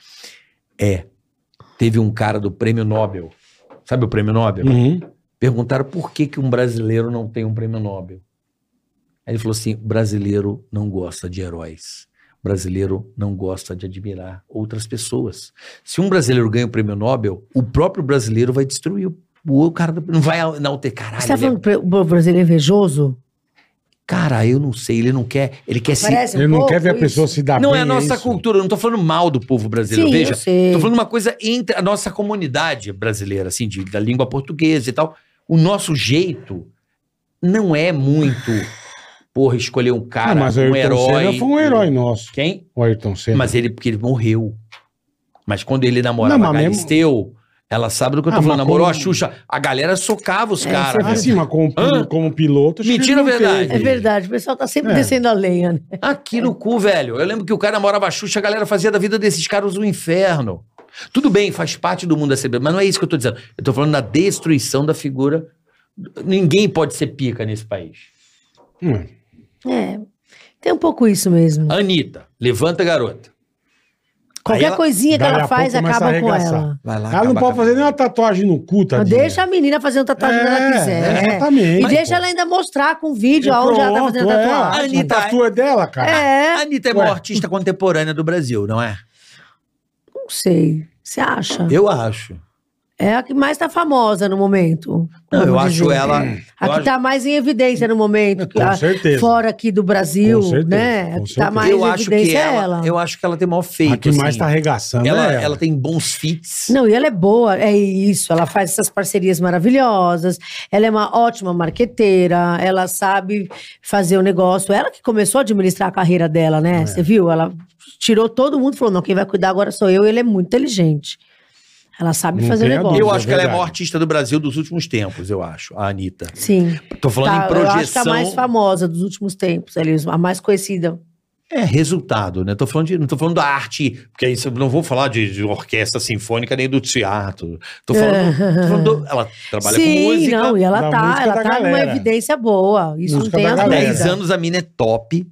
S4: É, teve um cara do Prêmio Nobel, sabe o Prêmio Nobel?
S3: Uhum.
S4: Perguntaram por que, que um brasileiro não tem um Prêmio Nobel. Aí ele falou assim, brasileiro não gosta de heróis. Brasileiro não gosta de admirar outras pessoas. Se um brasileiro ganha o prêmio Nobel, o próprio brasileiro vai destruir o, o cara. do- Não vai enalter. Caralho,
S3: Ah,
S5: Você tá
S4: ele é-
S5: falando que o brasileiro é invejoso?
S4: cara, eu não sei. Ele não quer. Ele quer se
S5: Parece um
S3: Ele não
S5: pouco
S3: quer ver a
S5: isso.
S3: pessoa se dar
S4: Não
S3: Ah, bem.
S4: é a nossa
S3: isso.
S4: cultura, eu não tô falando mal do povo brasileiro,
S5: Sim,
S4: veja.
S5: eu sei.
S4: Tô falando uma coisa entre a nossa comunidade brasileira, assim, de- da língua portuguesa e tal. O nosso jeito não é muito, porra, escolher um cara,
S3: Ah, mas o
S4: um
S3: Ayrton
S4: herói.
S3: Senna foi um herói nosso.
S4: Quem?
S3: O Ayrton Senna.
S4: Mas ele, porque ele morreu. Mas quando ele namorava
S3: Não,
S4: a
S3: mas mesmo-
S4: Galisteu, ela sabe do que eu tô
S3: Ah, mas
S4: falando. Namorou a
S3: como-
S4: Xuxa, a galera socava os caras.
S3: Ah,
S4: velho.
S3: sim, mas como, pi-
S4: Hã?
S3: como piloto. acho que
S4: Mentira
S3: ele não
S4: ou verdade?
S3: teve.
S5: É verdade, o pessoal tá sempre
S3: É.
S5: descendo a lenha, né?
S4: Aqui no cu, velho. Eu lembro que o cara morava a Xuxa, a galera fazia da vida desses caras um inferno. Tudo bem, faz parte do mundo da CB, mas não é isso que eu tô dizendo. Eu tô falando da destruição da figura. Ninguém pode ser pica nesse país.
S3: Hum.
S5: É, tem um pouco isso mesmo.
S4: Anitta, levanta garota.
S5: Qualquer
S4: ela-
S5: coisinha que
S3: Daí
S5: ela
S3: a
S5: faz
S3: pouco começa a
S5: acaba com
S3: arregaçar.
S5: ela.
S4: Vai lá,
S3: Ela não
S4: acaba-
S3: pode fazer nenhuma tatuagem no cu,
S5: Mas
S3: tadinha.
S5: deixa a menina fazer o tatuagem que ela
S3: É,
S5: quiser.
S3: exatamente.
S5: E
S3: Mas,
S5: deixa
S3: pô.
S5: ela ainda mostrar com vídeo aonde ela tá fazendo a
S3: Pronto, é.
S5: tatuagem.
S4: Anitta,
S3: A tatu é dela, cara.
S5: É,
S4: A Anitta é a
S3: Ué.
S4: maior artista contemporânea do Brasil, não é?
S5: não sei. Você acha?
S4: Eu acho.
S5: É a que mais tá famosa no momento.
S4: Não, né? eu
S5: vamos
S4: acho
S5: dizer.
S4: ela. eu
S5: A
S4: acho-
S5: que tá mais em evidência no momento. que
S3: Com
S5: a-
S3: certeza.
S5: Fora aqui do Brasil,
S3: Com certeza,
S5: né? A
S3: com
S5: que
S3: certeza.
S5: tá mais
S4: eu
S5: em
S4: acho que
S5: evidência é ela.
S4: ela. Eu acho que ela tem maior feito.
S3: A que mais
S4: assim.
S3: tá arregaçando
S4: ela,
S3: é ela.
S4: ela tem bons fits.
S5: Não, e ela é boa, é isso. Ela faz essas parcerias maravilhosas. Ela é uma ótima marqueteira. Ela sabe fazer o negócio. Ela que começou a administrar a carreira dela,
S4: É.
S5: né? Você viu? Ela tirou todo mundo e falou: não, quem vai cuidar agora sou eu. Ele é muito inteligente. Ela sabe
S4: Um
S3: Não
S5: fazer o
S3: tenha
S5: negócio.
S4: eu
S3: é
S4: acho que ela é a
S3: verdade.
S4: maior artista do Brasil dos últimos tempos, eu acho, a Anitta.
S5: Sim.
S4: Tô falando
S5: Tá,
S4: em
S5: eu
S4: projeção.
S5: acho que a mais famosa dos últimos tempos, ali, a mais conhecida.
S4: É resultado, né? Tô falando de, não tô falando da arte, porque aí eu não vou falar de, de orquestra sinfônica nem do teatro. Tô falando, tô falando do- ela trabalha
S5: Sim,
S4: com música.
S5: não, e ela
S3: da
S5: tá,
S3: música
S5: ela
S3: da
S5: tá numa
S3: galera.
S5: evidência boa. Isso
S3: Música
S5: não tem
S3: da
S5: as
S3: galera.
S4: 10
S5: dúvidas.
S4: anos a mina é top.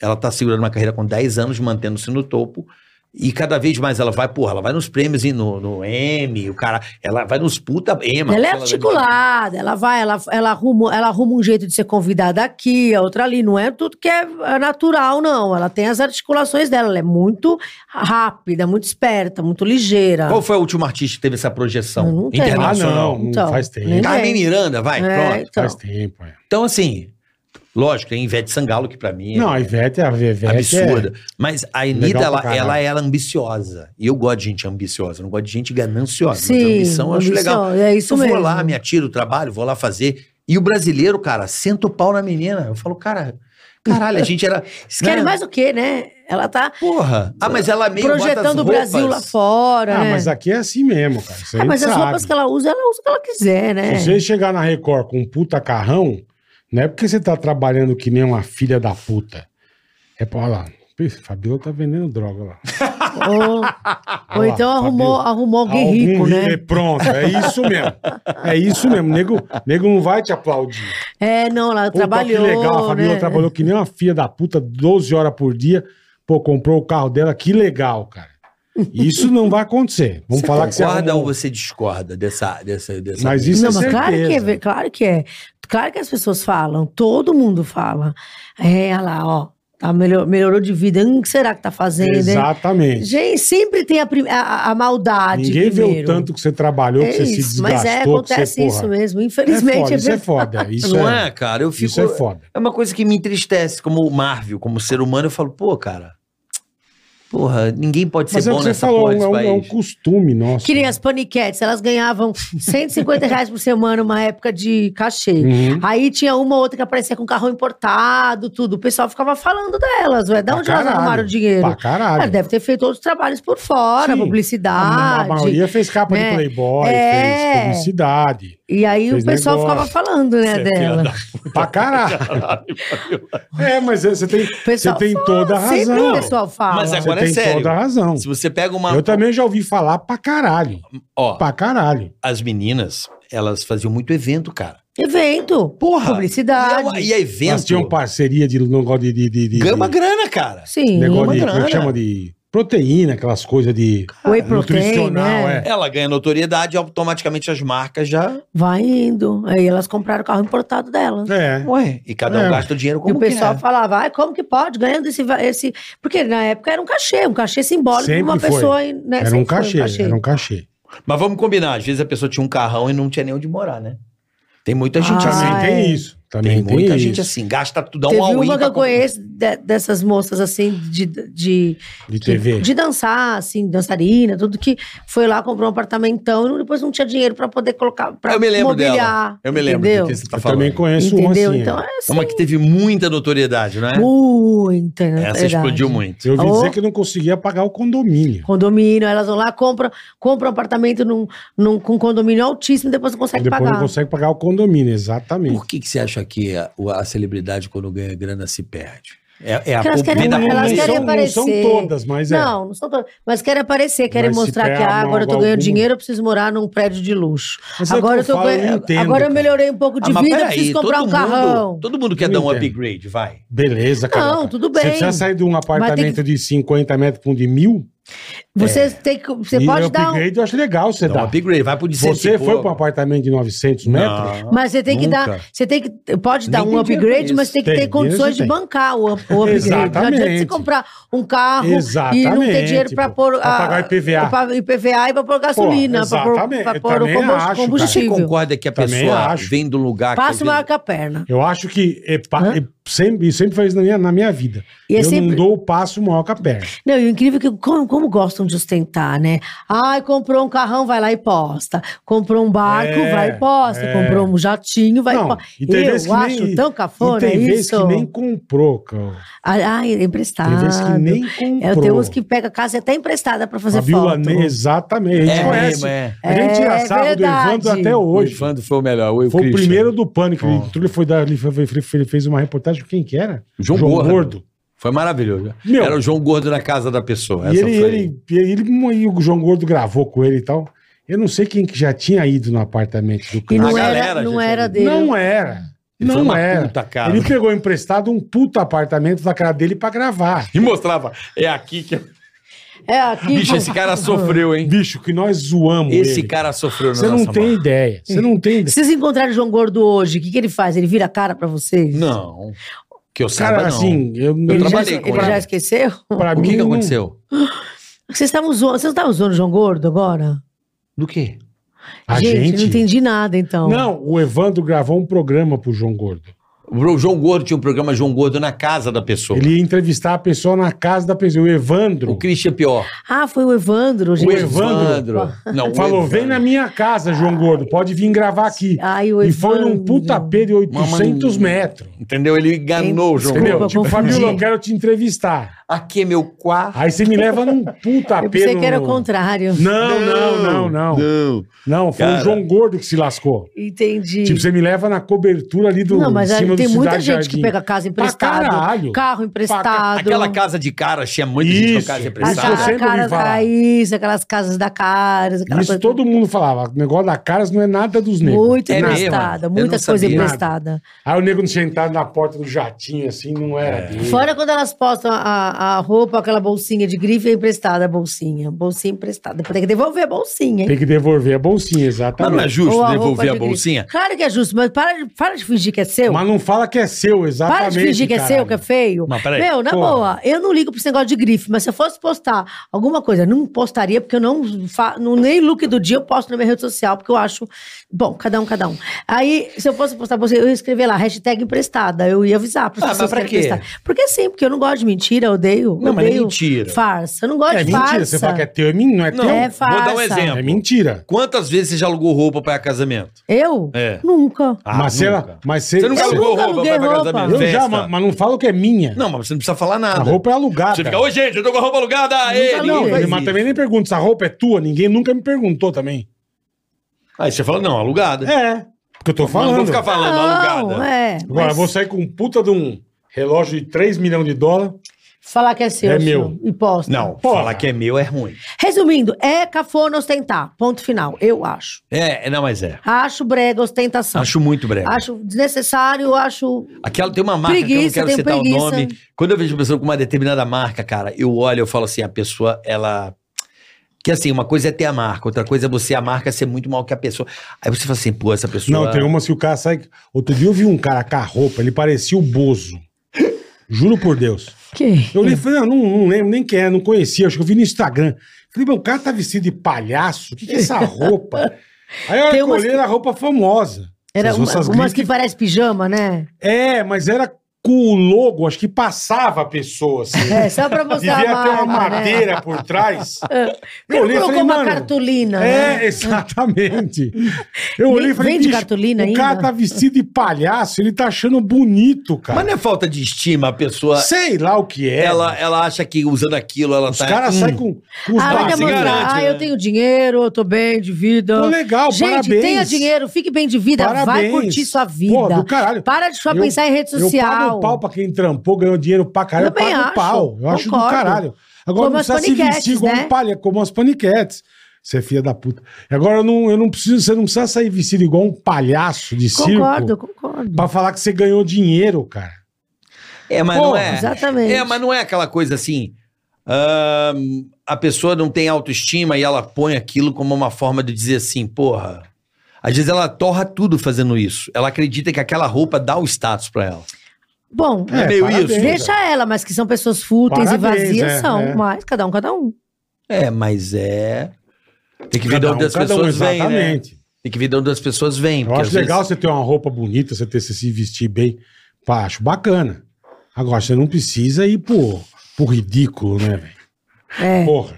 S4: Ela tá segurando uma carreira com 10 anos, mantendo-se no topo. E cada vez mais ela vai, porra, ela vai nos prêmios e no, no M, o cara, ela vai nos puta Emma.
S5: Ela é articulada, ela vai, ela, ela, arruma, ela arruma um jeito de ser convidada aqui, a outra ali. Não é tudo que é é natural, não. Ela tem as articulações dela. Ela é muito rápida, muito esperta, muito ligeira.
S4: Qual foi a última artista que teve essa projeção
S5: Não, não tem.
S3: Ah,
S4: internacional?
S3: não, não
S5: Então,
S3: faz tempo.
S5: nem-
S4: Carmen Miranda, vai,
S5: É,
S4: pronto.
S5: então.
S3: Faz tempo, é.
S4: Então, assim, lógico, tem Ivete Sangalo, que pra mim é
S3: Não, a Ivete é a Ivete
S4: absurda. Mas a Anitta,
S3: Legal pra
S4: ela,
S3: caralho.
S4: ela era ambiciosa. E eu gosto de gente ambiciosa, eu não gosto de gente gananciosa. mas
S5: Sim,
S4: ambição eu acho legal.
S5: É isso
S4: eu
S5: mesmo.
S4: vou lá, me atiro, trabalho, vou lá fazer. E o brasileiro, cara, senta o pau na menina. Eu falo, cara, caralho, a gente era.
S5: Vocês querem
S4: né?
S5: mais o quê, né? Ela tá
S4: Porra. Ah, mas ela meio bota as
S5: projetando o
S4: roupas.
S5: Brasil lá
S3: É.
S5: fora,
S3: Ah,
S5: né?
S3: mas aqui é assim mesmo, cara. Isso
S5: Ah,
S3: aí
S5: mas as
S3: sabe.
S5: roupas que ela usa, ela usa o que ela quiser, né?
S3: Se você chegar na Record com um puta carrão, não é porque você tá trabalhando que nem uma filha da puta. É pra olha lá. Ih, Fabiola tá vendendo droga lá.
S5: Ou, ou
S3: Olha lá,
S5: então arrumou,
S3: Fabiola.
S5: arrumou alguém
S3: Algum
S5: rico, né?
S3: é, Pronto, é isso mesmo. É isso mesmo. Nego, nego não vai te aplaudir.
S5: É, não, ela
S3: Puta,
S5: trabalhou.
S3: Que legal, a Fabiola
S5: né?
S3: trabalhou que nem uma filha da puta, 12 horas por dia. Pô, comprou o carro dela, que legal, cara. Isso não vai acontecer. Vamos
S4: Você
S3: falar que você
S4: concorda ou
S3: arrumou-
S4: você discorda dessa. dessa, dessa
S3: Mas isso
S5: não,
S3: é
S5: mas claro que, é,
S3: certeza.
S5: ve- claro que é. Claro que as pessoas falam, todo mundo fala. É, olha lá, ó, tá, melhor, melhorou de vida. Hum, O que será que tá fazendo, hein?
S3: Exatamente.
S5: Gente, sempre tem a, prim- a- a- a maldade.
S3: Ninguém vê o
S5: primeiro.
S3: tanto que você trabalhou, que
S5: É
S3: você se
S5: isso,
S3: desgastou.
S5: mas é,
S3: que você,
S5: acontece
S3: porra,
S5: isso mesmo.
S3: É
S5: Infelizmente
S3: foda,
S5: é,
S3: isso é
S5: verdade.
S3: foda. Isso
S4: não
S3: é,
S4: é, cara? Eu fico.
S3: isso é foda.
S4: É uma coisa que me entristece, como Marvel, como ser humano, eu falo, pô, cara. Porra, ninguém pode ser
S3: Mas é o
S4: bom
S3: que você
S4: nessa
S3: falou,
S4: porra
S3: é
S4: desse
S3: um, é um
S4: país.
S3: costume nosso.
S5: Que nem as paniquetes, elas ganhavam 150 reais por semana, uma época de cachê.
S3: Uhum.
S5: Aí tinha uma ou outra que aparecia com carro importado, tudo. O pessoal ficava falando delas, ué. Da
S3: Pra
S5: onde elas
S3: caralho,
S5: arrumaram um o dinheiro?
S3: Pra
S5: Ela
S3: caralho.
S5: deve ter feito outros trabalhos por fora,
S3: Sim. a, a
S5: publicidade.
S3: maioria fez capa
S5: né?
S3: de Playboy,
S5: É.
S3: fez publicidade.
S5: E aí o
S3: fez
S5: pessoal
S3: negócio.
S5: ficava falando, né,
S4: Você é filha
S5: dela.
S4: da
S3: Pra caralho. é, mas você tem,
S5: O
S3: você
S5: pessoal
S3: tem
S5: fala,
S3: toda a
S5: Sempre o
S3: razão.
S5: pessoal fala.
S4: Mas
S3: Você
S4: Agora é
S3: tem
S4: sério.
S3: toda a razão.
S4: Se você pega uma.
S3: Eu também já ouvi falar pra caralho.
S4: Ó,
S3: Pra caralho.
S4: as meninas, elas faziam muito evento, cara.
S5: Evento.
S4: Porra!
S5: Publicidade.
S4: Ah, E, é- e é
S3: Elas tinham
S4: evento.
S3: parceria de negócio de. de, de, de
S4: Ganha uma grana, cara.
S5: Sim.
S3: negócio
S4: uma
S3: de. Como é
S4: grana.
S3: que chama de. Proteína, aquelas coisas de.
S5: Whey protein, né?
S3: é.
S4: Ela ganha notoriedade e automaticamente as marcas já.
S5: Vai indo. Aí elas compraram o carro importado delas.
S3: É.
S4: Ué, e cada um
S3: É.
S4: gasta o dinheiro
S5: e
S4: como
S5: o pessoal
S4: quer.
S5: falava, ai, como que pode, ganhando esse, va- esse... Porque na época era um cachê, um cachê simbólico de
S3: Sempre
S5: uma
S3: foi.
S5: pessoa. Né?
S3: Era
S5: Sempre
S3: um
S5: foi
S3: cachê, era um cachê.
S4: Mas vamos combinar, às vezes a pessoa tinha um carrão e não tinha nem onde morar, né? Tem muita gente
S5: Ah,
S4: assim.
S3: Também tem
S5: é.
S3: isso.
S4: Tem,
S3: Também tem,
S4: muita
S3: isso.
S4: gente assim, gasta tudo, dá
S5: Teve
S4: um all-in
S5: uma que
S4: pra
S5: eu
S4: comprar.
S5: conheço de- dessas moças, assim, de, de,
S4: assim,
S3: De TV.
S5: de dançar, assim, dançarina, tudo que foi lá, comprou um apartamentão e depois não tinha dinheiro pra poder colocar, pra
S4: Eu me lembro
S5: mobiliar,
S4: dela. Eu me lembro
S5: entendeu?
S4: do que você tá
S3: Eu
S4: falando.
S3: também conheço um
S5: Entendeu?
S3: assim.
S5: então
S3: é.
S5: é assim,
S4: Uma que teve muita notoriedade, não é?
S5: muita, né?
S4: Essa
S5: verdade.
S4: explodiu muito.
S3: Eu ouvi
S5: Alô?
S3: dizer que não conseguia pagar o condomínio.
S5: Condomínio, elas vão lá, compram, compram um apartamento num, num, com um condomínio altíssimo e depois não consegue
S3: Depois
S5: pagar.
S3: não consegue pagar o condomínio, exatamente.
S4: Por que, que você acha que a, o- a celebridade, quando ganha grana, se perde? É, é a
S5: Porque elas
S4: pop-
S5: querem-
S4: vem da
S5: elas
S3: Não
S4: popularidade.
S5: querem
S3: são- não são
S5: aparecer.
S3: todas, mas é.
S5: Não, não são todas. Mas querem aparecer, querem
S3: Mas se
S5: mostrar
S3: pega
S5: que ah,
S3: mal
S5: agora eu tô ganhando
S3: alguma-
S5: dinheiro, eu preciso morar num prédio de luxo.
S3: Mas é o
S5: agora
S3: que
S5: eu, tô
S3: eu falo, eu
S5: ganhando-
S3: entendo,
S5: agora eu
S3: cara.
S5: melhorei um pouco de
S4: Ah, mas
S5: vida, eu
S4: peraí,
S5: preciso comprar um
S4: todo
S5: carrão.
S4: Mundo, todo mundo quer dar um
S3: Entendo.
S4: upgrade, vai.
S3: Beleza, cara.
S5: Não, tudo
S3: Você
S5: bem.
S3: precisa sair de um
S5: tem
S3: apartamento de 50 metros para um de mil?
S5: Você tem que. Você
S3: E
S5: pode dar. Um,
S3: upgrade eu acho legal você
S4: Dá um
S3: dar.
S4: upgrade, vai pro de cento
S3: Você
S4: e
S3: foi
S4: pouco.
S3: para um apartamento de 900 metros?
S5: mas você tem que
S4: Nunca.
S5: dar. Você tem que. Pode
S4: Nem
S5: dar um
S4: tem dinheiro pra
S5: upgrade,
S4: isso.
S5: mas tem que ter
S3: Tem,
S5: condições
S3: dinheiro
S5: de
S3: você tem.
S5: bancar o, o upgrade. Não adianta você
S3: Exatamente.
S5: comprar um carro e não ter
S3: Exatamente,
S5: dinheiro para
S3: pô.
S5: pôr.
S3: Pra pagar IPVA.
S5: Pra, IPVA e para pôr gasolina, para pôr,
S3: exatamente.
S5: pra
S3: Eu
S5: pôr o
S3: também
S5: combust-
S3: acho, cara.
S4: Você
S5: combustível.
S4: concorda que a
S3: Também
S4: pessoa
S3: acho.
S4: vem do lugar
S5: Passa
S4: que às
S5: maior
S4: vezes-
S5: que a perna.
S3: Eu acho que é pa-
S5: Hã?
S3: é sempre, isso sempre fez na minha, na minha vida.
S5: E é
S3: eu
S5: sempre-
S3: não dou o passo maior que a perna.
S5: Não, e o incrível é que como, como gostam de ostentar, né? Ai, comprou um carrão, vai lá e posta. Comprou um barco,
S3: É,
S5: vai e posta.
S3: é.
S5: Comprou um jatinho, vai
S3: Não,
S5: e posta.
S3: e tem
S5: Eu
S3: vezes que
S5: acho
S3: nem-
S5: tão
S3: e
S5: cafona
S3: tem vezes
S5: isso.
S3: que nem comprou, cara.
S5: Ai, é emprestado.
S3: Tem vezes que nem
S5: É,
S3: comprou.
S5: tem uns que pega a casa até emprestada pra fazer
S3: a Vila
S5: foto.
S3: Ne- Exatamente. A gente
S4: É
S3: conhece.
S4: mesmo, é.
S3: A gente tira
S5: É
S3: sarro do
S5: verdade.
S3: Evandro até
S4: O
S3: hoje.
S4: Evandro foi o melhor. o
S3: Foi o
S4: Christian.
S3: primeiro do Pânico. Ele entrou, Ele, foi dar, ele, foi- ele- ele fez uma reportagem. Quem que era?
S4: João Gordo. Foi maravilhoso.
S3: Meu.
S4: Era o João Gordo na casa da pessoa.
S3: E
S4: Essa
S3: ele,
S4: foi...
S3: ele, e ele- e o João Gordo gravou com ele e tal. Eu não sei quem que já tinha ido no apartamento do
S5: E
S3: cara.
S5: não
S4: A
S5: era,
S4: galera,
S5: não
S4: gente, é
S5: era
S4: ele-
S5: dele.
S3: Não era.
S4: Ele foi
S3: não
S4: uma
S3: era.
S4: puta casa.
S3: Ele pegou emprestado um puta apartamento da cara dele pra gravar.
S4: E mostrava. É aqui que.
S5: É aqui.
S4: Bicho, esse cara sofreu, hein?
S3: Bicho, que nós zoamos
S4: Esse
S3: ele.
S4: cara sofreu na
S3: Uhum. Você não
S4: nossa
S3: tem
S4: mão.
S3: ideia. Você não tem
S5: Se
S3: ideia.
S5: vocês encontrarem o João Gordo hoje, o que, que ele faz? Ele vira a cara pra vocês?
S4: Não. Que eu saiba,
S3: Cara,
S4: não.
S3: assim, eu,
S5: Ele, já,
S4: trabalhei com
S5: ele
S4: ele.
S5: já esqueceu?
S3: pra
S4: o
S3: mim,
S4: que, que
S3: não-
S4: aconteceu?
S5: Vocês estavam zoando, vocês não estavam zoando o João Gordo agora?
S4: Do quê?
S3: A
S5: gente, não
S3: gente.
S5: entendi nada, então.
S3: Não, o Evandro gravou um programa pro João Gordo.
S4: O João Gordo tinha um programa João Gordo na casa da pessoa.
S3: Ele ia entrevistar a pessoa na casa da pessoa. O Evandro
S4: O Christian pior.
S5: Ah, foi o Evandro, gente.
S4: O
S3: Evandro.
S4: Evandro. Não, é o
S3: falou:
S4: Evandro.
S3: vem na minha casa, João Gordo, pode vir gravar aqui.
S5: Ai, Ah, o
S3: e foi num
S5: Evandro.
S3: puta pé de 800
S4: Mamãe.
S3: metros.
S4: Entendeu? Ele enganou o João
S5: Desculpa,
S3: Entendeu?
S4: Gordo.
S3: Tipo,
S5: confundi.
S3: Fabiola, eu quero te entrevistar.
S4: Aqui é meu quarto.
S3: Aí você me leva num puta pé.
S5: Eu pensei
S3: no-
S5: que era o contrário.
S3: Não, não, não, não. Não, foi o
S4: Cara.
S3: João Gordo que se lascou.
S5: Entendi.
S3: Tipo, você me leva na cobertura ali do.
S5: não, mas
S3: em cima
S5: aí tem
S3: do
S5: muita
S3: Cidade
S5: gente que
S3: Jardim.
S5: pega casa
S3: Pra
S5: emprestada,
S3: caralho.
S5: carro emprestado.
S4: Aquela casa de cara, tinha muita gente com
S3: Isso.
S4: casa
S5: a
S3: Isso eu
S5: ca-
S4: emprestada.
S3: sempre ouvi
S5: cara
S3: falar.
S5: da isso, aquelas casas da Caras, aquela
S3: Isso
S5: coisa-
S3: todo mundo falava. O negócio da Caras não é nada dos negros.
S5: muito
S4: É mesmo?
S5: emprestada,
S4: Eu
S5: muita
S4: não
S5: coisa
S4: sabia.
S5: emprestada.
S3: Aí o nego não tinha entrado na porta do jatinho, assim, não era
S4: É.
S3: dele.
S5: Fora quando elas postam a, a roupa, aquela bolsinha de grife é emprestada, a bolsinha. Bolsinha emprestada. Tem que devolver a bolsinha, hein?
S3: Tem que devolver a bolsinha,
S4: Mas
S3: exatamente.
S4: não é justo
S5: Ou a roupa
S4: devolver
S5: de
S4: a
S5: grife.
S4: bolsinha?
S5: Claro que é justo, mas para, de- para de fingir que é seu.
S3: Mas não fala que é seu, exatamente.
S5: Para de fingir que é
S3: caralho.
S5: seu, que é feio.
S4: Mas peraí,
S5: Meu, na
S3: porra.
S5: boa, eu não ligo pra esse negócio de grife, mas se eu fosse postar alguma coisa, eu não postaria, porque eu não, fa- não- nem look do dia eu posto na minha rede social, porque eu acho. Bom, cada um, cada um. Aí, se eu fosse postar, pra você, eu ia escrever lá, hashtag emprestada. Eu ia avisar pras
S4: Ah, mas
S5: pessoas
S4: pra
S5: que
S4: quê?
S5: era emprestada. Porque sim, porque eu não gosto de mentira, eu odeio.
S4: Não, mas é
S5: odeio
S4: mentira.
S5: Farsa. Eu não gosto
S3: É
S5: de
S3: mentira,
S5: farsa.
S3: você fala que é teu, é min- não é
S4: Não,
S3: teu.
S5: É
S4: vou dar um
S5: farsa.
S4: exemplo.
S3: É mentira.
S4: Quantas vezes você já alugou roupa pra casamento?
S5: Eu?
S4: É.
S5: Nunca.
S4: Ah,
S3: mas se
S4: nunca.
S3: ela. Mas se,
S4: Você nunca
S5: Eu
S4: alugou
S5: nunca
S4: roupa
S5: aluguei
S4: pra
S5: roupa.
S4: casamento?
S3: Eu já,
S4: Festa?
S3: mas, mas não falo que é minha.
S4: Não, mas você não precisa falar nada.
S3: a roupa é alugada.
S4: Você fica, ô gente, eu tô com a roupa alugada. Ei,
S5: Nunca
S4: ninguém
S3: não,
S5: aluguei.
S4: faz
S3: mas
S4: isso.
S3: também nem pergunto se a roupa é tua, ninguém nunca me perguntou também.
S4: Aí você fala, não, alugada.
S3: É, porque eu tô
S4: Mas não
S3: falando.
S4: vou ficar falando
S5: Não,
S4: alugada.
S5: é.
S3: Agora,
S5: mas
S3: eu vou sair com um puta de um relógio de 3 milhões de dólares.
S5: Falar que é seu.
S3: É
S5: assim,
S3: meu.
S5: E posta.
S4: Não,
S3: Porra.
S4: falar que é meu é ruim.
S5: Resumindo, é cafona ostentar. Ponto final, eu acho.
S4: É, é, não, mas é.
S5: Acho brega ostentação.
S4: Acho muito breve.
S5: Acho desnecessário, acho.
S4: Aquela tem uma marca
S5: Preguiça,
S4: que eu não
S5: tenho
S4: quero citar
S5: preguiça.
S4: o nome. Quando eu vejo uma pessoa com uma determinada marca, cara, eu olho, eu falo assim, a pessoa, ela. Que assim, uma coisa é ter a marca, outra coisa é você, a marca, ser muito mal que a pessoa. Aí você fala assim, pô, essa pessoa.
S3: Não, tem umas que o cara sai. Outro dia eu vi um cara com a roupa, ele parecia o Bozo. Juro por Deus.
S5: Que?
S3: Eu olhei e falei, não, não, não lembro nem quem é, não conhecia, acho que eu vi no Instagram. Falei, meu, o cara tá vestido de palhaço, o que, que é essa roupa? Aí a hora
S5: Tem
S3: que eu
S5: umas
S3: olhei,
S5: que-
S3: era roupa famosa.
S5: Era
S3: Essas
S5: uma,
S3: russas
S5: umas que
S3: grife-
S5: parece pijama, né?
S3: É, mas era com o logo, acho que passava a pessoa, assim.
S5: É, só pra mostrar
S3: Devia
S5: a
S3: ter uma
S5: marca, né?
S3: madeira por trás.
S5: Ele
S3: Eu olhei e
S5: colocou
S3: falei,
S5: uma
S3: mano,
S5: cartolina,
S3: É,
S5: né?
S3: exatamente. Eu
S5: Nem
S3: olhei e falei,
S5: vende
S3: "Bicho,
S5: cartolina
S3: o cara
S5: ainda?"
S3: tá vestido de palhaço, ele tá achando bonito,
S4: Mas
S3: cara.
S4: não é falta de estima, a pessoa.
S3: Sei lá o que é.
S4: Ela, ela acha que usando aquilo ela
S3: Os
S4: tá.
S3: caras
S4: Hum.
S3: saem com, com os
S4: se
S5: Ah, vai
S3: bracinhos.
S5: demonstrar.
S4: garante,
S5: ah,
S4: né?
S5: eu tenho dinheiro, eu tô bem de vida.
S3: Pô, legal,
S5: Gente,
S3: parabéns.
S5: tenha dinheiro, fique bem de vida, vai
S3: Parabéns.
S5: curtir sua vida.
S3: Pô, do caralho.
S5: Para de só
S3: Eu-
S5: pensar em rede
S3: Eu pago
S5: social.
S3: o pau pra quem trampou, ganhou dinheiro pra caralho. Eu,
S5: Também
S3: pago
S5: acho,
S3: o pau. Eu acho do
S5: concordo.
S3: caralho. Agora
S5: Como
S3: não
S5: as
S3: precisa se
S5: paniquetes,
S3: vestir igual
S5: né?
S3: um palha, como as paniquetes. Você é filha da puta. E agora eu não, eu não preciso, você não precisa sair vestido igual um palhaço de
S5: concordo,
S3: circo
S5: concordo.
S3: pra falar que você ganhou dinheiro, cara.
S4: É, mas
S3: Pô,
S4: não é.
S5: exatamente.
S4: É, mas não é aquela coisa assim. ahn, a pessoa não tem autoestima e ela põe aquilo como uma forma de dizer assim, porra. Às vezes ela torra tudo fazendo isso. Ela acredita que aquela roupa dá o status pra ela.
S5: Bom,
S4: É, meio isso.
S5: deixa ela, mas que são pessoas fúteis
S3: Parabéns,
S5: e vazias
S3: é,
S5: são.
S3: é.
S5: Mas cada um, cada um.
S4: É, mas é. Tem que ver de
S3: Cada um,
S4: onde as
S3: cada um,
S4: pessoas vêm, né?
S3: exatamente.
S4: Tem que ver de onde as pessoas vêm.
S3: Eu
S4: porque
S3: acho
S4: às
S3: legal
S4: vezes-
S3: você ter uma roupa bonita, você ter você se vestir bem. Pá, acho bacana. Agora, você não precisa ir pro, pro ridículo, né, velho?
S5: É.
S3: Porra.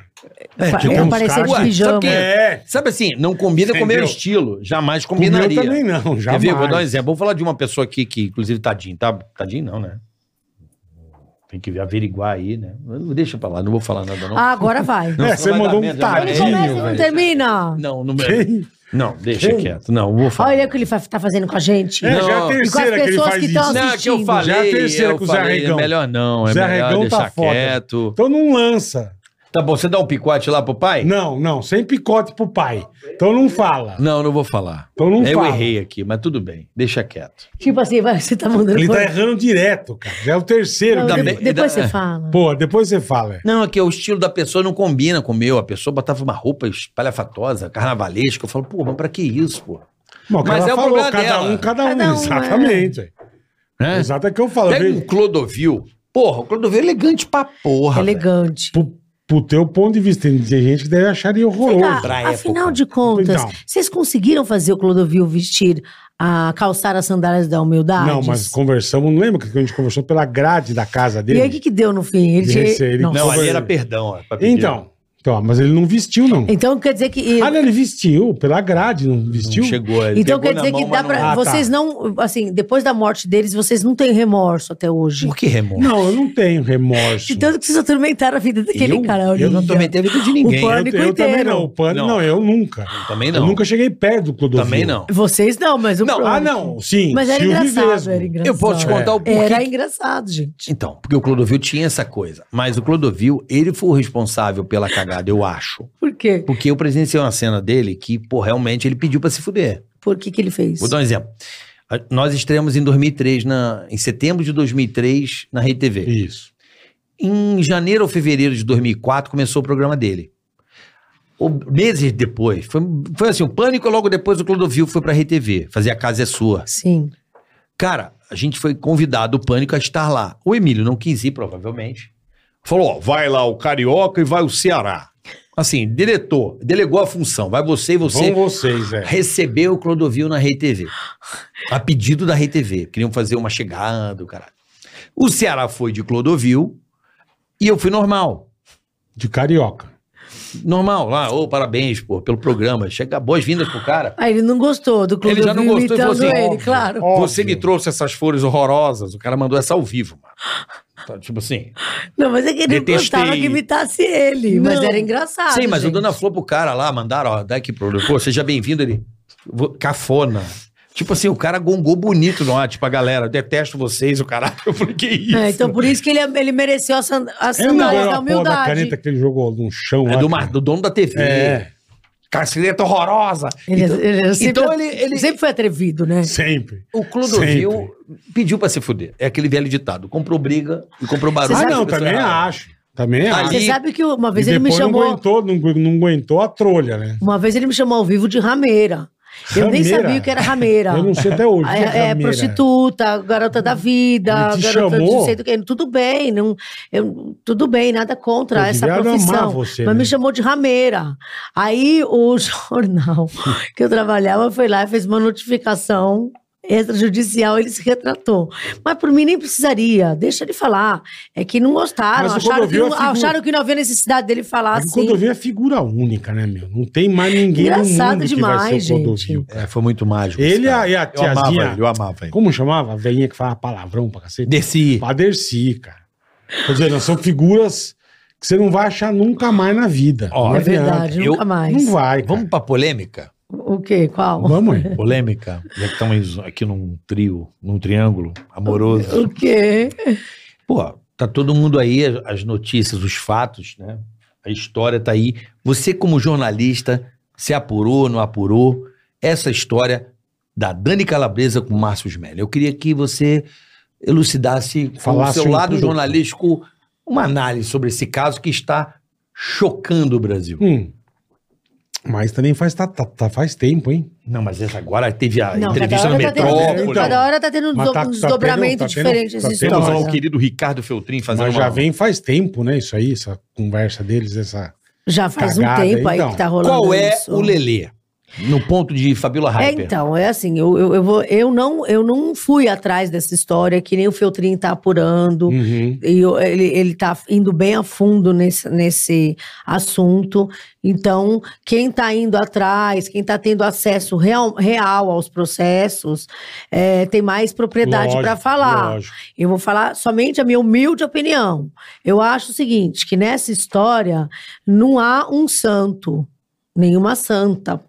S5: É,
S3: porque tem uns
S5: aparecer
S3: caras
S5: de
S3: que-
S5: pijama.
S4: Sabe quem- tipo, Sabe assim, não combina com o meu
S3: Entendeu?
S4: estilo. Jamais
S3: O meu
S4: combinaria.
S3: também não, já
S4: Quer ver? Vou dar um exemplo. Vou falar de uma pessoa aqui que, inclusive, tadinho, tá? Tadinho não, né? Tem que averiguar aí, né? Deixa pra lá, não vou falar nada, não.
S5: Ah, agora vai.
S4: Não, senão
S3: É, você
S4: vai dar
S3: mandou um
S4: merda, vai dar
S5: Ele
S4: merda.
S3: tadinho,
S5: começa e não
S3: velho.
S5: termina.
S4: Não, não,
S3: Quem?
S4: não deixa
S3: Quem?
S4: quieto. Não, vou falar.
S5: Olha o que ele fa- tá fazendo com a gente.
S3: É, já é a
S4: Não.
S5: E com as
S3: terceira que ele
S5: pessoas
S3: faz
S5: que
S3: isso.
S4: não,
S5: tão-
S4: é que eu
S5: assistindo.
S4: falei,
S3: Já é a terceira
S4: eu
S3: com o Zé
S4: falei,
S3: Arregão.
S4: É melhor não, é
S3: Zé
S4: melhor
S3: Arregão tá
S4: deixar
S3: foda.
S4: quieto.
S3: Então não lança.
S4: Tá bom, você dá um picote lá pro pai?
S3: Não, não, sem picote pro pai. Então não fala.
S4: Não, não vou falar.
S3: Então não
S4: eu
S3: fala.
S4: errei aqui, mas tudo bem, deixa quieto.
S5: Tipo assim, vai- você tá mandando.
S3: Ele tá
S5: coisa-
S3: errando direto, cara. Já é o terceiro.
S5: Não,
S3: que-
S5: de-
S4: bem-
S5: depois
S4: dá-
S5: você fala.
S3: Pô, depois você fala. é.
S4: Não, é que o estilo da pessoa não combina com o meu. A pessoa botava uma roupa espalhafatosa, carnavalesca. Eu falo, pô, mas pra que isso, pô?
S3: Bom, o
S4: Mas
S3: cara
S4: é o
S3: falou,
S4: problema
S3: cada
S4: dela.
S3: um, cada um.
S5: Cada um,
S3: exatamente. velho.
S4: Né?
S3: Exato é que eu falo.
S4: Pega um
S3: vejo-
S4: Clodovil. Porra, o Clodovil é elegante pra porra. velho.
S5: É Elegante.
S3: Pro, pro teu ponto de vista, tem gente que deve achar ele
S5: Vem
S3: horroroso.
S5: cá,
S4: pra época.
S5: afinal de contas,
S3: Então.
S5: vocês conseguiram fazer o Clodovil vestir, a calçar as sandálias da humildade?
S3: Não, mas conversamos, não lembra que a gente conversou pela grade da casa
S5: E
S3: dele?
S5: aí, o que, que deu no fim? Ele
S3: De
S5: tinha-
S3: receio, ele-
S5: Nossa.
S4: Não, ali é
S3: Clodovil.
S4: era perdão. ó, pra pedir.
S3: Então, então, mas ele não vestiu, não.
S5: Então quer dizer que.
S3: Ah, não, ele vestiu, pela grade, não
S4: Não
S3: vestiu?
S4: chegou. ele
S5: então
S4: pegou
S5: quer
S4: na
S5: dizer que
S4: mão, mas
S5: dá
S4: não-
S5: pra.
S3: Ah, tá.
S5: vocês não. Assim, depois da morte deles, vocês não têm remorso até hoje.
S4: Por que remorso?
S3: Não, eu não tenho remorso.
S5: De tanto que vocês atormentaram a vida daquele
S4: eu,
S5: cara. olha.
S4: eu não atormentei a vida de ninguém.
S3: eu,
S5: O pânico
S3: eu também
S5: inteiro.
S3: não, o
S4: Não.
S3: pânico, não, eu nunca.
S4: Também
S3: Eu
S4: não.
S3: nunca cheguei perto do Clodovil.
S4: Também não.
S5: Vocês não, mas o
S4: Não,
S5: Pronto.
S3: Ah, não, sim,
S5: Mas era
S3: Silvio
S5: engraçado,
S3: Vesgo.
S5: era engraçado.
S4: Eu posso te contar
S5: É.
S4: o porquê.
S5: Era engraçado, gente.
S4: Então, porque o Clodovil tinha essa coisa. Mas o Clodovil, ele foi o responsável pela cagada, eu acho.
S5: Por quê?
S4: Porque eu presenciei uma cena dele que, pô, realmente ele pediu pra se fuder.
S5: Por que, que ele fez?
S4: Vou dar um exemplo. A- Nós estreamos em 2003, na, em setembro de 2003, na Rede TV.
S3: Isso.
S4: Em janeiro ou fevereiro de 2004 começou o programa dele. O- meses depois, foi, foi assim, o pânico logo depois o Clodovil foi pra RTV, fazer A Casa é Sua.
S5: Sim.
S4: Cara, a gente foi convidado, o pânico, a estar lá. O Emílio não quis ir, provavelmente. Falou, ó, vai lá o Carioca e vai o Ceará. Assim, deletou, delegou a função, vai você e você.
S3: Vão vocês, é.
S4: Recebeu o Clodovil na Rei TV. A pedido da Rei TV. Queriam fazer uma chegada, o caralho. O Ceará foi de Clodovil e eu fui normal.
S3: De carioca.
S4: Normal, lá, ô, parabéns, pô, pelo programa. Chega, boas-vindas pro cara.
S5: Aí Ah, ele não gostou do
S4: Ele
S5: Clodovil
S4: já não gostou e falou
S5: imitando
S4: assim,
S5: ele,
S4: óbvio,
S5: claro.
S3: Óbvio.
S4: Você me trouxe essas flores horrorosas. O cara mandou essa ao vivo, mano. Tá, Tipo assim.
S5: Não, mas é que ele não
S4: Detestei.
S5: gostava que imitasse ele. Mas
S4: Não.
S5: era engraçado.
S4: Sim, mas
S5: Ah, gente.
S4: o Dona Flor pro cara lá, mandaram, ó, daqui pro. Pô, seja bem-vindo, ele. "Vou- Cafona. Tipo assim, o cara gongou bonito no ar, tipo, a galera, detesto vocês, o caralho. Eu falei, que isso?
S5: É, então por isso que ele, ele mereceu as sand- as
S3: Eu não lembro
S5: sandálias da
S3: a porra É um da caneta
S5: é humildade.
S3: que ele jogou no chão.
S4: É
S3: lá,
S4: do,
S3: cara.
S4: mar- do dono da TV.
S3: É,
S4: Cacileta é horrorosa.
S5: Ele, ele sempre,
S4: então ele- ele-
S5: sempre foi atrevido, né?
S3: sempre.
S4: O Clodovil pediu pra se fuder. É aquele velho ditado. Comprou briga e comprou barulho.
S3: Ah,
S5: sabe
S3: não,
S4: Pessoa
S3: também
S4: errada.
S3: acho. Também
S4: Ali-
S3: acho.
S5: Você sabe que uma vez
S3: E
S5: ele me
S3: depois
S5: chamou.
S3: Não aguentou, não, agu- não aguentou a trolha, né?
S5: Uma vez ele me chamou ao vivo de rameira. Eu nem
S3: Rameira?
S5: sabia o que era rameira.
S3: Eu não sei até hoje. o que
S5: É, é,
S3: rameira?
S5: prostituta, garota da vida,
S3: Ele te
S5: garota de
S3: chamou?
S5: não sei do que. Tudo bem, não, eu- tudo bem, nada contra
S3: Pô,
S5: essa
S3: devia amar
S5: profissão.
S3: você,
S5: mas
S3: né?
S5: me chamou de rameira. Aí o jornal que eu trabalhava foi lá e fez uma notificação extrajudicial, ele se retratou. Mas por mim nem precisaria, deixa ele falar. É que não gostaram,
S3: Mas o
S5: acharam que
S3: Clodovil é uma
S5: não,
S3: figura-
S5: acharam que não havia necessidade dele falar
S3: É que o
S5: assim.
S3: Clodovil é figura única, né, meu? Não tem mais ninguém
S5: Engraçado
S3: no mundo que vai
S5: demais,
S3: ser o Clodovil.
S4: É, foi muito mágico. esse
S3: Ele e a-
S4: cara.
S3: e a
S4: Eu amava
S3: tiazinha-
S4: ele, eu amava ele.
S3: Como chamava? A velhinha que falava palavrão pra cacete?
S4: Desci.
S3: A Dercy, cara. Tô dizendo, são figuras que você não vai achar nunca mais na vida.
S4: Ó,
S3: Não
S5: É
S3: adianta.
S5: verdade,
S4: Eu-
S5: nunca mais.
S3: Não vai, cara.
S4: Vamos pra polêmica?
S5: O quê? Qual?
S3: Vamos aí.
S4: Polêmica. Já que estamos aqui num trio, num triângulo amoroso.
S5: O quê?
S4: Pô, tá todo mundo aí, as- as notícias, os fatos, né? A história tá aí. Você, como jornalista, se apurou, não apurou? Essa história da Dani Calabresa com o Márcio Smelly. Eu queria que você elucidasse com o
S3: Falasse
S4: seu
S3: um
S4: lado
S3: pouco.
S4: jornalístico uma análise sobre esse caso que está chocando o Brasil.
S3: Hum. Mas também faz, tá, tá- tá- faz tempo, hein?
S4: Não, mas essa agora teve a
S5: Não,
S4: entrevista
S5: cada
S4: no
S5: hora, tá
S4: Metrópole.
S5: tendo,
S3: Então,
S5: cada hora tá tendo um
S3: mas
S5: desdo-
S3: tá- tá
S5: um desdobramento
S3: tendo- tá tendo-
S5: diferente
S3: tá
S5: dessa
S3: tendo-
S4: Temos lá o
S5: história.
S4: querido Ricardo Feltrin fazendo
S3: Mas já
S4: uma-
S3: vem faz tempo, né? Isso aí, essa conversa deles, essa.
S5: Já faz
S3: Cagada,
S5: um tempo aí
S3: então.
S5: que tá rolando
S4: Qual é
S5: isso.
S4: o Lelê? No ponto de Fabiola
S5: É,
S4: Hyper.
S5: então, é assim, eu, eu, eu, vou, eu, não, eu não fui atrás dessa história, que nem o Feltrin tá apurando,
S3: Uhum.
S5: e eu- ele, ele tá indo bem a fundo nesse, nesse assunto. Então, quem tá indo atrás, quem tá tendo acesso real, real aos processos, é, tem mais propriedade para
S3: Lógico,
S5: falar.
S3: lógico.
S5: Eu vou falar somente a minha humilde opinião. Eu acho o seguinte, que nessa história não há um santo, nenhuma santa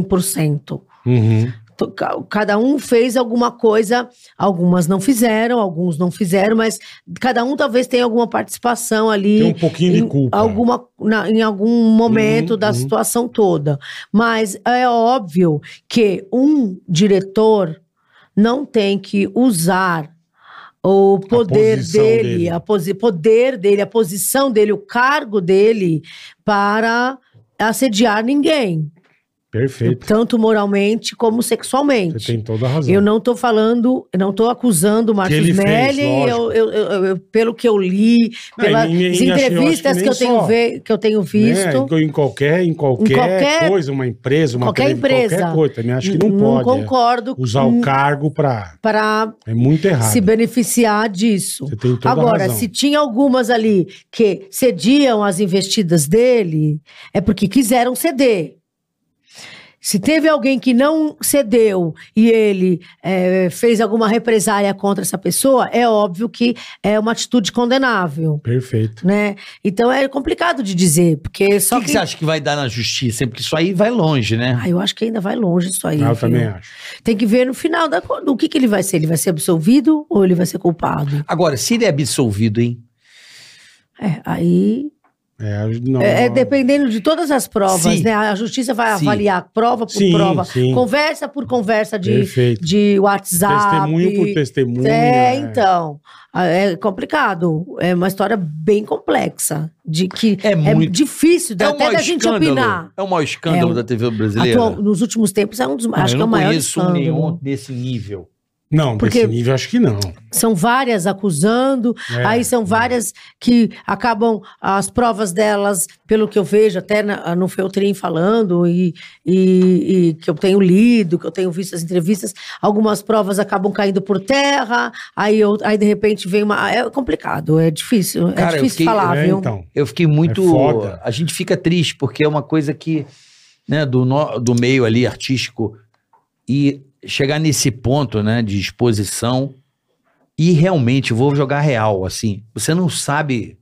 S5: 100%.
S3: Uhum.
S5: To- ca- Cada um fez alguma coisa, algumas não fizeram, alguns não fizeram, mas cada um talvez tenha alguma participação ali
S3: Tem um pouquinho de
S5: em,
S3: culpa.
S5: alguma, na- em algum momento
S3: Uhum,
S5: da
S3: uhum.
S5: situação toda. Mas é óbvio que um diretor não tem que usar o poder
S3: posição
S5: dele,
S3: dele.
S5: A posi poder dele, a posição dele, o cargo dele para assediar ninguém,
S3: Perfeito.
S5: tanto moralmente como
S3: Você
S5: sexualmente.
S3: tem toda a razão. Né,
S5: Eu não tô falando, eu não tô acusando o Marcos
S3: é. ele fez,
S5: Melli, eu,
S3: lógico.
S5: eu- eu- eu- pelo que eu li,
S3: Não,
S5: pelas
S3: e nem- nem- acho- eu
S5: entrevistas
S3: acho que
S5: que, eu
S3: nem
S5: tenho
S3: só.
S5: ve- que eu tenho visto.
S3: Né? Em qualquer, em qualquer,
S5: qualquer-
S3: coisa, uma empresa, uma
S5: qualquer
S3: tele-
S5: empresa.
S3: Qualquer coisa. Também acho que não, pode é,
S5: concordo
S3: usar
S5: com-
S3: o cargo para.
S5: para
S3: É muito errado.
S5: se beneficiar disso.
S3: Você tem toda
S5: Agora,
S3: a razão.
S5: se tinha algumas ali que cediam as investidas dele, é porque quiseram ceder. Se teve alguém que não cedeu e ele eh, fez alguma represália contra essa pessoa, é óbvio que é uma atitude condenável,
S3: Perfeito.
S5: né? Então é complicado de dizer, porque
S4: O
S5: só
S4: que, que você acha que vai dar na justiça? Porque isso aí vai longe, né?
S5: Ah, eu acho que ainda vai longe isso aí.
S3: Ah, eu
S5: viu?
S3: também acho.
S5: Tem que ver no final da co- do que, que ele vai ser. Ele vai ser absolvido ou ele vai ser culpado?
S4: Agora, se ele é absolvido, hein?
S5: É, aí.
S3: É, não,
S5: É, é
S3: não-
S5: dependendo de todas as provas,
S4: Sim.
S5: né? A justiça vai
S4: Sim.
S5: avaliar prova por
S3: Sim,
S5: prova,
S3: sim.
S5: conversa por conversa de,
S3: Perfeito.
S5: de WhatsApp.
S3: Testemunho por testemunho.
S5: É,
S3: né?
S5: então. Ah, É complicado. É uma história bem complexa. De que
S4: É muito-
S5: difícil da-
S4: é o
S5: até
S4: maior
S5: da gente
S4: escândalo.
S5: opinar.
S4: É o maior escândalo
S5: É o-
S4: da TV brasileira.
S5: Atual, nos últimos tempos, é um dos,
S4: Não, eu
S5: acho que é o
S4: não
S5: maior
S4: conheço
S5: escândalo.
S4: nenhum desse nível.
S3: Não,
S5: Porque-
S3: desse nível acho que não. né?
S5: São várias acusando,
S3: É,
S5: aí são várias que acabam as provas delas, pelo que eu vejo, até na- no Feltrin falando, e, e- e que eu tenho lido, que eu tenho visto as entrevistas, algumas provas acabam caindo por terra, aí, eu- aí de repente vem uma. É complicado, é
S4: Cara,
S5: difícil,
S4: eu
S5: é difícil
S4: fiquei-
S5: falar,
S3: É,
S5: viu?
S3: então.
S4: Eu fiquei muito.
S3: É foda.
S4: A gente fica triste, porque é uma coisa que. Né, do, no- do meio ali artístico. E chegar nesse ponto, né, de exposição. E realmente, eu vou jogar real, assim. Você não sabe.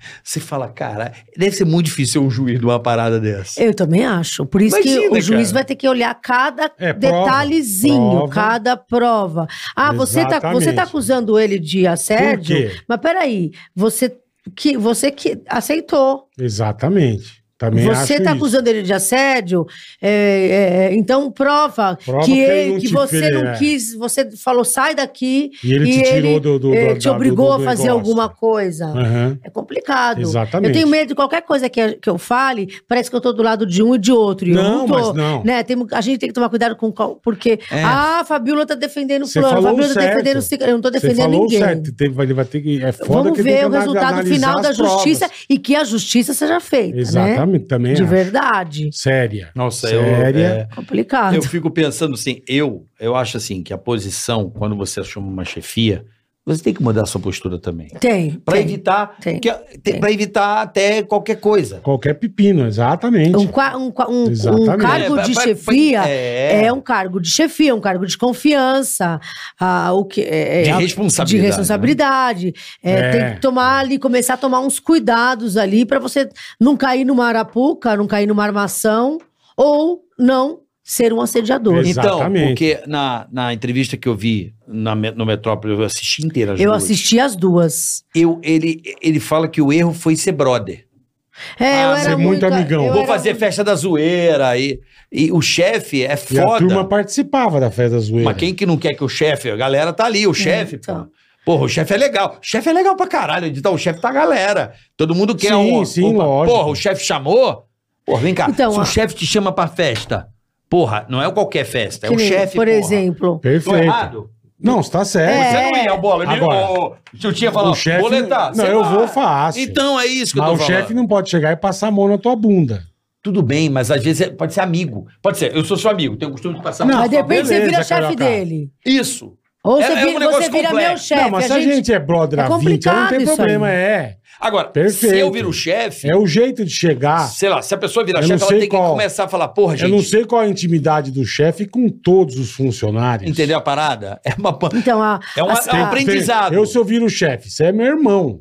S4: Você fala, cara, deve ser muito difícil ser um juiz de uma parada dessa.
S5: Eu também acho. Por isso que
S4: Imagina,
S5: o juiz
S4: cara.
S5: vai ter que olhar cada
S3: É, prova,
S5: Um detalhezinho,
S3: prova.
S5: cada prova. Ah, você tá, você
S3: Exatamente.
S5: tá acusando ele de
S3: Por
S5: assédio?
S3: quê?
S5: Mas peraí, você que, você que aceitou.
S3: Exatamente. Também acho
S5: você tá
S3: isso.
S5: acusando ele de assédio, é, é, é, então prova,
S3: Prova
S5: que,
S3: que ele
S5: ele-
S3: não
S5: que
S3: te
S5: você
S3: fez,
S5: não
S3: é.
S5: quis, você falou sai daqui,
S3: E ele te
S5: e
S3: tirou
S5: ele,
S3: do, do, do-
S5: eh,
S3: da-
S5: te
S3: do-
S5: obrigou
S3: do
S5: a fazer
S3: negócio.
S5: alguma coisa.
S3: Aham.
S5: É complicado.
S3: Exatamente.
S5: Eu tenho medo de qualquer coisa que, que eu fale, parece que eu tô do lado de um e de outro. E eu
S3: Não,
S5: não tô.
S3: mas não.
S5: Né? Tem- a gente tem que tomar cuidado com qual- porque
S4: É.
S5: ah, a Fabiola tá defendendo o
S3: Você
S5: fulano, a
S3: falou
S5: Fabiola tá
S3: certo.
S5: defendendo o ciclo. Eu não tô
S3: Você
S5: defendendo
S3: falou
S5: ninguém.
S3: certo. Teve, ele vai ter que. É foda
S5: Vamos
S3: que tem que
S5: ver o
S3: andar-
S5: resultado
S3: analisar
S5: final
S3: as
S5: da
S3: provas.
S5: justiça e que a justiça seja feita, né?
S3: Exatamente, também.
S5: De
S3: acho.
S5: verdade.
S3: Séria.
S4: Nossa,
S3: Séria.
S4: é-
S5: Complicado.
S4: Eu fico pensando assim, eu, eu acho assim que a posição, quando você assume uma chefia, você tem que mudar sua postura também.
S5: Tem,
S4: Pra
S5: tem.
S4: evitar
S5: tem,
S4: que- te- pra evitar até qualquer coisa.
S3: Qualquer pepino, exatamente.
S5: Um, qua- um qua- um- um
S3: Exatamente.
S5: cargo
S4: É,
S5: de
S4: pra- pra-
S5: chefia
S4: é,
S5: é um cargo de chefia, um cargo de confiança, ah, o que é, é,
S4: de
S5: a-
S4: responsabilidade. né?
S5: de responsabilidade. É,
S3: É.
S5: Tem que tomar ali, começar a tomar uns cuidados ali pra você não cair numa arapuca, não cair numa armação ou não ser um assediador.
S3: Exato.
S4: Então,
S3: Exatamente.
S4: porque na, na entrevista que eu vi na, Me- no Metrópole, eu assisti inteira. as
S5: Eu
S4: duas,
S5: assisti as duas.
S4: Eu, ele, ele fala que o erro foi ser brother.
S5: É,
S4: Ah,
S5: eu
S3: você é
S5: era
S3: muito amigão.
S5: eu
S4: Vou
S5: era um
S4: fazer
S5: muito-
S4: festa da zoeira. E, e o chefe é
S3: E a
S4: foda.
S3: turma participava da festa zoeira.
S4: Mas quem que não quer que o chefe, a galera tá ali, o chefe,
S5: então.
S4: pô. Porra, o chefe é legal. O chefe é legal pra caralho. Então, o chefe tá a galera. Todo mundo quer
S3: Sim,
S4: um.
S3: sim,
S4: um-
S3: lógico.
S4: Porra, o chefe chamou. Porra, vem cá.
S5: Então,
S4: Se
S5: a-
S4: o chefe te chama pra festa, porra, não é qualquer festa, é
S5: Que
S4: o
S5: nem,
S4: chefe.
S5: Por
S4: porra.
S5: exemplo.
S4: Tô
S3: Perfeito.
S4: errado?
S3: Não, está
S5: É.
S3: certo.
S4: Você não ia, o bola. Ele,
S3: Agora.
S4: o, se eu tinha falado,
S3: O chefe-
S4: boletar.
S3: não,
S4: você
S3: eu
S4: vai.
S3: vou fácil.
S4: Então é isso que
S3: Mas
S4: eu
S3: o
S4: tô falando.
S3: chefe não pode chegar e passar a mão na tua bunda.
S4: Tudo bem, mas às vezes é- pode ser amigo. Pode ser, eu sou seu amigo, tenho o costume de passar.
S3: Não.
S5: Mas de repente você
S3: beleza,
S5: vira chefe
S3: Carioca.
S5: dele.
S4: Isso.
S5: Ou você
S4: É- é um
S5: vira, você
S4: negócio
S5: vira meu
S4: complexo.
S5: chefe.
S3: não, mas se a gente, é brother
S5: é
S3: há 20 anos, não
S5: complicado
S3: tem
S5: isso
S3: problema,
S5: aí.
S3: é.
S4: Agora, se
S3: Perfeito.
S4: eu viro chefe,
S3: É o jeito de chegar.
S4: sei lá, se a pessoa virar
S3: Eu não
S4: chefe, ela
S3: sei
S4: tem que
S3: qual.
S4: começar a falar, porra,
S3: Eu não
S4: gente,
S3: sei qual é a intimidade do chefe com todos os funcionários.
S4: entendeu a parada? É uma... pan-
S5: Então, a,
S4: É um- é um
S5: a- a-
S4: aprendiz- Aprendizado.
S3: Eu, se eu viro o chefe, você é meu irmão.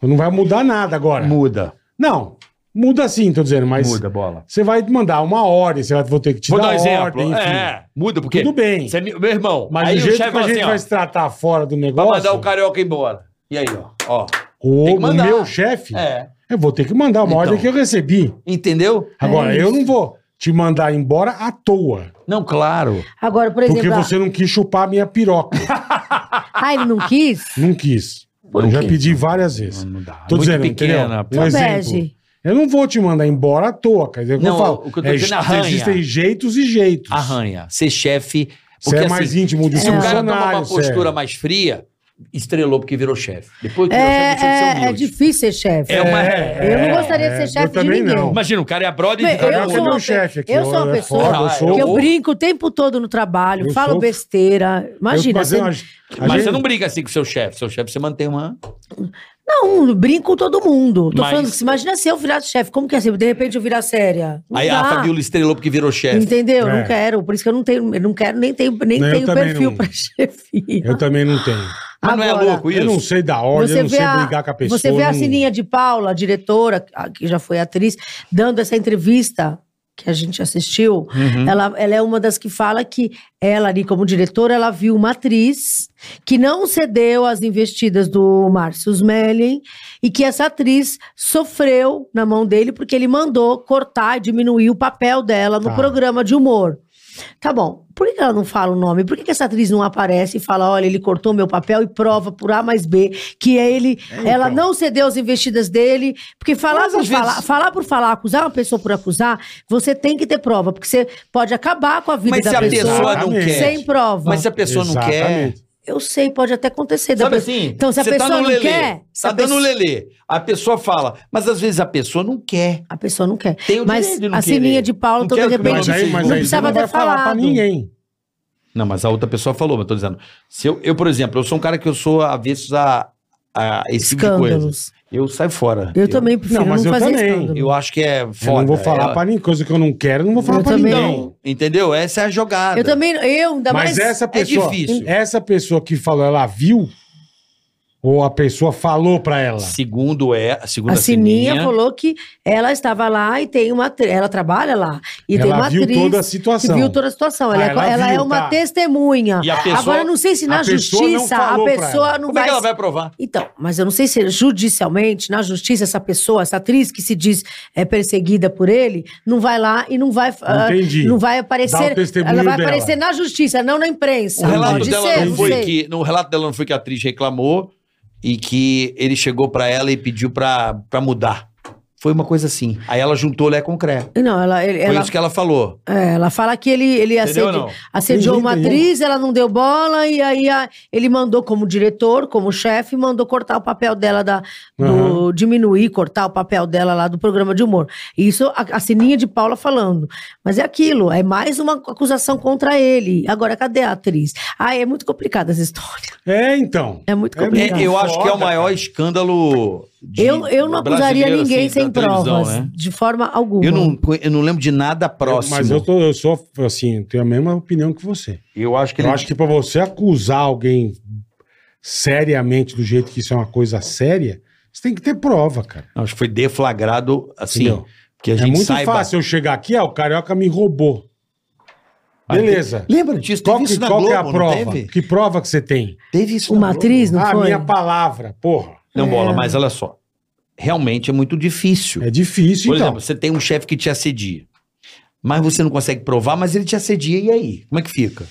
S3: Não vai mudar nada agora.
S4: Muda.
S3: Não, muda sim, tô dizendo, mas
S4: Muda, bola.
S3: você vai mandar uma ordem, você vai vou ter que te
S4: Vou
S3: dar,
S4: dar um exemplo.
S3: ordem, enfim.
S4: é, muda, porque...
S3: Tudo bem.
S4: Você é meu meu irmão.
S3: Mas
S4: aí
S3: o
S4: o
S3: jeito
S4: chefe
S3: que a
S4: fala
S3: gente
S4: assim,
S3: vai
S4: ó,
S3: se tratar fora do
S4: vai
S3: negócio,
S4: mandar o carioca embora. E aí, ó, ó.
S3: o,
S4: tem que
S3: o
S4: mandar.
S3: meu chefe,
S4: É.
S3: eu vou ter que mandar uma
S4: Então.
S3: ordem que eu recebi.
S4: Entendeu?
S3: Agora,
S5: É
S3: eu
S5: isso.
S3: não vou te mandar embora à toa,
S4: Não, claro.
S5: Agora, por
S3: porque
S5: exemplo, ah. a-
S3: você não quis chupar a minha piroca.
S5: ah, ele não quis?
S3: não quis.
S4: Não
S3: eu já
S4: quis.
S3: pedi várias vezes.
S4: Não dá.
S3: Tô
S4: Muito
S3: dizendo,
S4: pequena,
S3: entendeu?
S4: pô.
S3: Um exemplo.
S5: Bege.
S3: Eu não vou te mandar embora à toa, quer dizer, eu
S4: Não,
S3: falo,
S4: o que eu tô
S3: é,
S4: dizendo é arranha.
S3: existem jeitos e jeitos.
S4: Arranha. Ser chefe...
S3: Você
S4: Porque,
S3: é
S4: assim,
S3: mais íntimo do
S4: se o cara
S3: funcionário.
S4: tomar uma
S3: você é-
S4: postura mais fria, estrelou porque virou chefe. Depois que
S5: É,
S4: virou chefe, deixou de ser
S5: é, é
S4: humilde.
S5: difícil ser chefe.
S4: É uma-
S5: Eu não gostaria de ser chefe
S3: é, eu
S5: de
S3: também
S5: ninguém.
S3: Não.
S4: Imagina, o cara é a brother
S5: Bem,
S4: de cada
S5: eu
S3: Carioca
S4: um.
S3: é
S5: sou
S3: meu
S5: uma,
S3: chefe
S5: pe-
S3: aqui,
S5: eu sou
S3: ó,
S5: uma
S3: é
S5: pessoa
S3: foda, eu sou-
S5: que eu
S4: eu-
S5: brinco o tempo todo no trabalho,
S3: Eu
S5: falo
S3: sou-
S5: besteira.
S3: Eu-
S5: Imagina,
S3: mas
S5: você...
S3: eu acho- a
S4: Mas
S3: gente-
S4: você não briga assim com seu chefe. Seu chefe você mantém uma.
S5: não, eu brinco com todo mundo. Tô
S4: Mas-
S5: falando que se imagina se eu virar chefe, como que é ser? De repente eu virar séria. Não
S4: Aí
S5: dá.
S4: a Fabiola estrelou porque virou chefe.
S5: Entendeu?
S3: É.
S5: Não quero, por isso que eu não tenho, eu não quero, nem tenho, nem
S3: Não, eu
S5: tenho
S3: também
S5: perfil
S3: não.
S5: pra chefia.
S3: Eu também não tenho.
S4: Mas não é
S5: Agora,
S4: louco
S3: Eu não
S4: isso?
S3: sei da ordem, eu não sei brigar com a pessoa.
S5: Você vê a
S3: não-
S5: Sininha de Paula, a diretora, a- que já foi atriz, dando essa entrevista que a gente assistiu.
S3: Uhum.
S5: Ela, ela é uma das que fala que ela ali, como diretora, ela viu uma atriz que não cedeu às investidas do Márcio Smelling e que essa atriz sofreu na mão dele porque ele mandou cortar e diminuir o papel dela no
S3: Tá.
S5: programa de humor. Tá bom. Por que que ela não fala o nome? Por que que essa atriz não aparece e fala, olha, ele cortou meu papel e prova por A mais B que é ele, ela não cedeu as investidas dele, porque falar
S4: então. Mas,
S5: por
S4: às vezes-
S5: falar, falar por falar, acusar uma pessoa por acusar, você tem que ter prova, porque você pode acabar com a vida
S4: Mas
S5: da
S4: se a pessoa não
S3: Exatamente.
S4: quer.
S5: sem prova.
S4: Mas se a pessoa não quer.
S3: Exatamente.
S5: Eu sei, pode até acontecer. da
S4: Sabe
S5: pessoa-
S4: assim?
S5: então, se a
S4: você
S5: pessoa
S4: tá no
S5: não
S4: lelê,
S5: quer, se
S4: Tá
S5: a
S4: dando
S5: pessoa-
S4: lelê. A pessoa fala, mas às vezes a pessoa não quer.
S5: a pessoa não quer.
S4: Tem o
S5: Mas
S4: direito de não
S5: a
S4: querer.
S5: sininha de Paula,
S4: Não
S5: toda
S4: quero
S5: de
S4: que meu
S5: repente.
S3: Mas aí, mas
S5: não
S3: aí você
S5: precisava
S3: não vai
S5: ter
S3: falar pra
S5: falado.
S3: ninguém.
S4: Não, mas a outra pessoa falou, mas eu tô dizendo. Se eu, eu, por exemplo, eu sou um cara que eu sou avesso a, a esse tipo de coisa.
S5: Escândalos.
S4: Eu saio fora.
S5: Eu, também prefiro
S3: Não,
S5: não,
S3: mas eu
S5: fazer
S3: também.
S5: escândalo.
S4: Eu acho que é
S3: Eu
S4: foda.
S3: não vou falar
S4: Ela-
S3: pra ninguém. Coisa que eu não quero, eu não vou falar
S5: Eu
S3: pra
S5: também.
S3: ninguém.
S4: Então, entendeu? Essa é a jogada.
S5: Eu também, eu ainda
S3: Mas
S5: mais. é
S3: essa pessoa,
S4: difícil.
S3: essa pessoa que falou, ela viu? Ou a pessoa falou pra ela?
S4: Segundo é, segundo
S5: A
S4: a
S5: Sininha
S4: Sininha,
S5: falou que ela estava lá e tem uma. atri- Ela trabalha lá. E tem
S3: ela
S5: uma
S3: viu
S5: atriz
S3: toda a
S5: que
S3: situação.
S5: viu toda a situação. Ela,
S3: Ah,
S5: é,
S3: ela
S5: ela é
S3: viu,
S5: uma
S3: tá.
S5: testemunha.
S4: E a pessoa-
S5: Agora, eu não sei se na
S3: a pessoa não
S5: justiça a
S3: falou pra
S5: pessoa
S3: ela.
S5: não
S4: como é
S5: vai.
S4: que ela vai provar?
S5: Então, mas eu não sei se judicialmente, na justiça, essa pessoa, essa atriz que se diz é perseguida por ele, não vai lá e não vai. ah,
S3: Entendi.
S5: Não vai
S3: Dá o
S5: aparecer.
S3: testemunho
S5: Ela vai
S3: dela.
S5: aparecer na justiça, não na imprensa.
S4: O relato
S5: Pode
S4: dela
S5: ser,
S4: não foi
S5: sei.
S4: que, no relato dela não foi que a atriz reclamou e que ele chegou pra ela e pediu pra pra mudar. Foi uma coisa assim. Aí ela juntou Lé com Cré.
S5: Não, ela, ele-
S4: Foi
S5: ela,
S4: isso que ela falou.
S5: é, ela fala que ele, ele
S4: Entendeu ou
S5: acende-
S4: não?
S5: assediou
S3: Entendi,
S5: uma
S3: entendi.
S5: atriz, ela não deu bola, e aí a- ele mandou, como diretor, como chefe, mandou cortar o papel dela da. do-
S3: Aham.
S5: diminuir, cortar o papel dela lá do programa de humor. E Isso a, a Sininha de Paula falando. Mas é aquilo, é mais uma acusação contra ele. Agora, cadê a atriz? Ai, é muito complicada essa história.
S3: É, então.
S5: É muito
S3: É
S4: É,
S5: complicada.
S4: eu acho que é o
S3: Foda,
S4: maior
S3: cara.
S4: escândalo. de
S5: eu, eu não acusaria
S4: brasileiro,
S5: ninguém
S4: assim,
S5: sem
S4: da televisão,
S5: provas, Uhum.
S4: né?
S5: de forma alguma.
S4: Eu não, eu não lembro de nada próximo.
S3: Mas eu, tô, eu sou, assim, tenho a mesma opinião que você.
S4: Eu acho que
S3: Eu acho que pra você acusar alguém seriamente do jeito que isso é uma coisa séria, você tem que ter prova, cara.
S4: Não, acho que foi deflagrado assim.
S3: Entendeu?
S4: Que a
S3: É
S4: gente
S3: muito
S4: saiba.
S3: fácil eu chegar aqui, ah, o carioca me roubou.
S4: Ah,
S3: Beleza.
S4: Lembra disso?
S3: Qual,
S4: Teve
S3: que,
S4: isso na
S3: qual
S4: Globo,
S3: que é a prova?
S4: não teve?
S3: Que prova que você tem?
S4: Teve isso
S5: Uma
S4: na Globo.
S5: atriz, não
S3: ah,
S5: foi?
S3: minha palavra, porra.
S4: Não,
S5: É.
S4: bola, mas olha só. Realmente é muito difícil.
S3: É difícil,
S4: Por
S3: então.
S4: exemplo, você tem um chefe que te assedia. Mas você não consegue provar, mas ele te assedia, e aí? Como é que fica?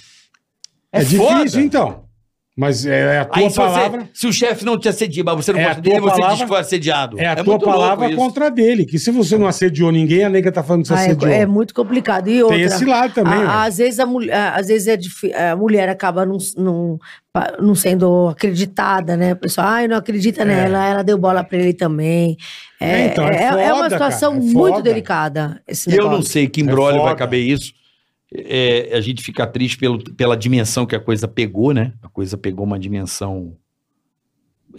S3: é
S4: foda.
S3: difícil, então. Mas é a tua
S4: Aí se, você-
S3: palavra.
S4: se o chefe não te assediar, mas você não
S3: É a
S4: gosta dele,
S3: tua
S4: você
S3: palavra-
S4: diz que foi assediado.
S3: É a tua
S4: muito louco
S3: palavra
S4: isso.
S3: contra a dele. Que se você não assediou ninguém, a nega tá falando que você
S5: Ah,
S3: assediou.
S5: é, Ah, é muito complicado. E outra,
S3: Tem esse lado também.
S5: a-
S3: velho.
S5: às vezes a mulher, às vezes é difí- a mulher acaba não, não, pa- não sendo acreditada, né? O pessoal, ai, não
S4: É.
S5: acredita nela, ela deu bola pra ele também. É,
S3: É, então, é
S5: é- é uma
S3: foda,
S5: situação
S3: cara, é
S5: muito
S3: foda.
S5: delicada esse
S4: E eu
S5: negócio.
S4: não sei que
S3: É
S4: embrólio vai
S3: foda.
S4: caber isso. É, a gente fica triste pelo, pela dimensão que a coisa pegou, né? A coisa pegou uma dimensão.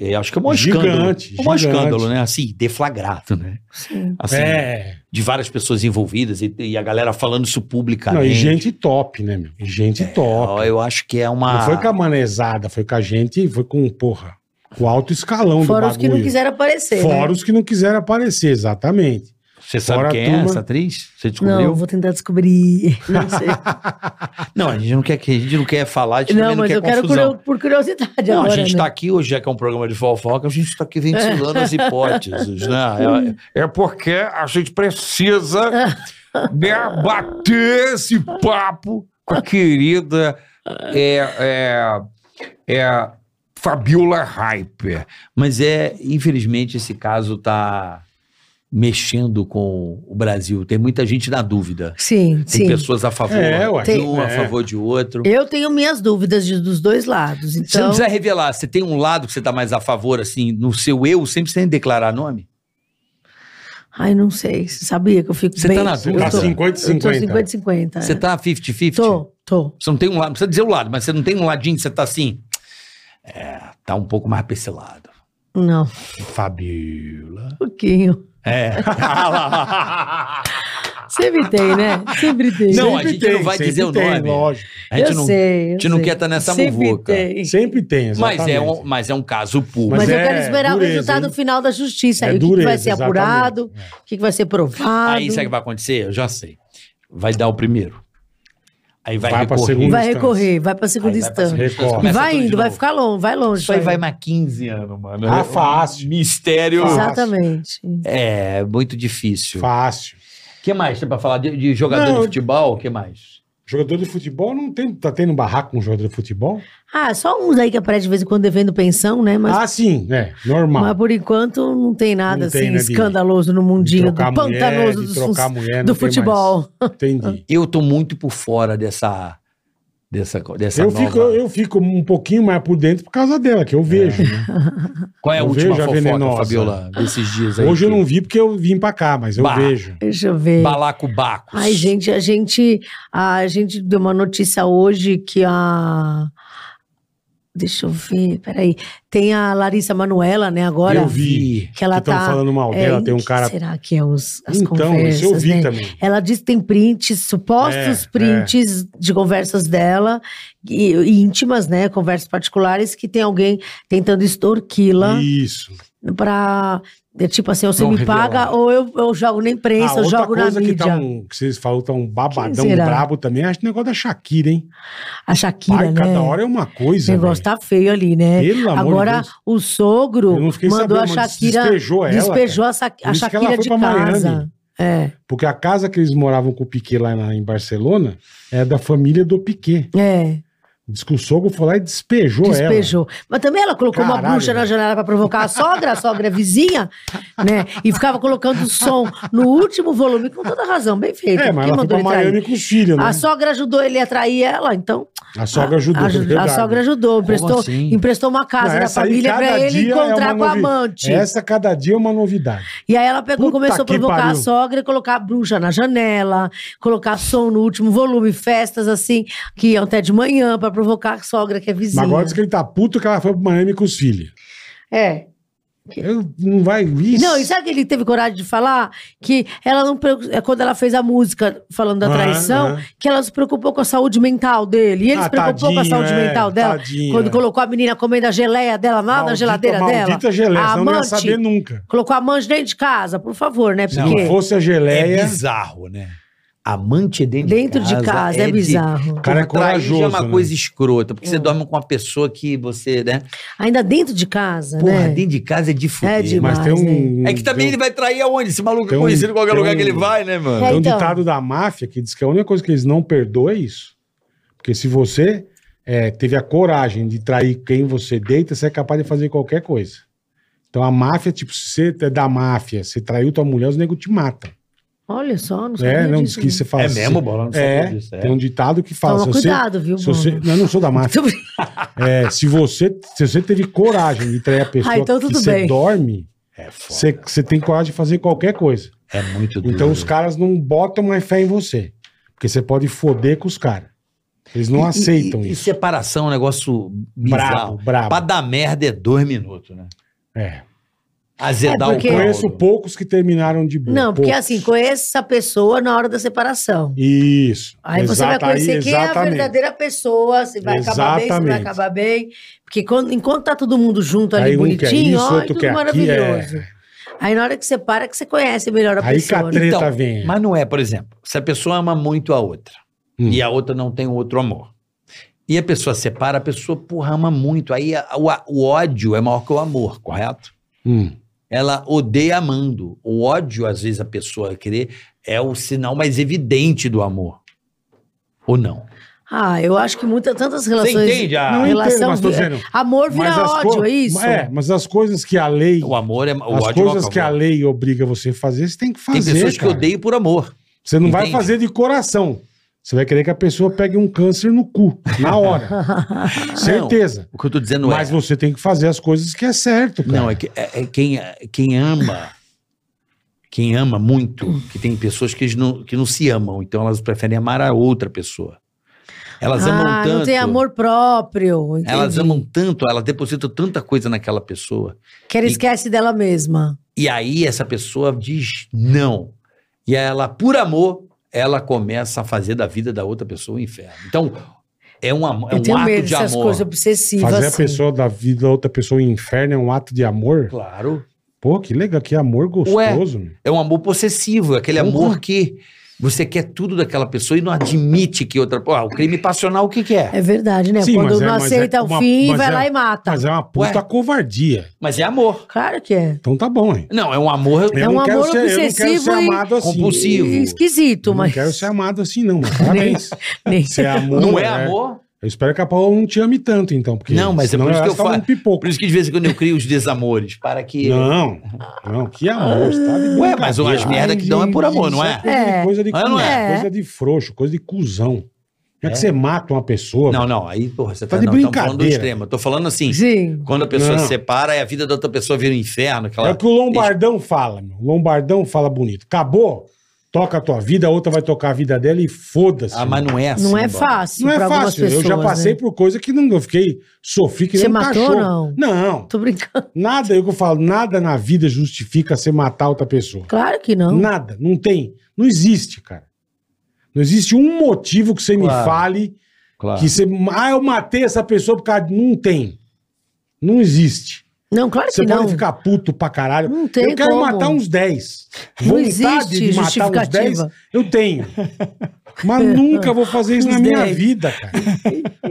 S4: é, acho que é um maior
S3: Gigante,
S4: escândalo. É um maior
S3: gigante.
S4: escândalo, né? Assim, deflagrado, né?
S5: Sim.
S4: Assim,
S3: é.
S4: De várias pessoas envolvidas e, e a galera falando isso publicamente.
S3: Não, e gente top, né, meu? E gente top.
S4: Ó, Eu acho que é uma.
S3: Não foi com a manezada, foi com a gente, foi com, porra, com o alto escalão
S5: Fora
S3: do
S5: os que não
S3: bagulho.
S5: quiseram aparecer.
S3: Fora
S5: né?
S3: os que não quiseram aparecer, exatamente.
S4: Você sabe
S3: Fora a
S4: quem é
S3: turma.
S4: essa atriz? Você descobriu? Tá
S5: Não, vou tentar descobrir. Não sei.
S4: Não, a gente não quer, que- a gente não quer falar, a gente
S5: não,
S4: também não
S5: mas
S4: quer
S5: eu quero
S4: é confusão.
S5: curio- por curiosidade
S4: Não,
S5: agora.
S4: a gente
S5: né?
S4: está aqui hoje, já que é um programa de fofoca, a gente está aqui ventilando as hipóteses, né? É, é porque a gente precisa né, bater esse papo com a querida é, é, é, Fabiola Hyper. Mas é, infelizmente, esse caso está mexendo com o Brasil. Tem muita gente na dúvida.
S5: Sim,
S4: Tem
S5: sim.
S4: pessoas a favor
S3: É, ué.
S4: de um, a
S3: Tem.
S4: favor de outro.
S5: Eu tenho minhas dúvidas de- dos dois lados.
S4: Você não
S5: Então,
S4: precisa revelar. Você tem um lado que você tá mais a favor, assim, no seu eu, sempre sem declarar nome?
S5: ai, não sei. Você sabia que eu fico
S4: Você
S5: bem...
S4: tá na
S5: Eu
S4: dúvida?
S3: Tá
S5: tô-
S3: 50
S5: Eu tô 50
S3: 50.
S5: 50.
S4: Você tá 50-50?
S5: É. Tô, tô.
S4: Você não tem um lado, não precisa dizer o lado, mas você não tem um ladinho que você tá assim. É, tá um pouco mais pra esse lado.
S5: Não,
S4: Ah.
S5: um
S4: Fabiola.
S5: pouquinho.
S4: É.
S5: Sempre tem, né? Sempre tem.
S4: Não,
S3: Sempre
S4: a gente não vai
S3: sempre
S4: dizer o
S3: tem,
S4: nome.
S3: Lógico.
S4: a gente
S5: eu
S4: não,
S5: sei, eu
S4: a gente não
S5: sei.
S4: quer tá nessa
S5: Sempre
S4: muvuca.
S5: Tem.
S3: Sempre tem, exatamente.
S4: Mas é, um, mas é um caso público.
S3: Mas
S5: Mas, eu
S3: é
S5: quero esperar
S3: dureza,
S5: o resultado
S3: hein?
S5: final da justiça.
S3: É
S5: aí, o que que,
S3: dureza,
S5: vai ser
S3: exatamente.
S5: apurado, o que, que vai ser provado.
S4: Aí sabe o que vai acontecer? Eu já sei. Vai dar o primeiro. Aí vai,
S3: Vai pra
S4: recorrer.
S3: segunda.
S5: vai recorrer, vai pra
S4: Aí
S5: segunda
S4: vai pra segunda
S5: instância.
S4: instância,
S3: Recorre.
S4: começa
S5: vai
S4: tudo de
S5: indo, vai
S4: novo.
S5: ficar longe, vai longe.
S4: Isso aí vai mais 15 anos, mano.
S3: Ah, fácil.
S4: Mistério.
S3: Fácil.
S5: Exatamente.
S4: É, muito difícil.
S3: Fácil.
S4: O que mais tem pra falar? De, de jogador
S3: Não.
S4: de futebol, o que mais?
S3: Jogador de futebol não tem. Tá tendo barraco com jogador de futebol?
S5: Ah, só uns aí que aparece de vez em quando devendo pensão, né? Mas,
S3: ah, sim, é. Normal.
S5: mas por enquanto não tem nada
S3: Não tem,
S5: assim
S3: né, de-
S5: escandaloso no
S3: De
S5: mundinho do
S3: trocar mulher,
S5: pantanoso
S3: de
S5: dos
S3: trocar
S5: fun-
S3: mulher,
S5: do
S3: não tem mais.
S5: futebol.
S3: Entendi.
S4: Eu tô muito por fora dessa. Dessa, co- dessa
S3: Eu
S4: nova-
S3: fico, eu fico um pouquinho mais por dentro por causa dela, que eu vejo. né?
S4: Qual é a
S3: eu
S4: última
S3: vejo a
S4: fofoca,
S3: venenosa.
S4: Fabiola, desses dias aí?
S3: Hoje eu
S4: que-
S3: não vi porque eu vim pra cá, mas eu
S4: né? Bah.
S3: vejo.
S5: Deixa eu ver.
S4: Balacobacos.
S5: Ai, gente, a gente, a gente deu uma notícia hoje que a. Deixa eu ver, peraí. Tem a Larissa Manuela, né, agora?
S3: Eu vi.
S5: Que ela
S3: estão
S5: tá.
S3: falando mal
S5: é,
S3: dela,
S5: e
S3: tem um
S5: que
S3: cara.
S5: Será que é os, as
S3: Então,
S5: conversas?
S3: isso eu vi
S5: né?
S3: também.
S5: Ela diz que tem prints, supostos
S3: É,
S5: prints de conversas dela, e, e íntimas, né? Conversas particulares, que tem alguém tentando extorquí-la
S3: Isso.
S5: pra. é Tipo assim, ou você
S4: Não
S5: me
S4: revelar.
S5: paga, ou eu, eu jogo na imprensa,
S3: Ah,
S5: eu jogo na
S3: que,
S5: mídia.
S3: tá um, que vocês falam tá um babadão
S5: Quem será?
S3: brabo também, acho que o negócio da Shakira, hein?
S5: A Shakira,
S3: Pai,
S5: né?
S3: cada hora é uma
S5: O
S3: coisa.
S5: negócio
S3: velho.
S5: tá feio ali, né?
S3: Pelo amor de
S5: Agora,
S3: Deus.
S5: o sogro
S3: Eu não fiquei
S5: mandou
S3: sabendo,
S5: a
S3: mas
S5: Shakira.
S3: despejou ela,
S5: despejou a, Sa- a
S3: isso que ela
S5: Shakira
S3: foi
S5: de
S3: pra
S5: casa.
S3: Miami.
S5: É.
S3: Porque a casa que eles moravam com o Piquet lá na- em Barcelona é da família do Piquet.
S5: É,
S3: Diz que o sogro foi lá e despejou, ela.
S5: despejou. Mas também ela colocou uma
S3: Caralho,
S5: bruxa na
S3: velho.
S5: janela pra provocar a sogra, a sogra é vizinha, né? E ficava colocando o som no último volume, com toda razão, bem feito.
S3: É, mas ela
S5: Quem
S3: foi
S5: mandou
S3: pra
S5: ele trair?
S3: Miami com os filhos, né?
S5: A sogra ajudou ele a trair ela, então.
S3: A sogra ajudou.
S5: A,
S3: é
S5: a
S3: verdade.
S5: sogra ajudou, emprestou,
S4: assim?
S5: emprestou uma casa
S3: Não,
S5: da
S3: essa aí,
S5: família pra
S3: cada
S5: ele
S3: dia é
S5: encontrar
S3: uma
S5: com a
S3: novi-
S5: amante.
S3: Essa cada dia é uma novidade.
S5: E aí ela pegou,
S3: Puta
S5: começou a
S3: que
S5: provocar a
S3: pariu.
S5: sogra e colocar a bruxa na janela, colocar som no último volume, festas assim, que iam até de manhã pra provocar a sogra que é vizinha.
S3: Mas agora diz que ele tá puto que ela foi pra Miami com os filhos.
S5: É.
S3: Eu- Não vai. Isso.
S5: Não, e sabe que ele teve coragem de falar? Que ela não. pre- é Quando ela fez a música falando da
S3: Aham,
S5: traição,
S3: aham.
S5: que ela se preocupou com a saúde mental dele. E ele
S3: Ah,
S5: se preocupou com a
S3: tadinho,
S5: saúde
S3: é,
S5: mental dela.
S3: tadinho,
S5: quando
S3: é.
S5: colocou a menina comendo a geleia dela lá na
S3: Maldita-
S5: geladeira dela.
S3: Maldita geleia,
S5: a
S3: senão não ia
S5: amante.
S3: saber nunca.
S5: Colocou a amante dentro de casa, por favor, né?
S3: Se não
S5: Porque
S3: fosse a
S4: É
S3: geleia.
S4: bizarro, né? Amante é dentro,
S5: dentro de casa é, bizarro. É.
S3: O cara é
S4: Trair já é
S3: corajoso,
S4: uma
S3: né?
S4: coisa escrota, porque você dorme com uma pessoa que você, né?
S5: Ainda dentro de casa,
S4: Porra,
S5: né?
S4: dentro de casa é de fuder.
S5: de-
S3: Mas
S5: demais, né?
S3: tem um.
S4: É que também ele vai trair aonde? Esse maluco
S3: Tem
S4: é
S3: um-
S4: conhecido em qualquer
S3: tem
S4: lugar
S3: um-
S4: que ele vai, né, mano?
S5: É,
S3: Tem um
S5: então.
S3: ditado da máfia que diz que a única coisa que eles não perdoam é isso. Porque se você é, teve a coragem de trair quem você deita, você é capaz de fazer qualquer coisa. Então a máfia, tipo, se você é da máfia, você traiu tua mulher, os negros te matam.
S5: Olha só, não sabia
S3: É, não diz
S5: disso, né?
S3: que você fala
S6: É
S3: assim.
S6: mesmo, Bola? Não sabia
S3: É,
S6: disso, é.
S3: tem um ditado que fala.
S5: Toma
S3: se você-
S5: cuidado, viu,
S3: se você-
S5: Bono?
S3: não, eu não sou da máfia. É, se você, se você teve coragem de trair a pessoa
S5: Ah, então
S3: que
S5: tudo
S3: você
S5: bem.
S3: dorme,
S6: É foda.
S3: você, você tem coragem de fazer qualquer coisa.
S6: É muito duro.
S3: Então os caras não botam mais fé em você. Porque você pode foder com os caras. Eles não
S4: E- e-
S3: aceitam
S4: e,
S3: isso.
S4: E separação é um negócio
S3: Brabo,
S4: bizarro.
S3: brabo.
S4: Pra dar merda é dois minutos, né?
S3: É.
S4: Azedar
S5: É porque-
S4: o caldo.
S3: Conheço poucos que terminaram de boa.
S5: Não, porque
S3: poucos.
S5: assim, conheça a pessoa na hora da separação.
S3: Isso.
S5: Aí você vai
S3: Exata- aí,
S5: conhecer quem é a
S3: exatamente.
S5: verdadeira pessoa, se vai acabar bem, se não vai
S3: Exatamente.
S5: acabar bem. Porque quando- enquanto tá todo mundo junto ali,
S3: Aí um quer
S5: bonitinho,
S3: isso,
S5: ó,
S3: outro
S5: tudo
S3: quer aqui, é.
S5: maravilhoso. Aí na hora que você para, que você conhece melhor a
S3: Aí
S5: pessoa.
S3: que a
S5: né?
S3: treta vem.
S4: Mas não é, por exemplo, se a pessoa ama muito a outra
S3: Hum.
S4: e a outra não tem outro amor. E a pessoa separa, a pessoa porra, ama muito. Aí a- o, a- o ódio é maior que o amor, correto?
S3: Hum.
S4: Ela odeia amando. O ódio, às vezes, a pessoa querer é o sinal mais evidente do amor. Ou não?
S5: Ah, eu acho que muitas tantas relações.
S4: entende Ah, a-
S3: Não entendo,
S5: relação
S3: mas tô
S5: vi-
S3: dizendo.
S5: Amor vira
S3: Mas as
S5: ódio,
S3: co-
S5: é isso?
S3: É, mas as coisas que a lei.
S4: O amor é. O
S3: as
S4: ódio é
S3: coisas
S4: maior
S3: que a
S4: o amor.
S3: lei obriga você a fazer, você tem que fazer.
S4: Tem pessoas
S3: cara.
S4: que odeiam por amor.
S3: Você não vai
S4: Entende?
S3: fazer de coração. Você vai querer que a pessoa pegue um câncer no cu, na hora. Certeza.
S4: O que eu tô dizendo é.
S3: Mas você tem que fazer as coisas que é certo, cara.
S4: Não, é, que, é, é quem, quem ama. Quem ama muito, que tem pessoas que não, que não se amam, então elas preferem amar a outra pessoa. Elas amam
S5: ah,
S4: tanto.
S5: não tem amor próprio. Entendi.
S4: Elas amam tanto, elas depositam tanta coisa naquela pessoa.
S5: Que ela esquece dela mesma.
S4: E aí essa pessoa diz não. E ela, por amor, ela começa a fazer da vida da outra pessoa um inferno. Então, é um, amor- é
S5: eu
S4: um
S5: tenho
S4: ato
S5: medo
S4: de
S5: dessas
S4: amor.
S5: coisas obsessivas.
S3: Fazer a
S5: assim.
S3: pessoa da vida da outra pessoa em inferno é um ato de amor?
S4: Claro.
S3: Pô, que legal, que amor gostoso. meu.
S4: É um amor possessivo, é aquele
S3: Uhum.
S4: amor que você quer tudo daquela pessoa e não admite que outra. Ah, o crime passional, o que, que é?
S5: É verdade, né?
S3: Sim, mas
S5: Quando
S3: é-
S5: não
S3: mas é
S5: aceita o
S3: uma-
S5: fim,
S3: mas
S5: vai
S3: é-
S5: lá e mata.
S3: Mas é uma puta
S4: tá. Ué.
S3: covardia.
S4: Mas é amor.
S5: Claro que é.
S3: Então tá bom, hein?
S4: Não, é um amor.
S5: É um amor obsessivo e
S4: compulsivo.
S5: E É esquisito,
S3: assim. Eu
S5: mas.
S3: não quero ser amado assim, não. Mas parabéns.
S5: Nem-
S3: Você é amor.
S4: Não é
S3: né?
S4: amor?
S3: Eu espero que a Paola não te ame tanto, então. Porque
S4: Não, mas é
S3: senão
S4: por isso
S3: ela
S4: que eu
S3: tava
S4: falo-
S3: Um pipoco.
S4: Por isso que de vez em quando eu crio os desamores, para que.
S3: Não, não, que amor. você tá de
S4: Ué, mas
S3: brincadeira.
S4: as merda que dão é por amor, não é?
S3: Isso coisa de-
S5: É.
S3: Coisa de,
S4: Ah, não
S5: é?
S3: coisa de frouxo, coisa de cuzão. Não é, que você mata uma pessoa.
S4: Não, não, aí, porra, você
S3: Tá
S4: tá,
S3: de
S4: não, tamo falando do
S3: brincadeira.
S4: extremo. Eu tô falando assim,
S5: Sim.
S4: quando a pessoa
S3: Não.
S4: se separa, aí a vida da outra pessoa vira um inferno. Aquela...
S3: É o que o Lombardão fala, meu. O Lombardão fala bonito. Acabou, toca a tua vida, a outra vai tocar a vida dela e foda-se.
S4: Ah, mas não é assim.
S5: não é
S4: Bola.
S5: fácil.
S3: Não é
S5: pra algumas
S3: fácil.
S5: Pessoas,
S3: eu já passei
S5: Né?
S3: por coisa que não, eu fiquei, sofri que
S5: Você
S3: nem um
S5: matou ou
S3: cachorro.
S5: não?
S3: Não,
S5: Tô brincando.
S3: nada, é o que eu falo, nada na vida justifica você matar outra pessoa.
S5: Claro que não.
S3: Nada, não tem. Não existe, cara. Não existe um motivo que você me
S4: Claro.
S3: fale
S4: Claro.
S3: que você. Ah, eu matei essa pessoa por causa. de-" Não tem. Não existe.
S5: Não, claro
S3: Você
S5: que
S3: pode
S5: não.
S3: ficar puto pra caralho.
S5: Não tem
S3: eu quero
S5: como.
S3: matar um uns 10.
S5: Não
S3: Vontade
S5: existe
S3: de matar uns 10,
S5: justificativa.
S3: eu tenho. Mas nunca vou fazer isso
S5: Uns
S3: na minha
S5: 10.
S3: vida, cara.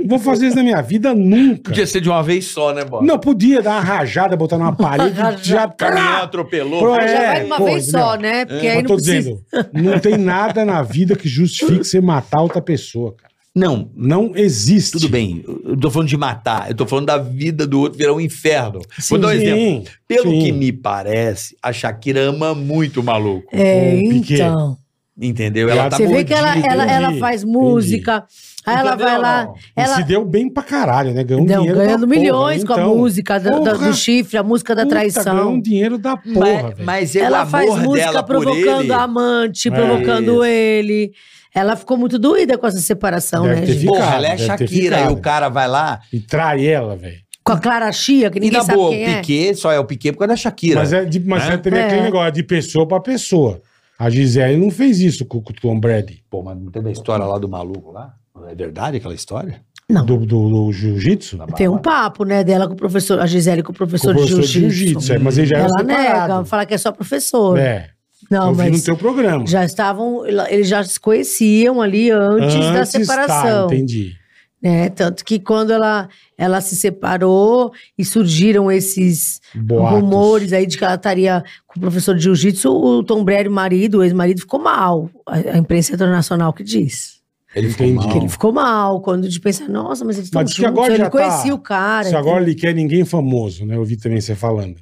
S3: Vou fazer isso na minha vida nunca.
S4: Podia ser de uma vez só, né, Bola?
S3: Não, podia dar uma rajada, botar numa parede, já
S4: Caminhão atropelou.
S3: Pro-
S5: Mas
S3: é,
S5: já vai uma
S3: pô,
S5: vez só,
S3: entendeu?
S5: né?
S4: É.
S5: Porque aí
S3: Mas
S5: não
S3: tô
S5: precisa.
S3: dizendo, não tem nada na vida que justifique você matar outra pessoa, cara.
S4: Não,
S3: Não existe.
S4: Tudo bem, eu tô falando de matar, eu tô falando da vida do outro virar um inferno. Vou dar um
S3: Sim,
S4: exemplo. Pelo
S3: sim.
S4: que me parece, a Shakira ama muito o maluco,
S5: É,
S3: Ô, Piquet,
S5: então.
S4: entendeu? Ela tá
S5: Você vê que ela,
S4: mordida.
S5: ela,
S3: entendi,
S5: ela faz
S3: entendi.
S5: música, aí ela
S4: Entendeu,
S5: vai lá.
S4: não?
S3: E
S5: Ela
S3: se deu bem pra caralho, né? Ganhou um
S5: não,
S3: dinheiro
S5: ganhando
S3: da porra,
S5: milhões com a
S3: então.
S5: música da- da-
S3: Porra,
S5: do chifre, a música da
S3: puta, Ganhou
S5: traição.
S3: um dinheiro da porra,
S4: Mas,
S3: velho.
S4: mas é o
S5: Ela
S4: amor
S5: faz música
S4: dela por
S5: provocando
S4: ele.
S5: a amante,
S3: É.
S5: provocando ele. Ela ficou muito doída com essa separação,
S3: Deve
S5: né,
S3: ter
S5: gente?
S3: ficado,
S4: Porra, ela é
S3: deve ter
S4: Shakira, e
S3: ficado.
S4: o cara vai lá.
S3: E trai ela, velho.
S5: Com a Clara Chia, que
S4: E
S5: ninguém
S4: na
S5: sabe
S4: boa, o
S5: quem é.
S4: Piquet só é o Piquet por causa da Shakira.
S3: Mas, é de, mas é. também
S5: É.
S3: aquele negócio de pessoa pra pessoa. A Gisele não fez isso com com o Tom Brady.
S4: Pô, mas não teve a história lá do maluco lá? É verdade aquela história?
S5: Não.
S3: Do, do- do jiu-jitsu?
S4: Na
S5: Tem um
S4: bala?
S5: papo, né, dela com o professor, a Gisele com o
S3: Com
S5: professor,
S3: o professor
S5: de jiu-jitsu.
S3: é, mas ele já era
S5: ela nega,
S3: separado.
S5: fala que é só professor.
S3: É,
S5: Não,
S3: eu vi
S5: mas
S3: no teu programa.
S5: já estavam, eles já se conheciam ali antes, da
S3: tá,
S5: separação.
S3: entendi.
S5: né? Tanto que quando ela, ela se separou e surgiram esses
S3: Boatos.
S5: rumores aí de que ela estaria com o professor de jiu-jitsu, o Tom Brady, o marido, o ex-marido, ficou mal. A, a imprensa internacional que diz.
S4: Ele
S3: Entendi.
S5: Que ele ficou mal, quando de pensar, nossa, mas eles estão
S3: Ah. Mas diz que
S5: juntos,
S3: agora
S5: eu
S3: já
S5: não
S3: tá-
S5: conhecia o cara. então-
S3: Se agora
S5: entendeu?
S3: ele quer ninguém famoso, né? Eu vi também você falando.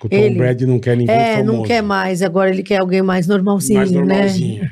S3: Que o Tom
S5: Ele-
S3: Brady não quer ninguém
S5: é,
S3: famoso.
S5: não quer mais, agora ele quer alguém mais normalzinho,
S3: Mais
S5: né?
S3: normalzinho.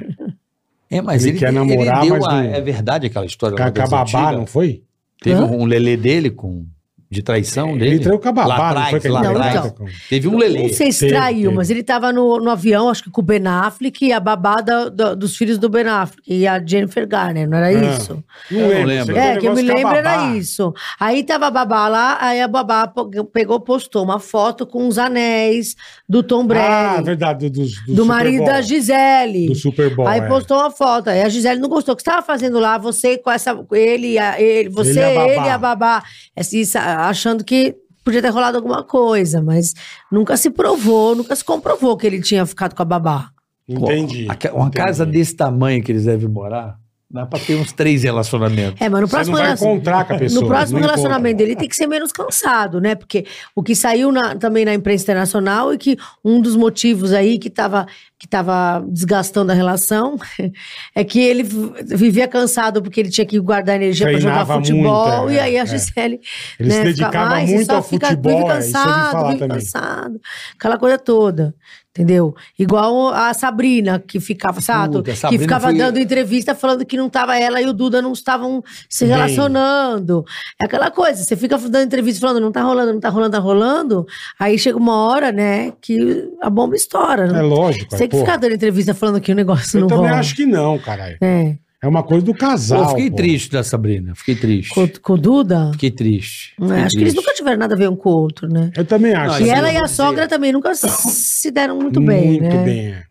S4: É, mas
S3: Ele
S4: ele,
S3: quer
S4: ele
S3: namorar,
S4: deu
S3: mas
S4: a-
S3: não-
S4: É verdade aquela história lá
S3: Ca-
S4: das
S3: Cababá,
S4: antigas?
S3: não foi?
S4: Teve
S5: Hã?
S4: um lelê dele com, de traição dele.
S3: É, Ele traiu Cababá,
S4: Lá
S3: não foi?
S4: atrás,
S3: Que ele
S4: lá
S3: traiu?
S5: atrás.
S4: Teve um
S5: Não
S4: lelê.
S5: sei se
S3: Teve,
S5: traiu,
S3: teve.
S5: mas ele tava no, no avião, acho que com o Ben Affleck e a babada dos filhos do Ben Affleck e a Jennifer Garner, não era
S3: Ah.
S5: isso?
S3: Não lembro.
S6: lembro.
S3: você
S5: É,
S3: viu
S5: que eu
S3: o
S5: me
S3: negócio
S5: lembro era
S3: Cababá. Ah,
S5: isso. Aí tava a babá lá, aí a babá po- pegou, postou uma foto com os anéis do Tom
S3: Ah,
S5: Brady,
S3: verdade, do, dos-
S5: do,
S3: Super
S5: marido
S3: Bowl.
S5: da Gisele.
S3: Do Super Bowl.
S5: aí
S3: é.
S5: postou uma foto. Aí a Gisele não gostou. O que você tava fazendo lá? Você com essa. Ele, e a, ele você,
S3: Ele e a babá.
S5: ele e a babá. Assim, sa- achando que podia ter rolado alguma coisa, mas nunca se provou, nunca se comprovou que ele tinha ficado com a babá.
S3: Entendi.
S4: Pô, a- uma
S3: entendi.
S4: casa desse tamanho que eles devem morar, dá pra ter uns três relacionamentos.
S5: É, mas no
S3: Você
S5: próximo
S3: não vai
S5: relacion-
S3: encontrar com a pessoa.
S5: É, No próximo
S3: não
S5: relacionamento dele tem que ser menos cansado, né? Porque o que saiu na- também na imprensa internacional e que um dos motivos aí que estava que tava desgastando a relação é que ele vi- vivia cansado porque ele tinha que guardar energia para jogar
S3: Treinava
S5: futebol
S3: muito, é,
S5: e aí a
S3: é.
S5: Gisele
S3: Ele se
S5: né,
S3: dedicava
S5: ficava, "Ai, você
S3: muito
S5: só
S3: ao
S5: fica-
S3: futebol, é,
S5: vive
S3: isso eu ouvi
S5: cansado,
S3: falar
S5: vive
S3: também.
S5: cansado, aquela coisa toda. Entendeu? Igual a Sabrina, que ficava, sabe?
S4: Puta, Sabrina
S5: que ficava
S4: foi-
S5: dando entrevista falando que não tava ela e o Duda não estavam se
S3: Bem.
S5: relacionando. É aquela coisa, você fica dando entrevista falando, não tá rolando, não tá rolando, tá rolando. Aí chega uma hora, né, que a bomba estoura.
S3: encontra. É
S5: né?
S3: lógico.
S5: Você tem
S3: é,
S5: que
S3: porra.
S5: ficar dando entrevista falando que o negócio
S3: Eu
S5: não
S3: também
S5: rola.
S3: acho que não, caralho.
S5: É.
S3: É uma coisa do
S4: Pô,
S3: casal.
S4: eu fiquei
S3: pô.
S4: triste da Sabrina, fiquei triste.
S5: Com, com o Duda?
S4: Fiquei triste.
S5: É,
S4: fiquei
S5: acho que eles
S4: triste.
S5: nunca tiveram nada a ver um com o outro, né?
S3: Eu também acho.
S4: Mas
S5: E
S4: eu
S5: ela
S4: vou
S5: e a
S4: dizer-
S5: sogra também nunca se deram muito bem, né?
S3: Muito bem. é.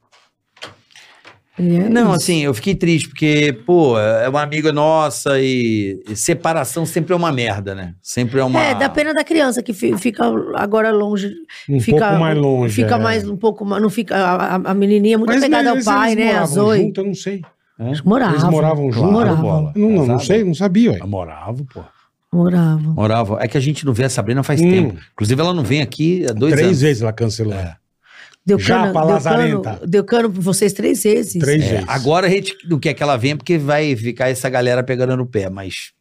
S5: E é
S4: Não,
S5: isso.
S4: assim, eu fiquei triste porque, pô, é uma amiga nossa e, e separação sempre é uma merda, né? Sempre é uma.
S5: É, dá pena da criança que fi- fica agora longe.
S3: Um
S5: fica,
S3: pouco mais longe.
S5: Fica
S3: é.
S5: mais um pouco mais. Não fica, a, a- a menininha é muito
S3: Mas
S5: apegada ao
S3: eles-
S5: pai,
S3: eles
S5: né? A
S3: moravam
S5: Zoe.
S3: junto, eu não sei.
S5: Moravam.
S3: Eles moravam juntos?
S5: Moravam.
S4: bola.
S3: Não, não, não
S4: Casado?
S3: sei, não sabia. ué.
S4: Eu Morava, pô.
S5: Moravam.
S4: Morava. É que a gente não vê a Sabrina faz
S3: Hum.
S4: tempo. Inclusive, ela não vem aqui há dois
S3: Três
S4: anos.
S3: vezes ela cancelou.
S5: É. Deu
S3: Já
S5: cano,
S3: pra
S5: deu
S3: lazarenta.
S5: cano, deu cano pra vocês três vezes.
S3: Três
S4: É,
S3: vezes.
S4: agora a gente não quer que ela venha porque vai ficar essa galera pegando no pé, mas.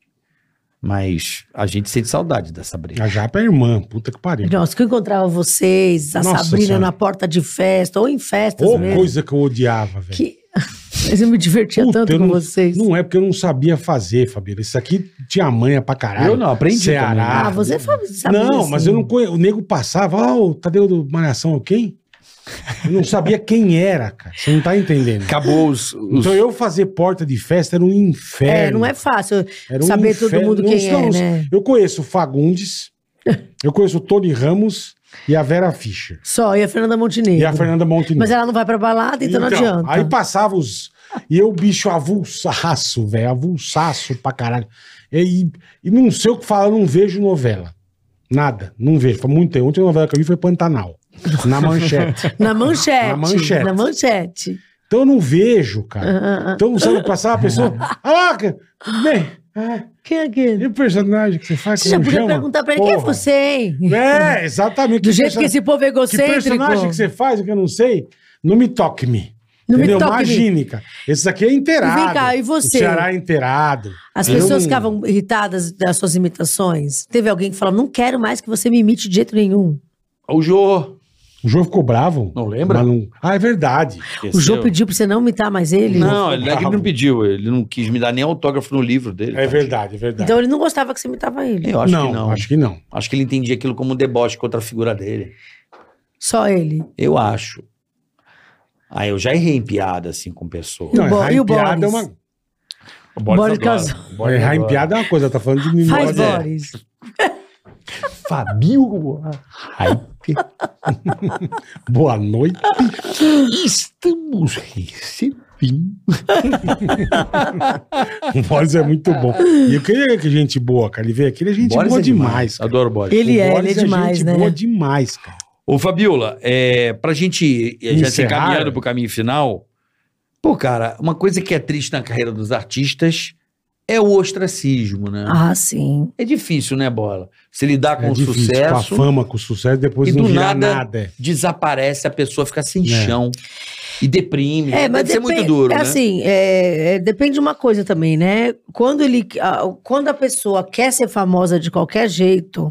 S4: Mas a gente sente saudade da Sabrina.
S3: A Japa é irmã, puta que pariu.
S5: Nossa, que eu encontrava vocês, a
S3: Nossa
S5: Sabrina
S3: Senhora.
S5: na porta de festa, ou em festas
S3: Ô,
S5: mesmo.
S3: coisa que eu odiava, velho.
S5: Que... Mas eu me divertia
S3: Puta,
S5: tanto
S3: eu
S5: com
S3: não-
S5: vocês.
S3: Não é porque eu não sabia fazer, Fabíola. Isso aqui tinha manha pra caralho.
S4: Eu não, aprendi também, né?
S3: Ceará.
S5: Ah, você sabe. sabe
S3: não,
S5: assim.
S3: mas eu não conheço. O nego passava, ó, o Tadeu do Malhação é quem? Eu não sabia quem era, cara. Você não tá entendendo.
S4: Acabou os. os-
S3: Então eu fazer porta de festa era um inferno.
S5: É, não é fácil
S3: Era um
S5: saber todo
S3: inferno.
S5: mundo
S3: Não,
S5: quem
S3: não,
S5: é, né?
S3: Eu conheço o Fagundes, eu conheço o Tony Ramos e a Vera Fischer.
S5: Só, e a Fernanda Montenegro.
S3: E a Fernanda Montenegro.
S5: Mas ela não vai pra balada, então, não adianta.
S3: Aí passava os. E eu, bicho, avulsaço, velho. Avulsaço pra caralho. E, e não sei o que falar, eu não vejo novela. Nada, não vejo. Foi muito tempo. A última novela que eu vi foi Pantanal. Na manchete.
S5: Na manchete.
S3: Na manchete.
S5: Na manchete.
S3: Então eu não vejo, cara.
S5: Ah, ah, ah.
S3: Então, sabe, passava a pessoa. Ah, cara, tudo bem. Ah,
S5: Quem é aquele?
S3: e o personagem que você faz?
S5: Você já
S3: Como
S5: podia
S3: chama?
S5: perguntar pra ele quem é
S3: Porra.
S5: você, hein?
S3: É, exatamente.
S5: Do jeito que
S3: person-
S5: esse povo é
S3: que
S5: egocêntrico.
S3: personagem que você faz, que eu não sei, não me toque-me.
S5: Não me
S3: Entendeu?
S5: toque-me.
S3: Imagine, cara. Esse daqui é inteirado.
S5: E vem cá, e você?
S3: O Ceará é inteirado.
S5: As
S3: Eu
S5: pessoas
S3: não-
S5: ficavam irritadas das suas imitações. Teve alguém que falou: não quero mais que você me imite de jeito nenhum.
S4: O Jô.
S3: O João ficou bravo.
S4: Não lembra?
S3: Mas não- Ah, é verdade.
S5: O Jô pediu pra você não imitar mais ele.
S3: né?
S4: Não, ele, não é que ele
S3: Bravo.
S4: não pediu. Ele não quis me dar nem autógrafo no livro dele. tá?
S3: É verdade, é verdade.
S5: Então ele não gostava que você imitava ele.
S4: Eu acho
S3: não,
S4: que não.
S3: acho que não.
S4: Acho que ele entendia aquilo como um deboche contra a figura dele.
S5: Só ele.
S4: Eu acho. Ah, eu já errei em piada, assim, com pessoa.
S5: E o
S3: Não,
S5: Bo-
S3: errar
S5: e o
S3: em piada é
S5: Boris?
S3: uma...
S4: O
S5: Boris
S4: adora.
S5: Casal.
S4: O Boris
S3: errar em
S4: adora.
S3: piada é uma coisa, tá falando de mim.
S5: Faz
S4: Boris é.
S5: Boris.
S4: Fabio Hype.
S3: Boa noite.
S4: Estamos recebendo.
S3: O Boris é muito bom. E eu queria que gente boa, cara. Ele veio aqui, ele é gente boa demais. cara.
S4: Adoro o Boris.
S5: Ele
S3: O
S5: é, ele é
S3: Boris
S5: demais,
S3: gente
S5: né?
S3: boa demais, cara.
S4: Ô, Fabiola, é, pra gente eh, já se
S3: Encerrar?
S4: encaminhando pro caminho final, pô, cara, uma coisa que é triste na carreira dos artistas é o ostracismo, né?
S5: Ah, sim.
S4: É difícil, né, Bola? Se lidar com
S3: É
S4: o
S3: difícil, com a
S4: sucesso,
S3: fama, com o sucesso, depois
S4: E
S3: não
S4: do
S3: virar
S4: nada-
S3: nada. é.
S4: desaparece, a pessoa fica sem
S3: É.
S4: chão. E deprime.
S5: É, mas
S4: Deve ser
S5: depen-
S4: muito duro,
S5: é
S4: né?
S5: assim, é, é, depende de uma coisa também, né? Quando ele, a- quando a pessoa quer ser famosa de qualquer jeito,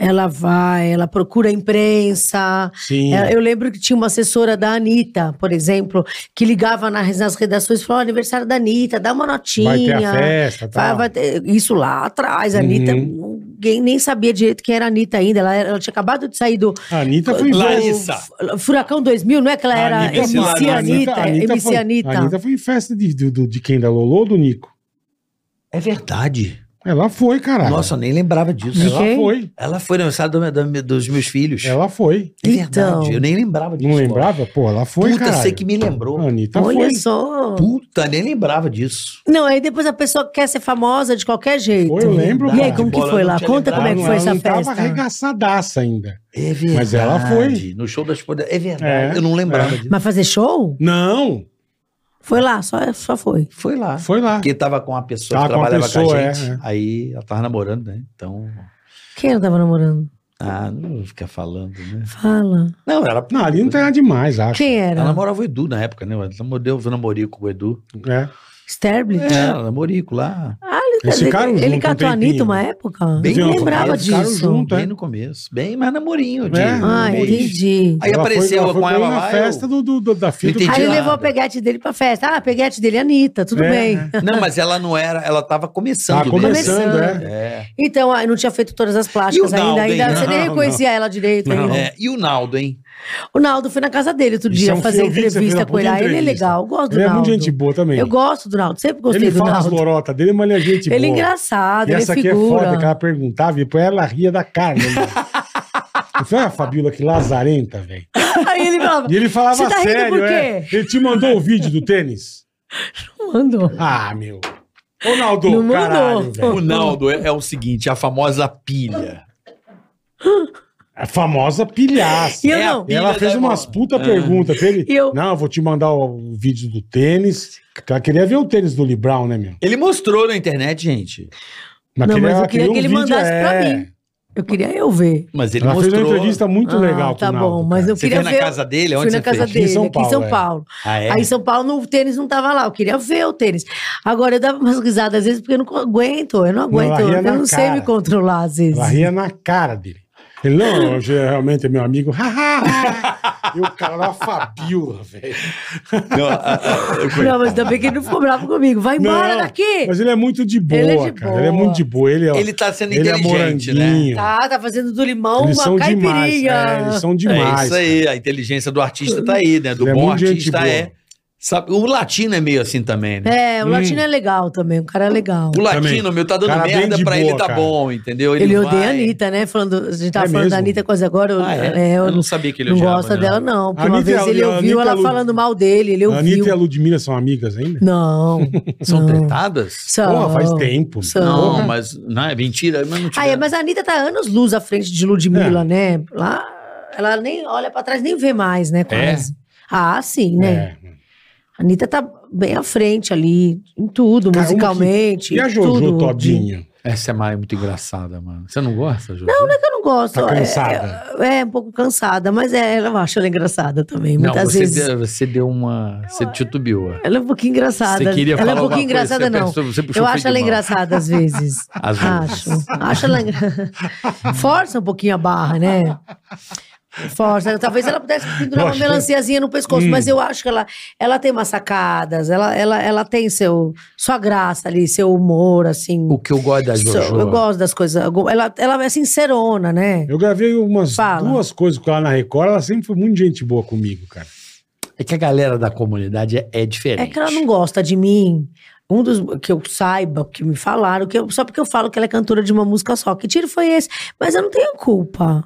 S5: ela vai, ela procura a imprensa.
S3: Sim.
S5: É, Eu lembro que tinha uma assessora da Anitta, por exemplo, que ligava nas, nas redações e falava: "Ó, aniversário da Anitta, dá uma notinha.
S3: vai ter a festa,
S5: Vai-
S3: tá?
S5: vai ter- isso lá atrás, a Anitta,
S3: Uhum.
S5: ninguém nem sabia direito quem era a Anitta ainda. Ela, era- ela tinha acabado de sair do,
S3: A Anitta foi
S5: do
S3: em
S6: Larissa.
S5: Furacão 2000, não é que ela era
S3: Anitta
S5: MC
S3: foi-
S5: Anitta, MC
S3: foi,
S5: Anitta.
S3: a Anitta foi em festa de, de, do- de quem? Da Lolo ou do Nico?
S4: É verdade.
S3: Ela foi, caralho.
S4: Nossa, eu nem lembrava disso.
S5: De
S3: ela
S5: quem?
S3: foi.
S4: Ela foi lançada do- do- dos meus filhos.
S3: Ela foi.
S4: É verdade.
S5: Então.
S4: Eu nem lembrava disso.
S3: Não lembrava? Pô, ela foi,
S4: Puta,
S3: caralho.
S4: sei que me lembrou.
S3: A Anitta
S5: Olha
S3: foi.
S5: só.
S4: Puta, nem lembrava disso.
S5: Não, aí depois a pessoa quer ser famosa de qualquer jeito.
S3: Foi, eu lembro,
S5: E aí,
S3: cara.
S5: como que
S4: Bola,
S5: foi
S4: eu não
S5: lá?
S4: tinha né?
S5: Conta como é que
S4: lembrado,
S5: foi
S3: ela
S5: essa
S3: não tava
S5: festa.
S3: arregaçadaça ainda.
S4: É verdade.
S3: Mas ela foi.
S4: No show das podas. É verdade.
S3: É,
S4: eu não lembrava disso.
S5: Mas fazer show?
S3: Não,
S5: Foi lá, só, só foi.
S4: Foi lá.
S3: foi lá.
S4: Porque tava com uma pessoa que
S3: Tava com uma
S4: trabalhava com,
S3: pessoa,
S4: a gente.
S3: é, é.
S4: Aí ela tava namorando, né? Então.
S5: Quem eu tava namorando?
S4: Ah, não vou ficar falando, né?
S5: Fala.
S4: Não, ela.
S3: Não, ali não tem nada demais, acho.
S5: Quem
S4: Ela
S5: era?
S4: namorava o Edu na época, né? Ela namorou, eu namorico com o Edu.
S3: É.
S5: Sterblit?
S4: É, ela namorico lá.
S5: Ah, ele,
S3: Eles ficaram
S5: ele, ele
S3: junto um
S5: catou a
S3: tempinho.
S5: Anitta uma época?
S4: Bem
S5: eu
S3: no
S5: não lembrava
S3: começo, ficaram
S5: disso.
S3: junto.
S4: Bem
S3: é.
S4: no começo. Bem mais namorinho. De,
S3: É.
S5: Ah,
S4: um mês.
S5: entendi.
S4: Aí
S3: Ela
S4: apareceu
S3: foi-
S4: com
S3: foi
S4: ela
S3: na
S4: lá.
S3: festa
S4: eu-
S3: do, do- do- da filha do
S4: Entendi.
S5: Aí ele
S4: nada.
S5: levou a peguete dele pra festa. Ah, a peguete dele é Anitta, tudo
S3: É,
S5: bem.
S3: é.
S4: Não, mas ela não era. Ela tava começando.
S3: Tá
S4: né?
S3: começando,
S5: Começando.
S3: é.
S4: É.
S5: Então, ah, eu não tinha feito todas as plásticas
S4: E o Naldo,
S5: ainda. ainda
S4: hein?
S5: você nem
S3: Não,
S5: reconhecia ela direito
S3: Não.
S5: ainda.
S4: É, E o Naldo, hein?
S5: O Naldo foi na casa dele outro
S3: Isso
S5: dia
S3: é um
S5: fazer
S3: filme que você fez
S5: entrevista
S3: uma
S5: com
S3: puta
S5: ele. Ah, ele é
S3: entrevista.
S5: legal, eu gosto do
S3: Ele é muito
S5: Naldo.
S3: gente boa também.
S5: Eu gosto do Naldo, sempre gostei
S3: ele
S5: do
S3: fala as
S5: Naldo.
S3: lorotas dele, mas ele é gente
S5: Ele é
S3: boa.
S5: engraçado,
S3: E
S5: ele
S3: essa
S5: é
S3: aqui é foda, que
S5: figura.
S3: ela perguntava e depois ela ria da carne. né? Eu falei, ah, Fabiola, que lazarenta, velho.
S5: Aí ele falava,
S3: E ele falava
S5: Você tá rindo
S3: sério,
S5: por
S3: é.
S5: quê?
S3: Ele te mandou o vídeo do tênis?
S5: não mandou.
S3: Ah, meu. Ronaldo,
S5: Não mandou.
S3: caralho, velho.
S4: O Naldo é, é o seguinte, a famosa pilha.
S3: É A famosa pilhaça.
S5: E eu
S4: É a
S5: não.
S3: E ela
S4: pilha
S3: fez
S4: da
S3: umas
S4: bola.
S3: puta pergunta pra ele.
S5: E eu-
S3: Não, eu vou te mandar o vídeo do tênis. Porque ela queria ver o tênis do Lee Brown, né, meu?
S4: Ele mostrou na internet, gente.
S5: Não, mas
S3: ela
S5: eu queria
S3: queria
S5: que ele mandasse pra mim. Eu queria eu ver.
S4: Mas ele
S3: é. ela
S4: mostrou.
S3: Ah, fez uma entrevista muito
S5: Ah,
S3: legal com
S5: Tá
S3: o Naldo,
S5: bom, mas
S3: cara.
S5: eu
S4: Você
S5: queria
S4: veio na
S5: ver.
S4: casa dele? é Onde
S5: Fui na
S4: você
S5: casa
S4: fez?
S5: dele,
S3: Aqui em São
S5: aqui em
S3: Paulo,
S5: São
S3: é.
S5: Paulo.
S4: Ah, é?
S5: Aí em São Paulo no- o tênis não tava lá, eu queria ver o tênis. Agora eu dava umas risadas às vezes porque eu não aguento, eu não
S3: Não, ela
S5: aguento,
S3: ria
S5: eu
S3: na
S5: não sei
S3: cara.
S5: me controlar às vezes.
S3: Ela ria na cara dele. Ele, não, hoje é realmente é meu amigo. e o cara da Fabiola, velho.
S4: Não, ah, a- a- a-
S5: Não, mas ainda bem que ele não ficou bravo comigo. Vai embora
S3: Não,
S5: daqui!
S3: Mas ele é muito de boa,
S5: Ele é de
S3: cara.
S5: boa.
S3: Ele é muito de boa. Ele é,
S4: Ele tá sendo
S3: ele é
S4: inteligente, né?
S3: moranguinho.
S5: Tá, tá fazendo do limão
S3: Eles são
S5: uma
S3: demais.
S5: caipirinha.
S3: É, eles são
S4: é
S3: demais.
S4: isso aí, a inteligência do artista tá aí, né? Do
S3: Ele é
S4: bom
S3: muito gente
S4: artista
S3: boa.
S4: é. Sabe, o latino é meio assim também, né?
S5: É, o
S3: Hum.
S5: latino é legal também, o cara é legal.
S4: O latino,
S3: Também.
S4: meu, tá dando
S3: Cara bem
S4: merda
S3: de
S4: pra ele,
S3: boa,
S4: tá
S3: cara.
S4: bom, entendeu?
S5: Ele, odeia
S4: vai-
S5: a Anitta, né? Falando, a gente tava
S3: É
S5: falando da
S3: mesmo?
S5: Anitta quase agora. eu-
S4: Ah,
S5: é,
S4: é?
S5: eu
S4: Eu
S5: não,
S4: não sabia que ele
S5: não
S4: odiava,
S5: gosta
S4: né?
S5: dela, não. Porque
S3: A
S5: uma
S3: Anitta
S5: vez
S3: é-
S5: ele
S3: a
S5: ouviu
S3: Anitta é
S5: ela
S3: lu-
S5: falando mal dele, ele
S3: A Anitta é e a
S5: ouviu.
S3: Ludmilla são amigas ainda?
S5: Não.
S4: São
S5: não.
S4: tretadas?
S5: São.
S3: Porra, faz tempo.
S5: São.
S4: Não,
S5: Porra.
S4: mas. Não, é mentira. Mas não
S5: Ah, é, mas a Anitta tá anos luz à frente de
S3: É.
S5: Ludmilla, né? Lá, ela nem olha pra trás, nem vê mais, né? Quase. Ah, sim, né?
S3: É.
S5: A Anitta tá bem à frente ali, em tudo,
S3: Cara, uma que-
S5: musicalmente.
S3: E a Jojo
S5: tudo.
S3: Todinho?
S4: Essa é mais muito engraçada, mano. Você não gosta, Júlio? Não,
S5: Eu não gosto.
S3: Tá
S5: é-
S3: cansada?
S5: É, é um pouco cansada, mas é, ela eu acho ela engraçada também. Muitas
S4: você,
S5: vezes.
S4: deu, você deu uma. Você titubeou.
S5: Ela é um pouquinho engraçada.
S4: Você queria
S5: ela
S4: falar
S5: é um pouquinho
S4: alguma coisa,
S5: engraçada,
S4: você
S5: não.
S4: pensou- você puxou um
S5: eu
S4: o fio
S5: acho
S4: de
S5: ela
S4: mão.
S5: engraçada às vezes.
S4: Às
S5: acho. Acho ela. engra- Força um pouquinho a barra, né? Força. Talvez ela pudesse pendurar
S3: Eu
S5: uma
S3: acho que- é Hum.
S5: melanciazinha no pescoço, mas eu acho que ela, ela tem umas sacadas, ela, ela, ela tem seu, sua graça ali, seu humor, assim.
S4: O que eu gosto da
S5: So-
S4: Jojo.
S5: Eu gosto das coisas. Ela, ela é sincerona, né?
S3: Eu gravei umas
S5: Fala.
S3: duas coisas com ela na Record, ela sempre foi muito gente boa comigo, cara.
S4: É que a galera da comunidade é, é
S5: É
S4: diferente.
S5: que ela não gosta de mim. Um dos que eu saiba, que me falaram, que eu- só porque eu falo que ela é cantora de uma música só. Que tiro foi esse? Mas eu não tenho culpa.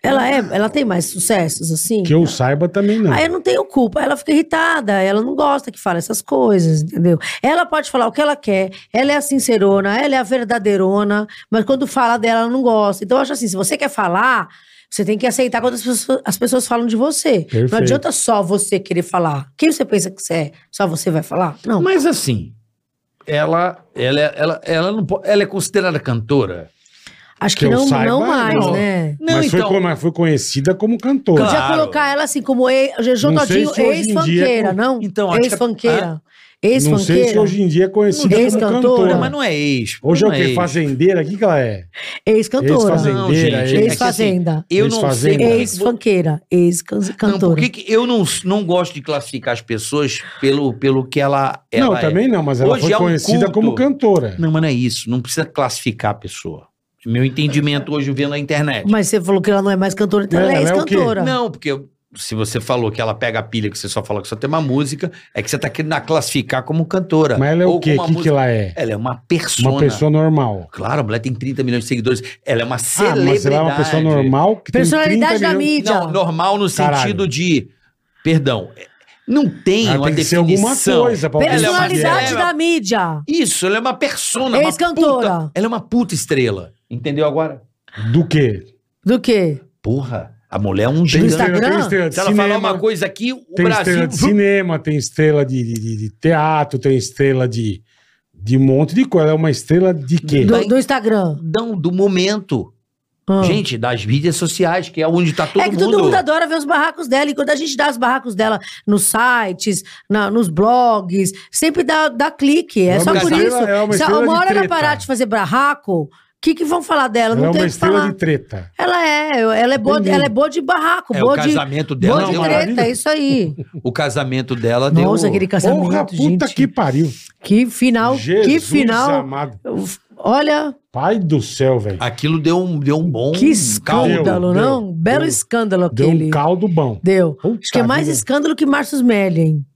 S5: Ela é, ela tem mais sucessos, assim?
S3: Que eu saiba também não.
S5: Aí Ah, eu não tenho culpa. Ela fica irritada, ela não gosta que fala essas coisas, entendeu? Ela pode falar o que ela quer, ela é a sincerona, ela é a verdadeirona, mas quando fala dela, ela não gosta. Então eu acho assim: se você quer falar, você tem que aceitar quando as pessoas, as pessoas falam de você.
S3: Perfeito.
S5: Não adianta só você querer falar. Quem você pensa que você é? Só você vai falar? Não.
S4: Mas assim, ela, ela, ela, ela, não, po- ela é considerada cantora.
S5: Acho
S3: Que
S5: que,
S3: eu
S5: não,
S3: saiba,
S5: não mais,
S4: não.
S5: né?
S4: Não,
S3: mas, foi,
S4: então-
S3: co- mas foi conhecida como cantora.
S4: Claro.
S5: Podia colocar ela assim, como e- Jojo
S3: Não sei
S5: Todinho,
S3: se hoje em
S5: ex-fanqueira,
S3: dia-
S5: não?
S4: Então, acho que-
S5: ex-fanqueira.
S3: Não sei se
S5: Ex-fanqueira.
S3: hoje em dia é conhecida
S5: Não,
S3: como
S5: ex-cantora.
S3: cantora.
S4: Não, mas não é ex.
S3: Hoje é o
S4: não
S3: quê?
S4: ex.
S3: Fazendeira? O que, que ela é?
S5: Ex-cantora.
S3: Ex-fazenda.
S4: Não, gente,
S3: Fazendeira,
S4: é
S3: ex-
S4: que assim,
S5: Ex-fazenda.
S4: Eu não sei. por
S3: Ex-fazenda.
S4: que que vo-
S5: Ex-fanqueira.
S4: Não, por
S5: Ex-cantora.
S4: que que eu não, não gosto de classificar as pessoas pelo, pelo que ela, ela
S3: não,
S4: é?
S3: também não, mas ela
S4: Hoje
S3: foi
S4: é um
S3: conhecida
S4: culto.
S3: como cantora.
S4: Não, mas não é isso. Não precisa classificar a pessoa. Meu entendimento hoje vendo na internet.
S5: Mas você falou que ela não é mais cantora, então ela é
S3: Ela é o quê?
S5: ex-cantora.
S4: Não, porque se você falou que ela pega a pilha, que você só fala que só tem uma música, é que você tá querendo a classificar como cantora.
S3: Mas ela é
S4: Ou
S3: o quê?
S4: como
S3: O
S4: uma
S3: que, que
S4: música-
S3: ela é?
S4: Ela é uma persona.
S3: Uma pessoa normal.
S4: Claro, a mulher tem 30 milhões de seguidores. Ela é uma
S3: Ah,
S4: celebridade.
S3: mas ela é uma pessoa normal que tem 30
S5: Personalidade da
S3: milhões-
S5: mídia.
S4: Não, normal no
S3: Caralho.
S4: sentido de. Perdão. é, Não tem
S3: Ela
S4: uma
S3: tem que ser
S4: definição.
S3: alguma coisa pra alguém
S4: Ela é uma-
S5: Personalidade
S4: ela é-
S5: da mídia.
S4: Isso, ela é uma persona. uma
S5: Ex-cantora.
S4: puta- Ela é uma puta estrela. Entendeu agora?
S3: Do quê?
S5: Do quê?
S4: Porra, a mulher é um
S3: Tem
S4: gigante.
S5: Instagram?
S3: tem estrela de
S4: Se ela
S3: cinema,
S4: falar uma coisa aqui, o
S3: tem estrela
S4: Brasil.
S3: de cinema, tem estrela de, de- de- de teatro, tem estrela de, de um monte de coisa. Ela é uma estrela de quê?
S5: Do, do Instagram.
S4: Não, do momento.
S5: Ah.
S4: Gente, das mídias sociais, que é onde tá todo
S5: é que
S4: mundo.
S5: todo mundo adora ver os barracos dela. E quando a gente dá os barracos dela nos sites, na- nos blogs, sempre dá, dá clique. É,
S3: Ela
S5: só
S4: uma
S5: por
S3: estrela-
S5: isso.
S3: ela é uma
S5: Se
S3: estrela de
S5: uma hora ela
S3: treta.
S5: parar de fazer barraco, o que, que vão falar dela?
S3: Ela é
S5: Não tem
S3: uma
S5: o que
S3: estrela
S5: falar.
S3: de treta.
S5: Ela é, ela é boa,
S3: Entendi.
S5: ela é boa de barraco,
S4: É, o
S5: boa de.
S4: casamento
S5: Boa
S4: dela.
S5: de
S4: deu-
S3: uma
S5: treta,
S3: maravilha.
S5: é isso aí.
S4: o casamento dela deu.
S5: Nossa, aquele casamento,
S3: Porra, puta
S5: é gente.
S3: que pariu.
S5: Que final, que
S3: Jesus
S5: final.
S3: amado.
S5: Olha,
S3: Pai do céu, velho.
S4: Aquilo deu um, deu um bom.
S5: que escândalo,
S3: Deu,
S5: não?
S3: deu,
S5: Belo
S3: deu.
S5: escândalo
S3: Deu
S5: aquele.
S3: um caldo bom.
S5: Deu.
S3: Puta
S5: Acho que é mais
S3: vida.
S5: escândalo que Márcio Melli, hein?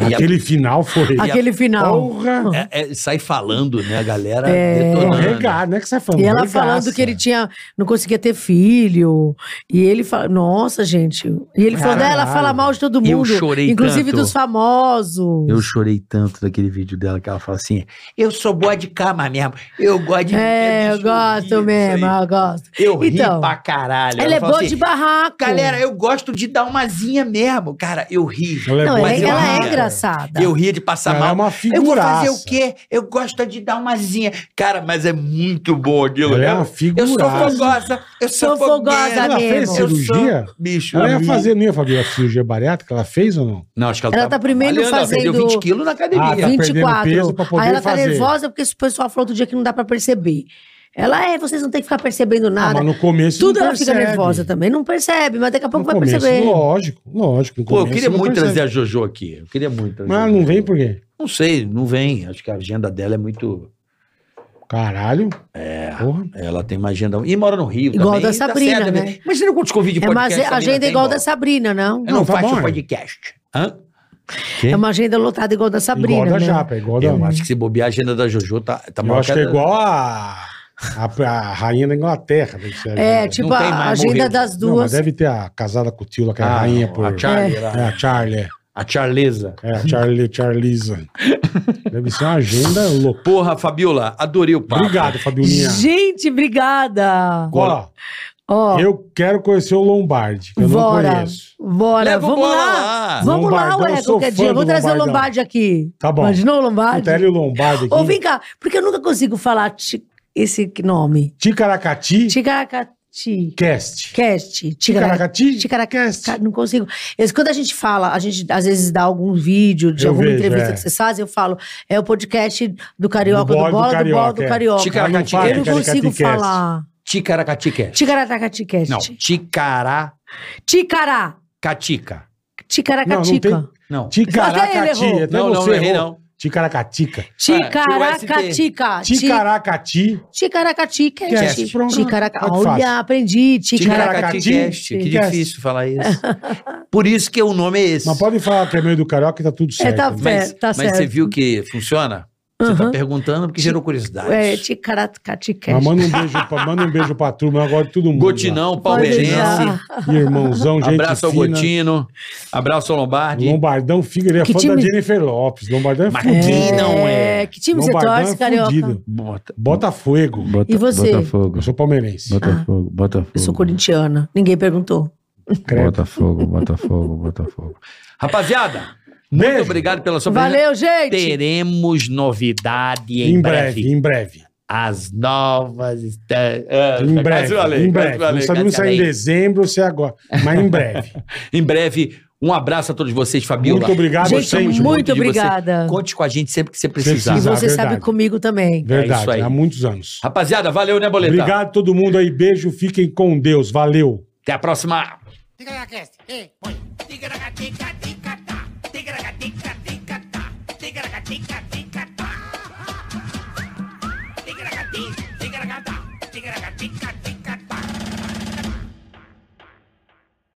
S4: E a-
S3: Aquele final foi...
S4: a-
S5: Aquele final.
S3: Porra!
S4: É- é, sai falando, né? A galera
S5: É.
S4: detonando.
S3: Regar, né? Que você falando.
S5: E ela falando que ele tinha, não conseguia ter filho. E ele fala, nossa, gente. E ele falando, "Ah, ela
S3: Caralho.
S5: fala mal de todo mundo.
S4: Eu chorei
S5: inclusive
S4: tanto.
S5: dos famosos.
S4: Eu chorei tanto daquele vídeo dela que ela fala assim: Eu sou boa de cama mesmo. Eu gosto de.
S5: é, eu
S4: de
S5: gosto
S4: sorrir,
S5: mesmo,
S4: isso aí."
S5: eu gosto.
S4: Eu
S5: Então,
S4: ri pra caralho.
S5: Ela é
S4: fala
S5: boa
S4: assim,
S5: de barraco.
S4: Galera, eu gosto de dar uma zinha mesmo. Cara, eu ri.
S3: Ela é
S5: não,
S3: boa
S5: ela,
S4: de
S5: ela
S4: barraco.
S5: é engraçada.
S4: Eu ria de passar
S3: Ela
S4: mal.
S3: é uma
S4: eu vou
S3: figuraça.
S4: fazer o quê? Eu gosto de dar uma zinha. Cara, mas é muito boa, aquilo.
S3: Ela é
S4: Eu-
S3: uma
S4: Eu
S3: figuraça.
S4: sou fogosa. Eu sou,
S5: Sou fogosa
S4: fogueira.
S3: Ela fez
S5: mesmo.
S4: Eu sou-
S3: cirurgia?
S4: Bicho,
S3: Ela
S4: eu
S3: ia
S4: ri.
S3: fazer, não ia fazer a cirurgia bariátrica que ela fez ou não?
S4: Não, acho que ela,
S5: Ela tá primeiro
S4: malhando, ela
S5: fazendo-
S4: Perdeu 20 quilos na
S3: Ah, tá
S4: academia.
S3: perdendo
S5: 24.
S3: peso pra poder
S5: Aí ela tá
S3: fazer.
S5: nervosa porque esse pessoal falou outro dia que não dá pra perceber. Ela é, vocês não tem que ficar percebendo
S3: Ah,
S5: nada.
S3: mas no começo
S5: Tudo
S3: não
S5: ela fica
S3: percebe.
S5: nervosa também. Não percebe, mas daqui a pouco
S3: No
S5: vai
S3: começo,
S5: perceber.
S3: Lógico, lógico. no
S4: Pô, eu
S3: começo
S4: queria
S3: não
S4: muito
S3: percebe.
S4: trazer a Jojo aqui. Eu queria muito trazer.
S3: Mas
S4: a
S3: ela
S4: Jojo.
S3: não vem por quê?
S4: Não sei, não vem. Acho que a agenda dela é muito.
S3: Caralho. É. Porra.
S4: Ela tem uma agenda. E mora no Rio.
S5: Igual
S4: também,
S5: da
S4: e tá
S5: Sabrina,
S4: certo,
S5: né?
S4: Imagina quantos convites de
S5: É uma
S4: podcast.
S5: aze-
S4: a mina
S5: agenda
S4: tem,
S5: igual da
S4: Bola.
S5: Sabrina, não?
S4: Ela não,
S3: Não, tá
S4: faz
S3: bom,
S4: o
S3: né?
S4: podcast. Hã?
S5: É uma agenda lotada igual da Sabrina,
S3: igual da
S5: né?
S3: Japa, igual da...
S4: Eu acho que se bobear a agenda da Jojo tá, tá
S3: Eu
S4: maior
S3: acho que
S4: a
S3: é
S4: da-
S3: igual a, a, a rainha da Inglaterra. deve ser.
S5: É, tipo
S4: Não
S5: a
S4: tem mais,
S5: agenda
S4: morreu.
S5: das
S3: Não, mas é
S5: duas.
S3: deve ter a casada com o tio lá, que é a
S4: Ah,
S3: rainha
S4: não,
S3: por...
S4: A Charlie.
S3: É,
S4: lá.
S3: a Charlie, é.
S4: A Charlesa.
S3: É, a Charlie, Charliza. Deve ser uma agenda louca.
S4: Porra, Fabiola, adorei o papo.
S3: Obrigado, Fabiolinha.
S5: Gente, obrigada.
S3: Ó,
S5: Ó,
S3: eu quero conhecer o Lombardi, que eu não
S5: bora.
S3: conheço.
S5: Bora,
S4: Leva o
S5: vamos
S4: Bola
S5: lá.
S4: lá.
S5: Vamos
S3: Lombardão,
S5: lá,
S3: eu
S5: ué,
S3: sou
S5: qualquer
S3: fã
S5: dia. Eu
S3: do
S5: Vou trazer o
S3: Lombardão.
S5: Lombardi aqui.
S3: Tá bom.
S5: Imaginou o
S3: O
S5: Lombardi?
S3: Télio Lombardi
S5: Ô, vem
S3: aqui.
S5: cá, porque eu nunca consigo falar ti- esse nome.
S3: Ticaracati
S5: Ticaracati.
S3: Cast.
S5: Cast.
S3: Ticaracati?
S5: Ticaracati. Não consigo. Esse- Quando a gente fala, a gente às vezes dá algum vídeo de
S3: Eu
S5: alguma
S3: vejo,
S5: entrevista
S3: é.
S5: que vocês fazem, eu falo, é o podcast do Carioca,
S3: Do
S5: do,
S3: Bola e do
S5: Bola, do, Bola,
S3: Carioca,
S5: do
S3: é.
S5: Carioca.
S4: Ticaracati.
S5: Eu não
S3: Ticaracati
S5: consigo
S3: Cast.
S5: falar.
S4: Ticaracatiqué.
S5: Ticaracaticast.
S4: é. Não, Ticará.
S5: Ticará.
S4: Catica.
S5: Ticaracatica.
S3: Não, não
S4: Não.
S5: Até ele
S3: Ticaracati.
S5: errou.
S3: Até
S4: Não, não,
S3: você
S4: não errei,
S3: errou.
S4: não.
S3: Ticaracatica.
S5: Ticaracatica. Tica-
S3: Ticaracati.
S5: Ticaracatica.
S3: Cast, pronto.
S5: Ticaraca.
S3: Pronto,
S5: Olha,
S3: fácil.
S5: aprendi. Ticaracatica.
S4: Ticaracatiqueste. Que
S3: Ticaracati.
S4: é difícil falar isso. Por isso que o nome é esse.
S3: Mas pode falar que é meio do carioca que tá tudo certo.
S5: tá
S3: né?
S4: Mas,
S5: É, tá
S4: mas
S5: certo.
S4: você viu que funciona? Você tá
S5: Aham.
S4: perguntando porque gerou curiosidade.
S5: É, Ticaracatica.
S3: Mas manda um beijo pra, manda um beijo pra turma, eu gosto de todo mundo.
S4: Gotinão, palmeirense.
S5: deixar.
S3: lá. Irmãozão, gente
S4: Abraço ao
S3: fina.
S4: Gotino. Abraço ao Lombardi.
S3: Lombardão fica, ele é
S5: Que
S3: fã da
S5: time-
S3: Jennifer Lopes. Lombardão é
S4: Mas
S3: fudido.
S4: quem não
S5: É,
S4: é?
S5: que time você
S3: Lombardão
S5: torce,
S3: é
S5: Carioca?
S3: fudido.
S4: Bota.
S3: Botafogo.
S5: E você? Ah.
S7: Botafogo.
S3: Eu sou palmeirense.
S7: Botafogo, Botafogo.
S5: Eu sou corintiana. Ninguém perguntou.
S3: Credo.
S7: Botafogo, Botafogo, Botafogo.
S4: Rapaziada, muito
S3: Beijo.
S4: obrigado pela sua presença.
S5: Valeu, gente!
S4: Teremos novidade em,
S3: Em breve, em breve.
S1: As novas estão.
S4: é,
S1: Ah,
S3: Em breve,
S1: quase falei,
S3: em
S1: quase
S3: breve.
S1: falei,
S3: Não sabemos se
S1: quase
S3: é em
S1: falei. É
S3: dezembro ou se é agora, mas em breve.
S4: Em breve, um abraço a todos vocês, Fabiola.
S3: Muito obrigado
S5: Gente,
S3: sempre.
S5: muito
S4: de você.
S5: obrigada.
S4: Conte com a gente sempre que você
S5: E
S4: precisar.
S3: Precisa.
S5: você
S3: Ah, verdade.
S5: sabe comigo também.
S3: Verdade,
S4: isso aí.
S3: há muitos anos.
S4: Rapaziada, valeu, né, Boleta?
S3: Obrigado a todo mundo aí. Beijo, fiquem com Deus. Valeu.
S4: Até a próxima.
S1: Ticaracast, ei, põe. Ticaracá, tica, tica.